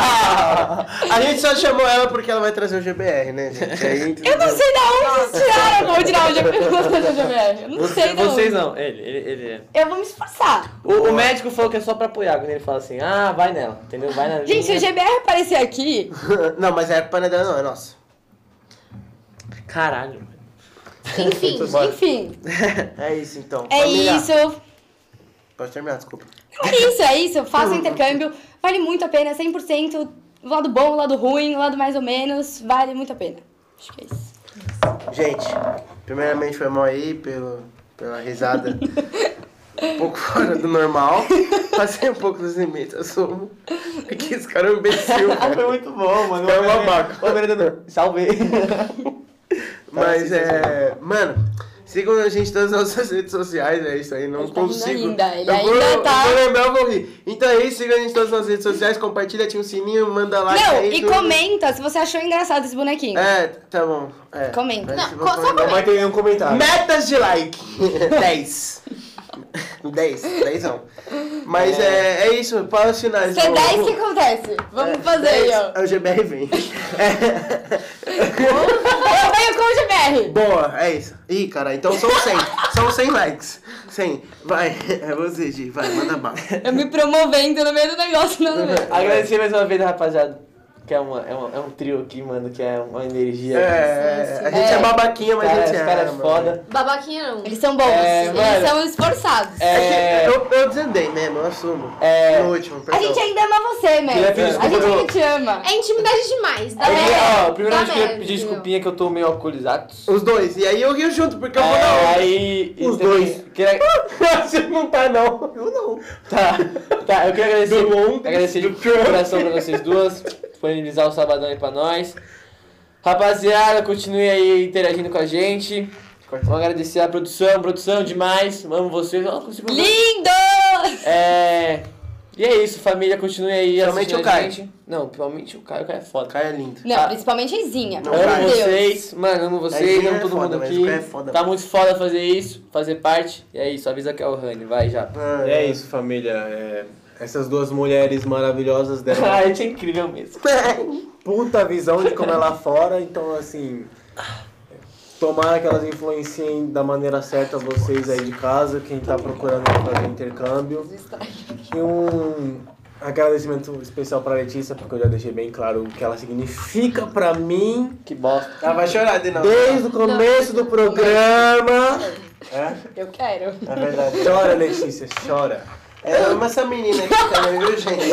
A: A gente só chamou ela porque ela vai trazer o GBR, né, gente? Aí,
C: Eu não sei da onde vocês tiraram, vou tirar o GBR. Eu não sei da
E: Vocês
C: onde.
E: não, ele, ele, ele é.
C: Eu vou me esforçar.
E: O, o médico falou que é só pra apoiar, quando ele fala assim, ah, vai nela, entendeu? Vai na
C: Gente, se o
E: linha.
C: GBR aparecer aqui,
A: Não, mas é pana dela não, é nossa.
E: Caralho, mano.
D: Enfim,
A: Bora.
C: enfim,
A: É isso então.
C: é
A: Família,
C: isso.
A: Pode terminar, desculpa.
K: É isso, é isso. Faça o intercâmbio. Vale muito a pena, 100%. O lado bom, o lado ruim, o lado mais ou menos. Vale muito a pena. Acho que é isso.
A: Gente, primeiramente foi mal aí pelo, pela risada um pouco fora do normal. Passei um pouco dos limites, assumo. É que esse cara é um imbecil,
E: Ah,
A: cara.
E: Foi muito bom, mano.
B: Tá
A: Foi um
E: Ô,
A: babaca.
E: Ô, vereador, salve.
A: Mas é. Mano, sigam a gente nas nossas redes sociais, é isso aí. Não
K: Ele tá rindo
A: consigo.
K: ainda, ele
A: eu vou,
K: ainda
A: eu
K: tá-
A: vou lembrar, eu vou rir. Então é isso, sigam a gente nas nossas redes sociais, compartilha, ativa o sininho, manda like.
K: Não,
A: aí,
K: e
A: tudo.
K: comenta se você achou engraçado esse bonequinho.
A: É, tá bom. É.
K: Comenta.
A: Mas
D: Não,
A: eu vou
D: co- só
A: comentar.
B: Vai ter nenhum um comentário.
A: Metas de like. 10. 10, 10 não. Mas é, é, isso, para os finais.
K: Se é 10, o que acontece? Vamos fazer aí, ó.
A: É o GBR vem.
K: Eu venho com o GBR.
A: Boa, é isso. Ih, cara, então são 100. são 100 likes. 100. Vai, é você, Gi. Vai, manda bala.
K: Eu me promovendo no meio do negócio, nada a ver.
E: Agradecer mais uma vez, rapaziada. Que é, uma, é, uma- é um trio aqui, mano, que é uma energia.
A: É, a gente é,
K: É.
A: babaquinha, mas
E: cara,
A: a
E: os
A: gente é.
E: caras é
A: mano.
E: foda.
D: Babaquinha não.
K: Eles são bons,
E: É,
K: eles
E: mano.
K: são esforçados.
A: É que
E: É,
A: eu, eu desandei mesmo, eu assumo.
E: É.
A: No último,
K: A
A: perdão. é
K: gente ainda ama você, Mel.
E: Queria pedir
K: A gente
E: desculpa
K: ainda
E: pelo-
K: te ama.
D: É intimidade demais. Da
E: eu queria-
D: merda.
E: ó, primeiro
D: Da
E: eu queria
D: merda,
E: pedir
D: entendeu?
E: desculpinha que eu tô meio alcoolizado.
K: é
A: Os dois. E aí eu rio junto, porque eu vou dar
E: É,
A: outra.
E: aí. e
A: Os
E: também
A: dois.
E: Queria,
B: Você não tá, não.
A: Eu não.
E: é- Tá, tá, eu quero agradecer,
A: Do Long,
E: agradecer de
A: do Trump.
E: coração pra vocês duas, disponibilizar o sabadão aí pra nós. Rapaziada, continue aí interagindo com a gente. Vamos agradecer a produção, produção demais, amo vocês. Ó, consigo-
K: Lindo!
E: É. E é isso, família, continue aí
A: Principalmente
E: assistindo
A: o Caio.
E: a gente. Não, principalmente o Caio, o Caio é foda.
A: Caio é lindo.
K: Não,
E: Ah.
K: principalmente a Izinha.
A: Não,
K: pelo amor
E: Amo
K: de Deus.
E: vocês, mano, amo vocês,
A: Caiozinho
E: amo
A: é
E: todo
A: foda,
E: mundo
A: mas
E: aqui.
A: o Caio é foda,
E: tá
A: mano.
E: muito foda fazer isso, fazer parte. E é isso, avisa que é o Rani, vai já.
A: Ah,
B: É isso, família. É, essas duas mulheres maravilhosas deram
E: A
B: uma
E: gente é incrível mesmo.
B: puta visão de como é lá fora. Então, assim, tomara que elas influenciem da maneira certa vocês aí de casa, quem tá procurando fazer intercâmbio. E um agradecimento especial pra Letícia, porque eu já deixei bem claro o que ela significa pra mim.
E: Que bosta.
A: Ela vai chorar de novo.
B: Desde o começo do programa. É?
K: Eu quero.
A: É verdade.
B: Chora, Letícia, chora.
A: É, eu amo essa menina aqui também, viu, gente?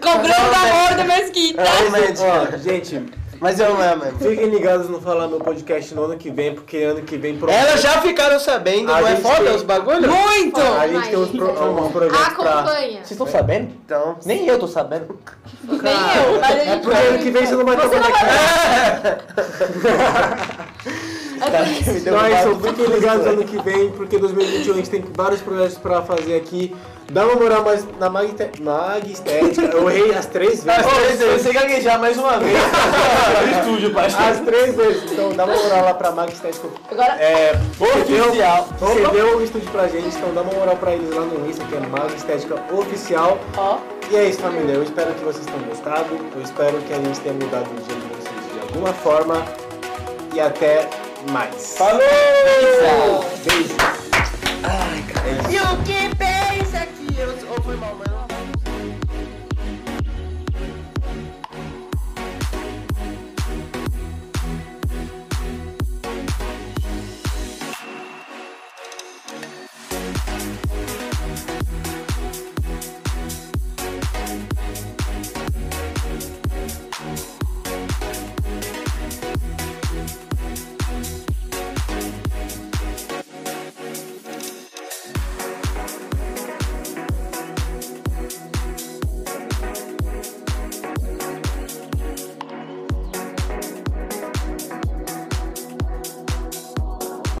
K: Cobrando o um amor da
C: É
K: mesquita.
A: Realmente.
B: Ó, gente,
A: Mas eu amo, mano.
B: Fiquem ligados no Falar Meu Podcast no ano que vem, porque ano que vem pro...
A: Elas já ficaram sabendo,
B: A
A: não é
B: gente
A: foda
B: tem-
A: os bagulhos?
K: Muito!
B: então, a gente tem uns, pro... uns projetos pra...
D: Acompanha.
E: Vocês estão sabendo?
A: Então,
E: Nem eu tô sabendo.
K: Nem eu, mas a
B: É
K: gente
B: porque ano que vem você não vai estar por aqui. Então é isso, fiquem ligados ano que vem, porque 2021 a gente tem vários projetos pra fazer aqui. Dá uma moral mais na Magte... Magistética, eu errei as três vezes.
E: eu sei gaguejar mais uma vez. no estúdio,
B: As três vezes, então dá uma moral lá pra Magistética.
K: Agora-
B: É,
E: Oficial.
B: Você deu o estúdio pra gente, então dá uma moral pra eles lá no Insta, que é Magistética Oficial.
K: Ó,
B: E é isso, família. Eu espero que vocês tenham gostado. Eu espero que a gente tenha mudado o dia de vocês de alguma forma. E até mais.
E: Falou!
B: Beijo.
E: E o